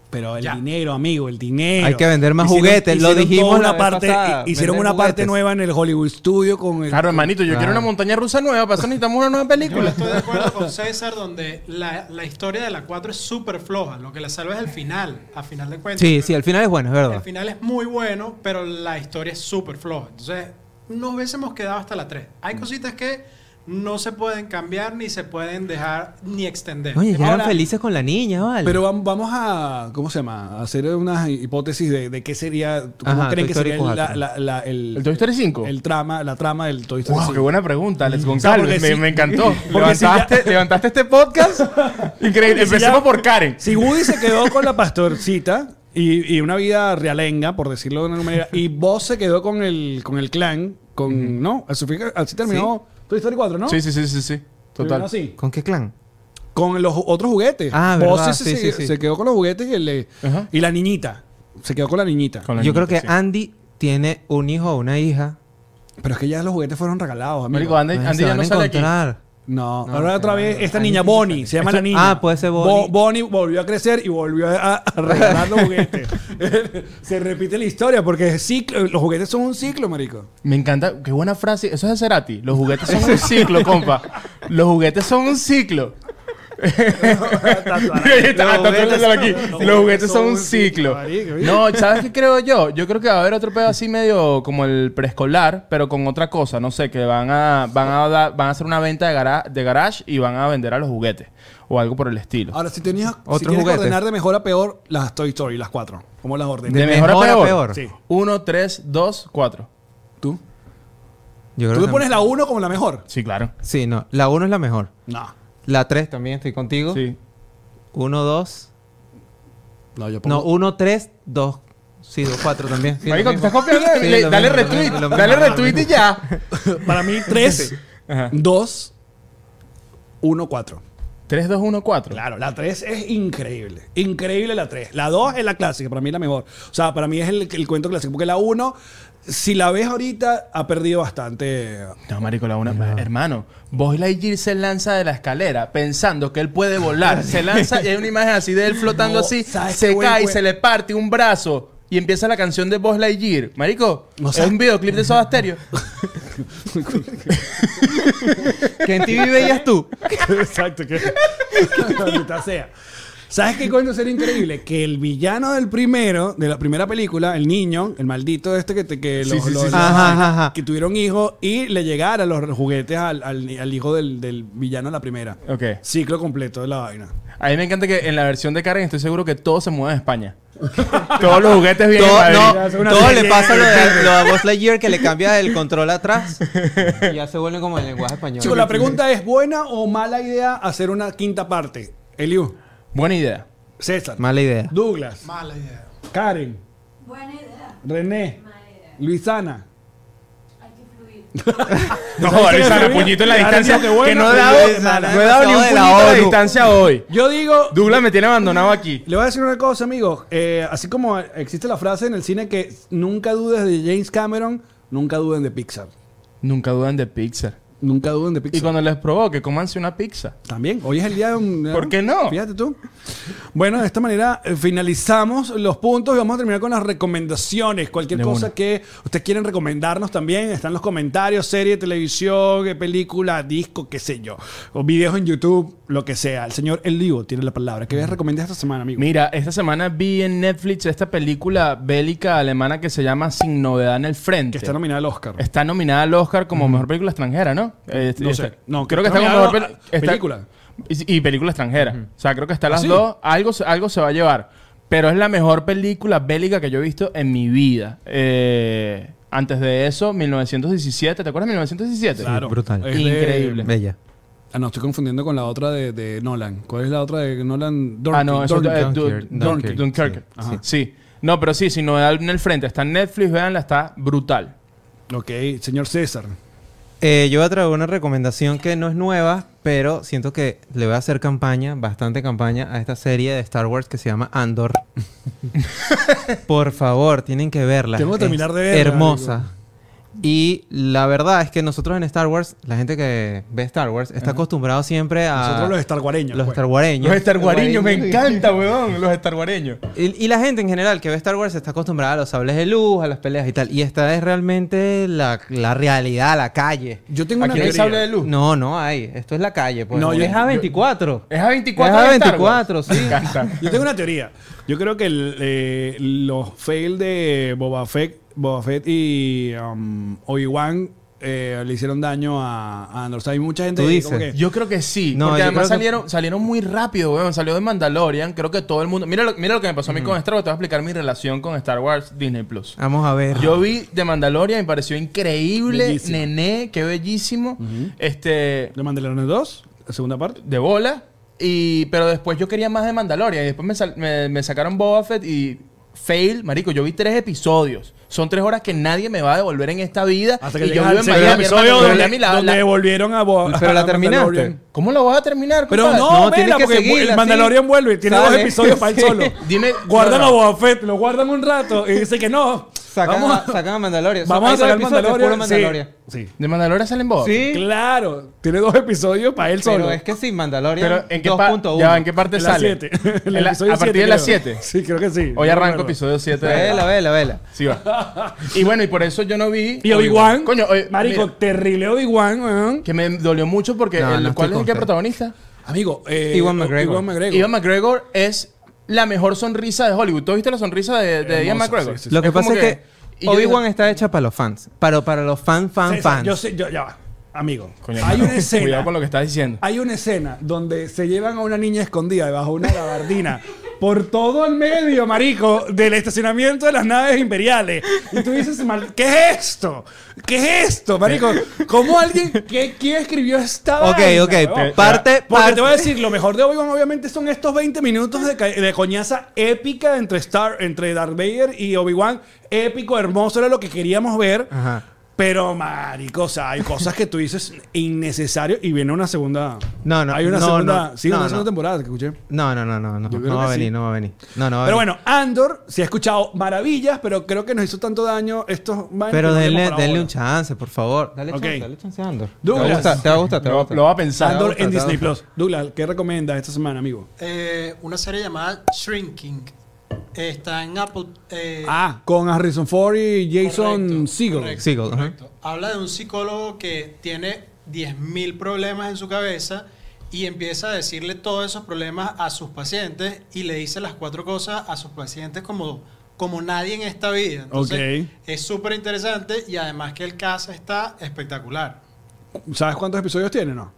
Speaker 1: Pero el
Speaker 4: Ya.
Speaker 1: dinero, amigo, el dinero.
Speaker 3: Hay que vender más juguetes, lo
Speaker 1: toda
Speaker 3: dijimos
Speaker 1: una
Speaker 3: la vez
Speaker 1: parte,
Speaker 3: pasada,
Speaker 1: hi- Hicieron
Speaker 3: vender
Speaker 1: una parte
Speaker 3: juguetes.
Speaker 1: nueva en el Hollywood Studio con el-
Speaker 5: Claro, hermanito, yo
Speaker 1: Ah.
Speaker 5: quiero una montaña rusa nueva, para eso necesitamos una nueva
Speaker 4: Yo
Speaker 5: película.
Speaker 4: estoy de acuerdo con César, donde la, la historia de la 4 es súper floja. Lo que la salva es el final, a final de cuentas.
Speaker 3: Sí, sí, al final es bueno, es
Speaker 4: El
Speaker 3: verdad.
Speaker 4: final es muy bueno, pero la historia es súper floja. Entonces, nos hubiésemos quedado hasta la 3. Hay cositas que no se pueden cambiar, ni se pueden dejar, ni extender.
Speaker 3: Oye, ya eran
Speaker 1: Ahora-
Speaker 3: felices con la niña, ¿vale?
Speaker 1: Pero vam- vamos a, ¿cómo se llama? A hacer unas hipótesis de, de qué sería, cómo
Speaker 3: Ajá,
Speaker 1: creen
Speaker 3: Toy
Speaker 1: que
Speaker 3: Story
Speaker 1: sería el- la,
Speaker 3: 4.
Speaker 1: la- la- el,
Speaker 5: ¿El Toy Story 5?
Speaker 1: el trama, la trama del Toy Story
Speaker 5: Wow,
Speaker 1: 5.
Speaker 5: qué buena pregunta, Alex
Speaker 1: O sea, porque
Speaker 5: González. Me,
Speaker 1: si-
Speaker 5: me encantó.
Speaker 1: porque si ya-
Speaker 5: Levantaste, levantaste este podcast. Increíble.
Speaker 1: Porque si
Speaker 5: Empecemos
Speaker 1: ya-
Speaker 5: por Karen.
Speaker 1: Si Woody se quedó con la pastorcita y, y una vida realenga, por decirlo de una manera, y vos se quedó con el, con el clan, con. ¿No? Así, fue- así terminó Toy Story 4, ¿no?
Speaker 5: Sí, sí, sí, sí, sí.
Speaker 1: Terminó
Speaker 5: Total.
Speaker 1: así.
Speaker 3: ¿Con qué clan?
Speaker 1: Con los ju- otros juguetes.
Speaker 3: Ah,
Speaker 1: Buzz
Speaker 3: verdad,
Speaker 1: se,
Speaker 3: sí,
Speaker 1: se-
Speaker 3: sí, sí.
Speaker 1: se quedó con los juguetes y, le-
Speaker 5: Ajá.
Speaker 1: y la niñita. Se quedó con la niñita.
Speaker 5: Con la
Speaker 3: Yo creo
Speaker 5: niñita,
Speaker 3: que
Speaker 5: sí.
Speaker 3: Andy tiene un hijo o una hija.
Speaker 1: Pero es que ya los juguetes fueron regalados, amigo.
Speaker 5: Marico, Andy,
Speaker 3: Bueno,
Speaker 5: Andy
Speaker 3: se
Speaker 5: ya
Speaker 3: van
Speaker 5: no
Speaker 3: a
Speaker 5: sale aquí.
Speaker 3: encontrar.
Speaker 1: No,
Speaker 3: No,
Speaker 1: ahora
Speaker 3: se
Speaker 1: otra
Speaker 3: va,
Speaker 1: vez, esta
Speaker 3: ahí
Speaker 1: niña
Speaker 3: sí se
Speaker 1: Bonnie, se llama la niña.
Speaker 3: ah, puede ser Bonnie.
Speaker 1: Bo- Bonnie volvió a crecer y volvió a, a regalar los juguetes. se repite la historia porque es ciclo, los juguetes son un ciclo, marico.
Speaker 5: Me encanta. Qué buena frase. Eso es de Cerati. Los juguetes son un ciclo, compa. Los juguetes son un ciclo. Mira, ahí está,
Speaker 3: Los
Speaker 5: está
Speaker 3: juguetes
Speaker 5: tratando aquí.
Speaker 1: son-
Speaker 5: Los juguetes son un ciclo.
Speaker 1: marico, ¿viste?
Speaker 5: No, ¿sabes qué creo yo? Yo creo que va a haber otro pedo así medio como el preescolar, pero con otra cosa. No sé, que van a, van a, dar- van a hacer una venta de, gara- de garage y van a vender a los juguetes. O algo por el estilo.
Speaker 1: Ahora, si tenías si
Speaker 3: Otro
Speaker 1: tienes que
Speaker 3: juguete.
Speaker 1: ordenar de mejor a peor, las Toy Story, las cuatro. ¿Cómo las ordenas?
Speaker 5: De mejor, a peor.
Speaker 1: Sí.
Speaker 5: 1, 3, 2, 4.
Speaker 1: ¿Tú?
Speaker 3: Yo creo
Speaker 1: ¿Tú
Speaker 3: que
Speaker 1: le pones la uno como la mejor?
Speaker 5: Sí, claro.
Speaker 3: Sí, no. La 1 es la mejor.
Speaker 1: No.
Speaker 3: La 3 también estoy contigo.
Speaker 5: Sí.
Speaker 3: 1, 2.
Speaker 1: No, yo
Speaker 3: No,
Speaker 1: pongo.
Speaker 3: 1, 3, 2. Sí, 2, 4 también. Sí,
Speaker 5: Marico, te
Speaker 3: lo mismo.
Speaker 5: estás copiando.
Speaker 3: Sí,
Speaker 5: Le-
Speaker 3: lo
Speaker 5: dale
Speaker 3: mismo, lo
Speaker 5: retweet.
Speaker 3: mismo, lo mismo.
Speaker 5: dale retweet y ya.
Speaker 1: Para mí, tres,
Speaker 5: Ajá.
Speaker 1: dos, uno, cuatro.
Speaker 5: 3, 2, 1, 4.
Speaker 1: Claro, la 3 es increíble. Increíble la 3. La 2 es la clásica, para mí es la mejor. O sea, para mí es el, el cuento clásico. Porque la 1, si la ves ahorita, ha perdido bastante.
Speaker 5: No, marico, la una... Hermano, Buzz Lightyear se lanza de la escalera pensando que él puede volar. se lanza y hay una imagen así de él flotando
Speaker 1: No,
Speaker 5: así.
Speaker 1: ¿sabes
Speaker 5: Se
Speaker 1: qué buen
Speaker 5: cae,
Speaker 1: cuen-
Speaker 5: se le parte un brazo y empieza la canción de Buzz Lightyear. Marico,
Speaker 1: No
Speaker 5: es
Speaker 1: sabes-
Speaker 5: un videoclip de Soda Stereo.
Speaker 3: Que en TV veías tú.
Speaker 1: Exacto, que. que maldita sea. ¿Sabes qué coño sería increíble? Que el villano del primero, de la primera película, el niño, el maldito este que, te- que los,
Speaker 5: sí,
Speaker 1: los-
Speaker 5: sí,
Speaker 1: los-
Speaker 3: sí. Ajá, ajá, ajá.
Speaker 1: que tuvieron hijos y le llegaran los juguetes al, al- al hijo del, del villano de la primera.
Speaker 5: Ok.
Speaker 1: Ciclo completo de la vaina.
Speaker 5: A mí me encanta que en la versión de Karen estoy seguro que todo se mueve en España. Todos los juguetes vienen
Speaker 3: Todo,
Speaker 5: a Madrid.
Speaker 1: ya, es una
Speaker 3: no, todo le
Speaker 1: serie.
Speaker 3: pasa lo de, lo de Buzz Lightyear que le cambia el control atrás y ya se vuelve como el lenguaje español.
Speaker 1: Chicos, la pregunta es: ¿buena o mala idea hacer una quinta parte? Eliu,
Speaker 5: Buena idea.
Speaker 1: César,
Speaker 3: Mala idea.
Speaker 1: Douglas,
Speaker 4: Mala idea.
Speaker 1: Karen,
Speaker 2: Buena idea,
Speaker 1: René,
Speaker 2: mala idea.
Speaker 1: Luisana.
Speaker 2: Hay que fluir.
Speaker 5: No,
Speaker 1: ¿Sabes qué
Speaker 5: Luisana,
Speaker 1: sabía?
Speaker 5: puñito en la
Speaker 1: Claro,
Speaker 5: distancia.
Speaker 1: digo que
Speaker 5: Que,
Speaker 1: bueno,
Speaker 5: no he
Speaker 1: pero
Speaker 5: dado,
Speaker 3: Luisana,
Speaker 5: no he dado ni un
Speaker 3: de la
Speaker 5: puñito de
Speaker 3: ONU.
Speaker 5: distancia hoy.
Speaker 1: Yo digo.
Speaker 5: Douglas me tiene abandonado aquí.
Speaker 1: Le voy a decir una cosa, amigos. Eh, así como existe la frase en el cine que nunca dudes de James Cameron, nunca duden de Pixar.
Speaker 5: Nunca dudan de Pixar.
Speaker 1: Nunca duden de
Speaker 5: Y
Speaker 1: Pixar.
Speaker 5: cuando les provoque, cómanse una pizza.
Speaker 1: También, hoy es el día de un...
Speaker 5: ¿Por qué no?
Speaker 1: Fíjate tú. Bueno, de esta manera eh, finalizamos los puntos y vamos a terminar con las recomendaciones. Cualquier
Speaker 5: De
Speaker 1: cosa
Speaker 5: una.
Speaker 1: que ustedes quieren recomendarnos también, están los comentarios, serie, televisión, eh, película, disco, qué sé yo. O videos en YouTube, lo que sea. El señor El Divo tiene la palabra.
Speaker 5: Mm.
Speaker 1: ¿Qué les recomienda esta semana, amigo?
Speaker 5: Mira, esta semana vi en Netflix esta película bélica alemana que se llama Sin Novedad en el Frente.
Speaker 1: que está nominada al Oscar.
Speaker 5: Está nominada al Oscar como mejor película extranjera, ¿no? Eh,
Speaker 1: No
Speaker 5: está-
Speaker 1: sé. No,
Speaker 5: creo
Speaker 1: que
Speaker 5: que está como
Speaker 1: nominada
Speaker 5: mejor peli-
Speaker 1: a-
Speaker 5: está-
Speaker 1: película. ¿Ah,
Speaker 5: Y, y película extranjera. O sea, creo que está las
Speaker 1: sí?
Speaker 5: dos. Algo, se- algo se va a llevar. Pero es la mejor película bélica que yo he visto en mi vida. Eh, antes de eso, 1917. ¿Te acuerdas de 1917?
Speaker 1: Claro.
Speaker 3: brutal.
Speaker 1: Es de-
Speaker 5: Increíble.
Speaker 3: Bella.
Speaker 1: Ah, no, estoy confundiendo con la otra de, de Nolan. ¿Cuál es la otra de Nolan?
Speaker 5: Ah, no, eso
Speaker 1: Dunkirk.
Speaker 5: es eh,
Speaker 3: Dunkirk,
Speaker 5: Du- Dunkirk.
Speaker 3: Dunkirk,
Speaker 5: Dunkirk.
Speaker 3: sí,
Speaker 5: Ajá. Sí. No, pero sí, sin novedad en el frente. Está en Netflix, véanla, está brutal.
Speaker 1: Ok, señor César.
Speaker 3: Eh, yo voy a traer una recomendación que no es nueva, pero siento que le voy a hacer campaña, bastante campaña, a esta serie de Star Wars que se llama Andor. Por favor, tienen que verla.
Speaker 1: Tengo que
Speaker 3: Es
Speaker 1: terminar de verla,
Speaker 3: Hermosa. Y la verdad es que nosotros en Star Wars, la gente que ve Star Wars, está acostumbrado siempre
Speaker 5: Ah,
Speaker 3: a
Speaker 1: Nosotros los estarguareños.
Speaker 3: los
Speaker 1: pues.
Speaker 3: starguareños.
Speaker 5: encanta, weón. Los estarguareños.
Speaker 3: Y, y la gente en general que ve Star Wars está acostumbrada a los sables de luz, a las peleas y tal. Y esta es realmente la, la realidad, la calle.
Speaker 1: Yo tengo una
Speaker 5: Aquí no hay
Speaker 1: teoría.
Speaker 5: sable de luz.
Speaker 3: No, no hay. Esto es la calle. Pues.
Speaker 1: No,
Speaker 3: No,
Speaker 1: yo-
Speaker 3: es A24.
Speaker 5: Es a 24.
Speaker 3: Es a
Speaker 5: de Star Wars.
Speaker 3: 24, sí.
Speaker 5: Me encanta.
Speaker 1: Yo tengo una teoría. Yo creo que el, eh, los fail de Boba Fett, Boba Fett y um, Obi-Wan eh, le hicieron daño a, a Andor. O sea, hay mucha gente
Speaker 3: Tú
Speaker 1: que como
Speaker 3: dices.
Speaker 1: que-
Speaker 5: Yo creo que sí.
Speaker 3: No,
Speaker 5: porque
Speaker 3: yo
Speaker 5: además
Speaker 3: creo que-
Speaker 5: salieron, salieron muy rápido, weón. Salió de Mandalorian. Creo que todo el mundo. Mira lo, mira lo que me pasó a mí con Star Wars. Te voy a explicar mi relación con Star Wars Disney Plus.
Speaker 3: Vamos a ver.
Speaker 5: Yo vi de Mandalorian y me pareció increíble.
Speaker 1: Bellísimo.
Speaker 5: Nené, qué bellísimo. Este.
Speaker 1: ¿De Mandalorian 2? La segunda parte.
Speaker 5: de bola. Y, pero después yo quería más de Mandalorian. Y después me, sal- me- me sacaron Boba Fett y Fail. Marico, yo vi tres episodios. Son tres horas que nadie me va a devolver en esta vida.
Speaker 1: Hasta que
Speaker 5: y yo
Speaker 1: llegas al
Speaker 5: Miami,
Speaker 1: segundo episodio
Speaker 5: hermano, en Miami,
Speaker 1: donde,
Speaker 5: la-
Speaker 1: donde
Speaker 5: la-
Speaker 1: devolvieron a Boba
Speaker 3: Pero la
Speaker 1: a
Speaker 3: terminaste.
Speaker 1: Mandalorian.
Speaker 5: ¿Cómo lo vas a terminar?
Speaker 1: Pero
Speaker 5: compadre?
Speaker 1: no,
Speaker 3: No, tienes
Speaker 1: vela,
Speaker 3: que
Speaker 1: porque
Speaker 3: seguirla,
Speaker 1: el
Speaker 3: sí.
Speaker 1: Mandalorian vuelve y tiene dos
Speaker 3: Sale.
Speaker 1: episodios para él
Speaker 3: Sí.
Speaker 1: solo.
Speaker 5: Dime-
Speaker 1: Guardan
Speaker 5: no,
Speaker 1: a
Speaker 5: no.
Speaker 1: Boba Fett, lo guardan un rato y dice que no.
Speaker 3: Sacan,
Speaker 1: vamos
Speaker 3: a, sacan a Mandalorian.
Speaker 1: vamos a
Speaker 3: Hay dos
Speaker 1: sacar
Speaker 3: episodios
Speaker 1: Mandalorian.
Speaker 3: puro Mandalorian.
Speaker 1: Sí. sí.
Speaker 5: ¿De Mandalorian salen Boba? Fett?
Speaker 3: Sí,
Speaker 1: Claro, tiene dos episodios para él
Speaker 3: pero
Speaker 1: solo.
Speaker 3: es que sí, Mandalorian
Speaker 5: Pero ¿en qué, pa- ya va, ¿en qué
Speaker 3: 2.1.
Speaker 5: parte
Speaker 1: En las
Speaker 5: sale?
Speaker 1: siete. En
Speaker 5: En
Speaker 1: el
Speaker 5: la-
Speaker 1: episodio
Speaker 5: a partir
Speaker 1: siete,
Speaker 5: de las
Speaker 1: creo.
Speaker 5: 7.
Speaker 1: Sí, creo que sí.
Speaker 5: Hoy
Speaker 1: No
Speaker 5: arranco
Speaker 1: recuerdo.
Speaker 5: episodio 7.
Speaker 3: Vela, vela, vela.
Speaker 5: Sí va. Y bueno, y por eso yo no vi...
Speaker 1: Y Obi-Wan.
Speaker 5: Coño, oye,
Speaker 1: Marico,
Speaker 5: mira,
Speaker 1: terrible Obi-Wan, weón.
Speaker 5: que me dolió mucho porque...
Speaker 3: No,
Speaker 5: el,
Speaker 3: no
Speaker 5: ¿Cuál es
Speaker 3: estoy
Speaker 5: el que
Speaker 3: contra.
Speaker 5: protagonista?
Speaker 1: Amigo, eh,
Speaker 3: Iwan McGregor.
Speaker 1: Iwan McGregor.
Speaker 5: Ian McGregor es la mejor sonrisa de Hollywood. ¿Tú viste la sonrisa de, de Ian
Speaker 1: Hermosa,
Speaker 5: McGregor?
Speaker 1: sí, sí, sí.
Speaker 3: Lo que
Speaker 5: como
Speaker 3: pasa es que,
Speaker 5: y yo
Speaker 3: Obi-Wan
Speaker 5: digo,
Speaker 3: está hecha para los fans. Para, para los fan, fan,
Speaker 1: César,
Speaker 3: fans.
Speaker 1: Yo sé, yo, ya va. Amigo,
Speaker 5: Coño,
Speaker 1: hay
Speaker 5: hermano,
Speaker 1: una escena.
Speaker 5: Cuidado con lo que estás diciendo.
Speaker 1: Hay una escena donde se llevan a una niña escondida debajo de una gabardina por todo el medio, marico, del estacionamiento de las naves imperiales. Y tú dices, mal- ¿qué es esto? ¿Qué es esto, marico? ¿Cómo alguien, qué, quién escribió esta
Speaker 3: Ok,
Speaker 1: vaina,
Speaker 3: ok,
Speaker 1: huevón?
Speaker 3: pe- parte-
Speaker 1: Porque te
Speaker 3: parte-
Speaker 1: voy a decir, lo mejor de Obi-Wan obviamente son estos 20 minutos de, ca- de coñaza épica entre, Star, entre Darth Vader y Obi-Wan. Épico, hermoso, era lo que queríamos ver.
Speaker 3: Ajá.
Speaker 1: Pero, marico, o sea, hay cosas que tú dices innecesario y viene una segunda.
Speaker 3: No, no,
Speaker 1: Hay una
Speaker 3: no,
Speaker 1: segunda.
Speaker 3: no,
Speaker 1: sí, una
Speaker 3: no,
Speaker 1: segunda
Speaker 3: no.
Speaker 1: temporada que escuché.
Speaker 3: No, no, no, no, no,
Speaker 1: Yo creo
Speaker 3: no va a
Speaker 1: que sí.
Speaker 3: venir, no va a venir. No, no va a
Speaker 1: Pero
Speaker 3: venir.
Speaker 1: bueno, Andor sí ha escuchado maravillas, pero creo que nos hizo tanto daño estos vainas
Speaker 3: Pero
Speaker 1: que no le hemos
Speaker 3: denle,
Speaker 1: parado
Speaker 3: denle un
Speaker 1: bola.
Speaker 3: chance, por favor. Dale
Speaker 1: Ok.
Speaker 3: chance, dale chance a Andor.
Speaker 1: Douglas.
Speaker 3: Te va a gustar, te va a gustar. Te va a
Speaker 5: Lo,
Speaker 3: gustar.
Speaker 5: lo va a pensar.
Speaker 1: Andor
Speaker 3: Vamos a
Speaker 1: en
Speaker 3: tratar,
Speaker 1: Disney
Speaker 3: vamos
Speaker 1: Plus. Douglas, ¿qué recomiendas esta semana, amigo?
Speaker 4: Eh, una serie llamada Shrinking. Está en Apple. eh,
Speaker 1: Ah, con Harrison Ford y Jason
Speaker 4: correcto,
Speaker 1: Segel.
Speaker 4: correcto,
Speaker 3: Segel, ajá.
Speaker 4: correcto. Habla de un psicólogo que tiene 10.000 problemas en su cabeza y empieza a decirle todos esos problemas a sus pacientes y le dice las cuatro cosas a sus pacientes como, como nadie en esta vida. Entonces,
Speaker 1: Ok.
Speaker 4: Es súper interesante y además que el caso está espectacular.
Speaker 1: ¿Sabes cuántos episodios tiene, no?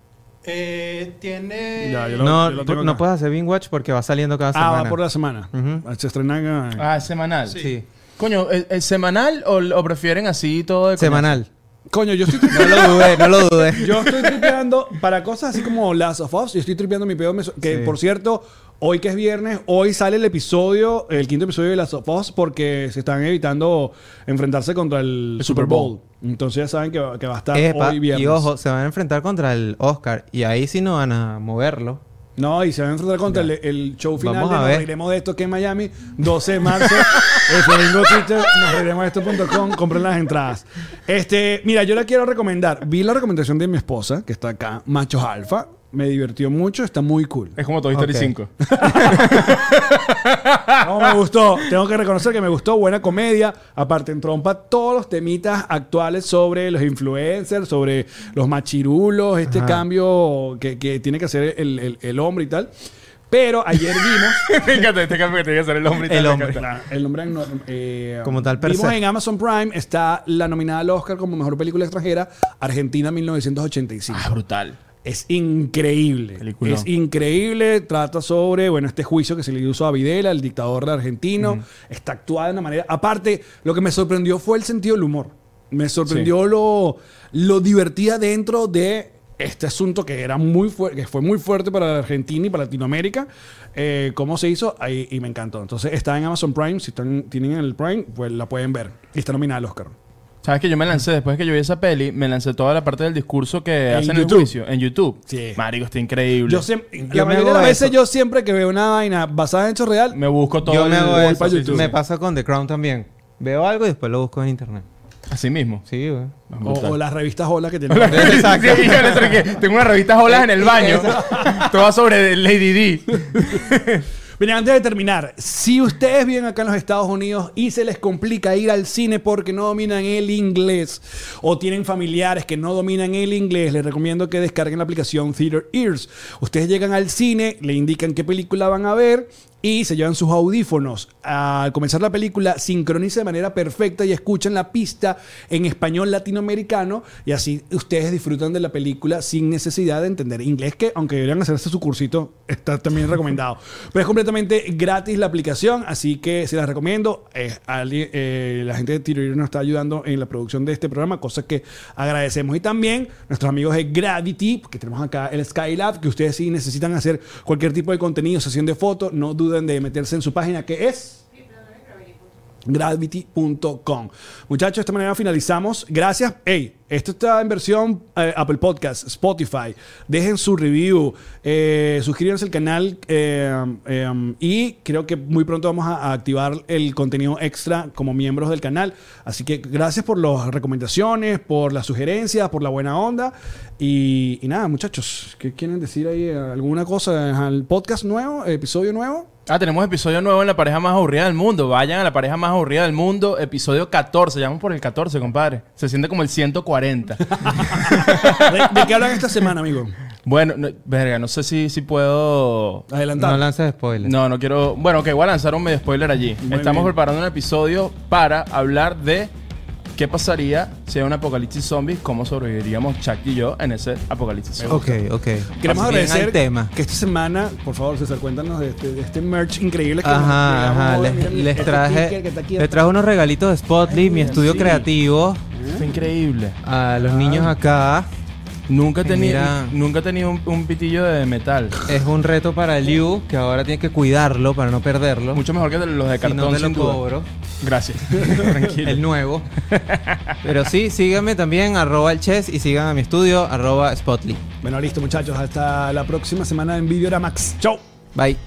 Speaker 4: Eh, tiene...
Speaker 1: Ya, yo lo-
Speaker 3: No,
Speaker 1: lo
Speaker 3: no,
Speaker 1: tengo acá.
Speaker 3: puedes hacer Bing Watch porque va saliendo cada
Speaker 1: Ah,
Speaker 3: semana.
Speaker 1: va por la semana.
Speaker 3: Ujú.
Speaker 1: Se estrena. acá.
Speaker 5: Ah, ¿es semanal.
Speaker 4: Sí.
Speaker 3: Sí.
Speaker 5: Coño, ¿el, el semanal o, o prefieren así todo de coñazo?
Speaker 3: Semanal.
Speaker 1: Coño, yo estoy
Speaker 3: No lo dudé, no lo dudé.
Speaker 1: Yo estoy tripeando para cosas así como Last of Us. Yo estoy tripeando mi pedo. meso- Que
Speaker 3: Sí.
Speaker 1: por cierto, hoy que es viernes, hoy sale el episodio, el quinto episodio de Last of Us, porque se están evitando enfrentarse contra el,
Speaker 5: El
Speaker 1: Super
Speaker 5: Super
Speaker 1: Bowl.
Speaker 5: Bowl.
Speaker 1: Entonces ya saben que va, que va a estar
Speaker 3: Epa,
Speaker 1: hoy viernes.
Speaker 3: y ojo, se van a enfrentar contra el Oscar. Y ahí sí no van a moverlo.
Speaker 1: No, y se van a enfrentar contra el, el show final
Speaker 3: Vamos
Speaker 1: de
Speaker 3: a
Speaker 1: Nos
Speaker 3: ver.
Speaker 1: Reiremos de esto que en Miami, 12 de marzo. el Flamingo Twitter, nos reiremos de esto.com, compren las entradas. Este, mira, yo la quiero recomendar. Vi la recomendación de mi esposa, que está acá, Machos Alfa. Me divirtió mucho, está muy cool.
Speaker 5: Es como Toy Story
Speaker 3: Ok.
Speaker 5: 5.
Speaker 1: No, me gustó. Tengo que reconocer que me gustó. Buena comedia. Aparte, en trompa todos los temitas actuales sobre los influencers, sobre los machirulos, este
Speaker 3: Ajá.
Speaker 1: cambio que, que tiene que hacer el, el- el hombre y tal. Pero ayer vimos.
Speaker 5: Me encanta este cambio que tiene que hacer el hombre. y tal,
Speaker 3: El
Speaker 5: me
Speaker 3: hombre.
Speaker 5: encanta.
Speaker 1: la- el nombre. no- eh,
Speaker 3: Como tal, per
Speaker 1: Vimos
Speaker 3: se.
Speaker 1: en Amazon Prime está la nominada al Oscar como mejor película extranjera, Argentina 1985.
Speaker 5: Ah, brutal.
Speaker 1: Es increíble.
Speaker 5: Peliculón.
Speaker 1: Es increíble. Trata sobre, bueno, este juicio que se le hizo a Videla, el dictador argentino. Está actuada de una manera. Aparte, lo que me sorprendió fue el sentido del humor. Me sorprendió lo, lo divertida dentro de este asunto que era muy fuerte, que fue muy fuerte para Argentina y para Latinoamérica. Eh, cómo se hizo ahí, y me encantó. Entonces está en Amazon Prime. Si están, tienen el Prime, pues la pueden ver. Y está nominada al Oscar.
Speaker 5: ¿Sabes que yo me lancé después que yo vi esa peli? Me lancé toda la parte del discurso que
Speaker 1: En
Speaker 5: hacen en
Speaker 1: YouTube.
Speaker 5: el juicio en YouTube.
Speaker 1: Sí.
Speaker 5: Marico, está increíble.
Speaker 1: Yo siempre, la
Speaker 3: Yo me
Speaker 1: mayoría de
Speaker 3: hago
Speaker 1: las veces
Speaker 3: eso.
Speaker 1: yo siempre que veo una vaina basada en hechos real,
Speaker 5: me busco todo
Speaker 3: Yo
Speaker 5: el
Speaker 3: me hago
Speaker 5: voy
Speaker 3: eso,
Speaker 5: pa'
Speaker 3: sí,
Speaker 5: YouTube.
Speaker 3: Me pasa con The Crown también. Veo algo y después lo busco en internet.
Speaker 5: Así mismo.
Speaker 3: Sí, güey.
Speaker 1: O, o las revistas Hola que tienen.
Speaker 3: Exacto.
Speaker 5: Sí, yo le sé que tengo unas revistas olas en el baño. Todas sobre Lady D.
Speaker 1: Mira, antes de terminar, si ustedes viven acá en los Estados Unidos y se les complica ir al cine porque no dominan el inglés o tienen familiares que no dominan el inglés, les recomiendo que descarguen la aplicación Theater Ears. Ustedes llegan al cine, le indican qué película van a ver y se llevan sus audífonos. Al comenzar la película, sincroniza de manera perfecta y escuchan la pista en español latinoamericano y así ustedes disfrutan de la película sin necesidad de entender inglés, que aunque deberían hacerse su cursito, está también recomendado. Pero es completamente gratis la aplicación, así que se las recomiendo. Eh, alguien- eh, la gente de Tiroir nos está ayudando en la producción de este programa, cosa que agradecemos. Y también nuestros amigos de Gravity, que tenemos acá el Skylab, que ustedes si necesitan hacer cualquier tipo de contenido, sesión de fotos, no duden de meterse en su página que es gravity.com. Muchachos, de esta manera finalizamos. Gracias. Hey, esto está en versión eh, Apple Podcast, Spotify. Dejen su review, eh, suscríbanse al canal eh, eh, y creo que muy pronto vamos a, a activar el contenido extra como miembros del canal. Así que gracias por las recomendaciones, por las sugerencias, por la buena onda. Y, y nada, muchachos, ¿qué quieren decir ahí? ¿Alguna cosa al podcast nuevo, episodio nuevo?
Speaker 5: Ah, tenemos episodio nuevo en La pareja más aburrida del mundo. Vayan a La pareja más aburrida del mundo, episodio 14. Llamamos por el 14, compadre. Se siente como el 140.
Speaker 1: ¿De, de qué hablan esta semana, amigo?
Speaker 5: bueno, no- verga, no sé si, si puedo...
Speaker 1: Adelantado.
Speaker 3: No lanzas spoilers.
Speaker 5: No, no quiero. Bueno, ok, voy a lanzar un medio spoiler allí.
Speaker 1: Muy
Speaker 5: Estamos
Speaker 1: bien.
Speaker 5: preparando un episodio para hablar de qué pasaría si hay un apocalipsis zombie, cómo sobreviviríamos Chuck y yo en ese apocalipsis zombie.
Speaker 3: Ok, ok.
Speaker 1: Queremos
Speaker 3: Bien
Speaker 1: agradecer
Speaker 3: al tema.
Speaker 1: que esta semana, por favor, César, cuéntanos de este, de este merch increíble que
Speaker 3: Ajá, ajá.
Speaker 1: nos llegamos.
Speaker 3: Les,
Speaker 1: Mira,
Speaker 3: les
Speaker 1: este
Speaker 3: traje,
Speaker 1: sticker que está aquí
Speaker 3: les traje unos regalitos de Spotly, mi estudio creativo,
Speaker 1: Ah.
Speaker 5: Fue increíble.
Speaker 3: a los niños acá.
Speaker 5: Nunca he tenido,
Speaker 3: Mira.
Speaker 5: nunca he tenido un, un pitillo de metal.
Speaker 3: Es un reto para Liu, que ahora tiene que cuidarlo para no perderlo.
Speaker 5: Mucho mejor que los de
Speaker 3: si
Speaker 5: cartón,
Speaker 3: no te lo
Speaker 5: sin duda.
Speaker 3: cobro.
Speaker 5: Gracias. Tranquilo.
Speaker 3: El nuevo. Pero sí, síganme también, arroba el chess y sigan a mi estudio, arroba spotly.
Speaker 1: Bueno, listo, muchachos. Hasta la próxima semana en Videoramax. Chau.
Speaker 3: Bye.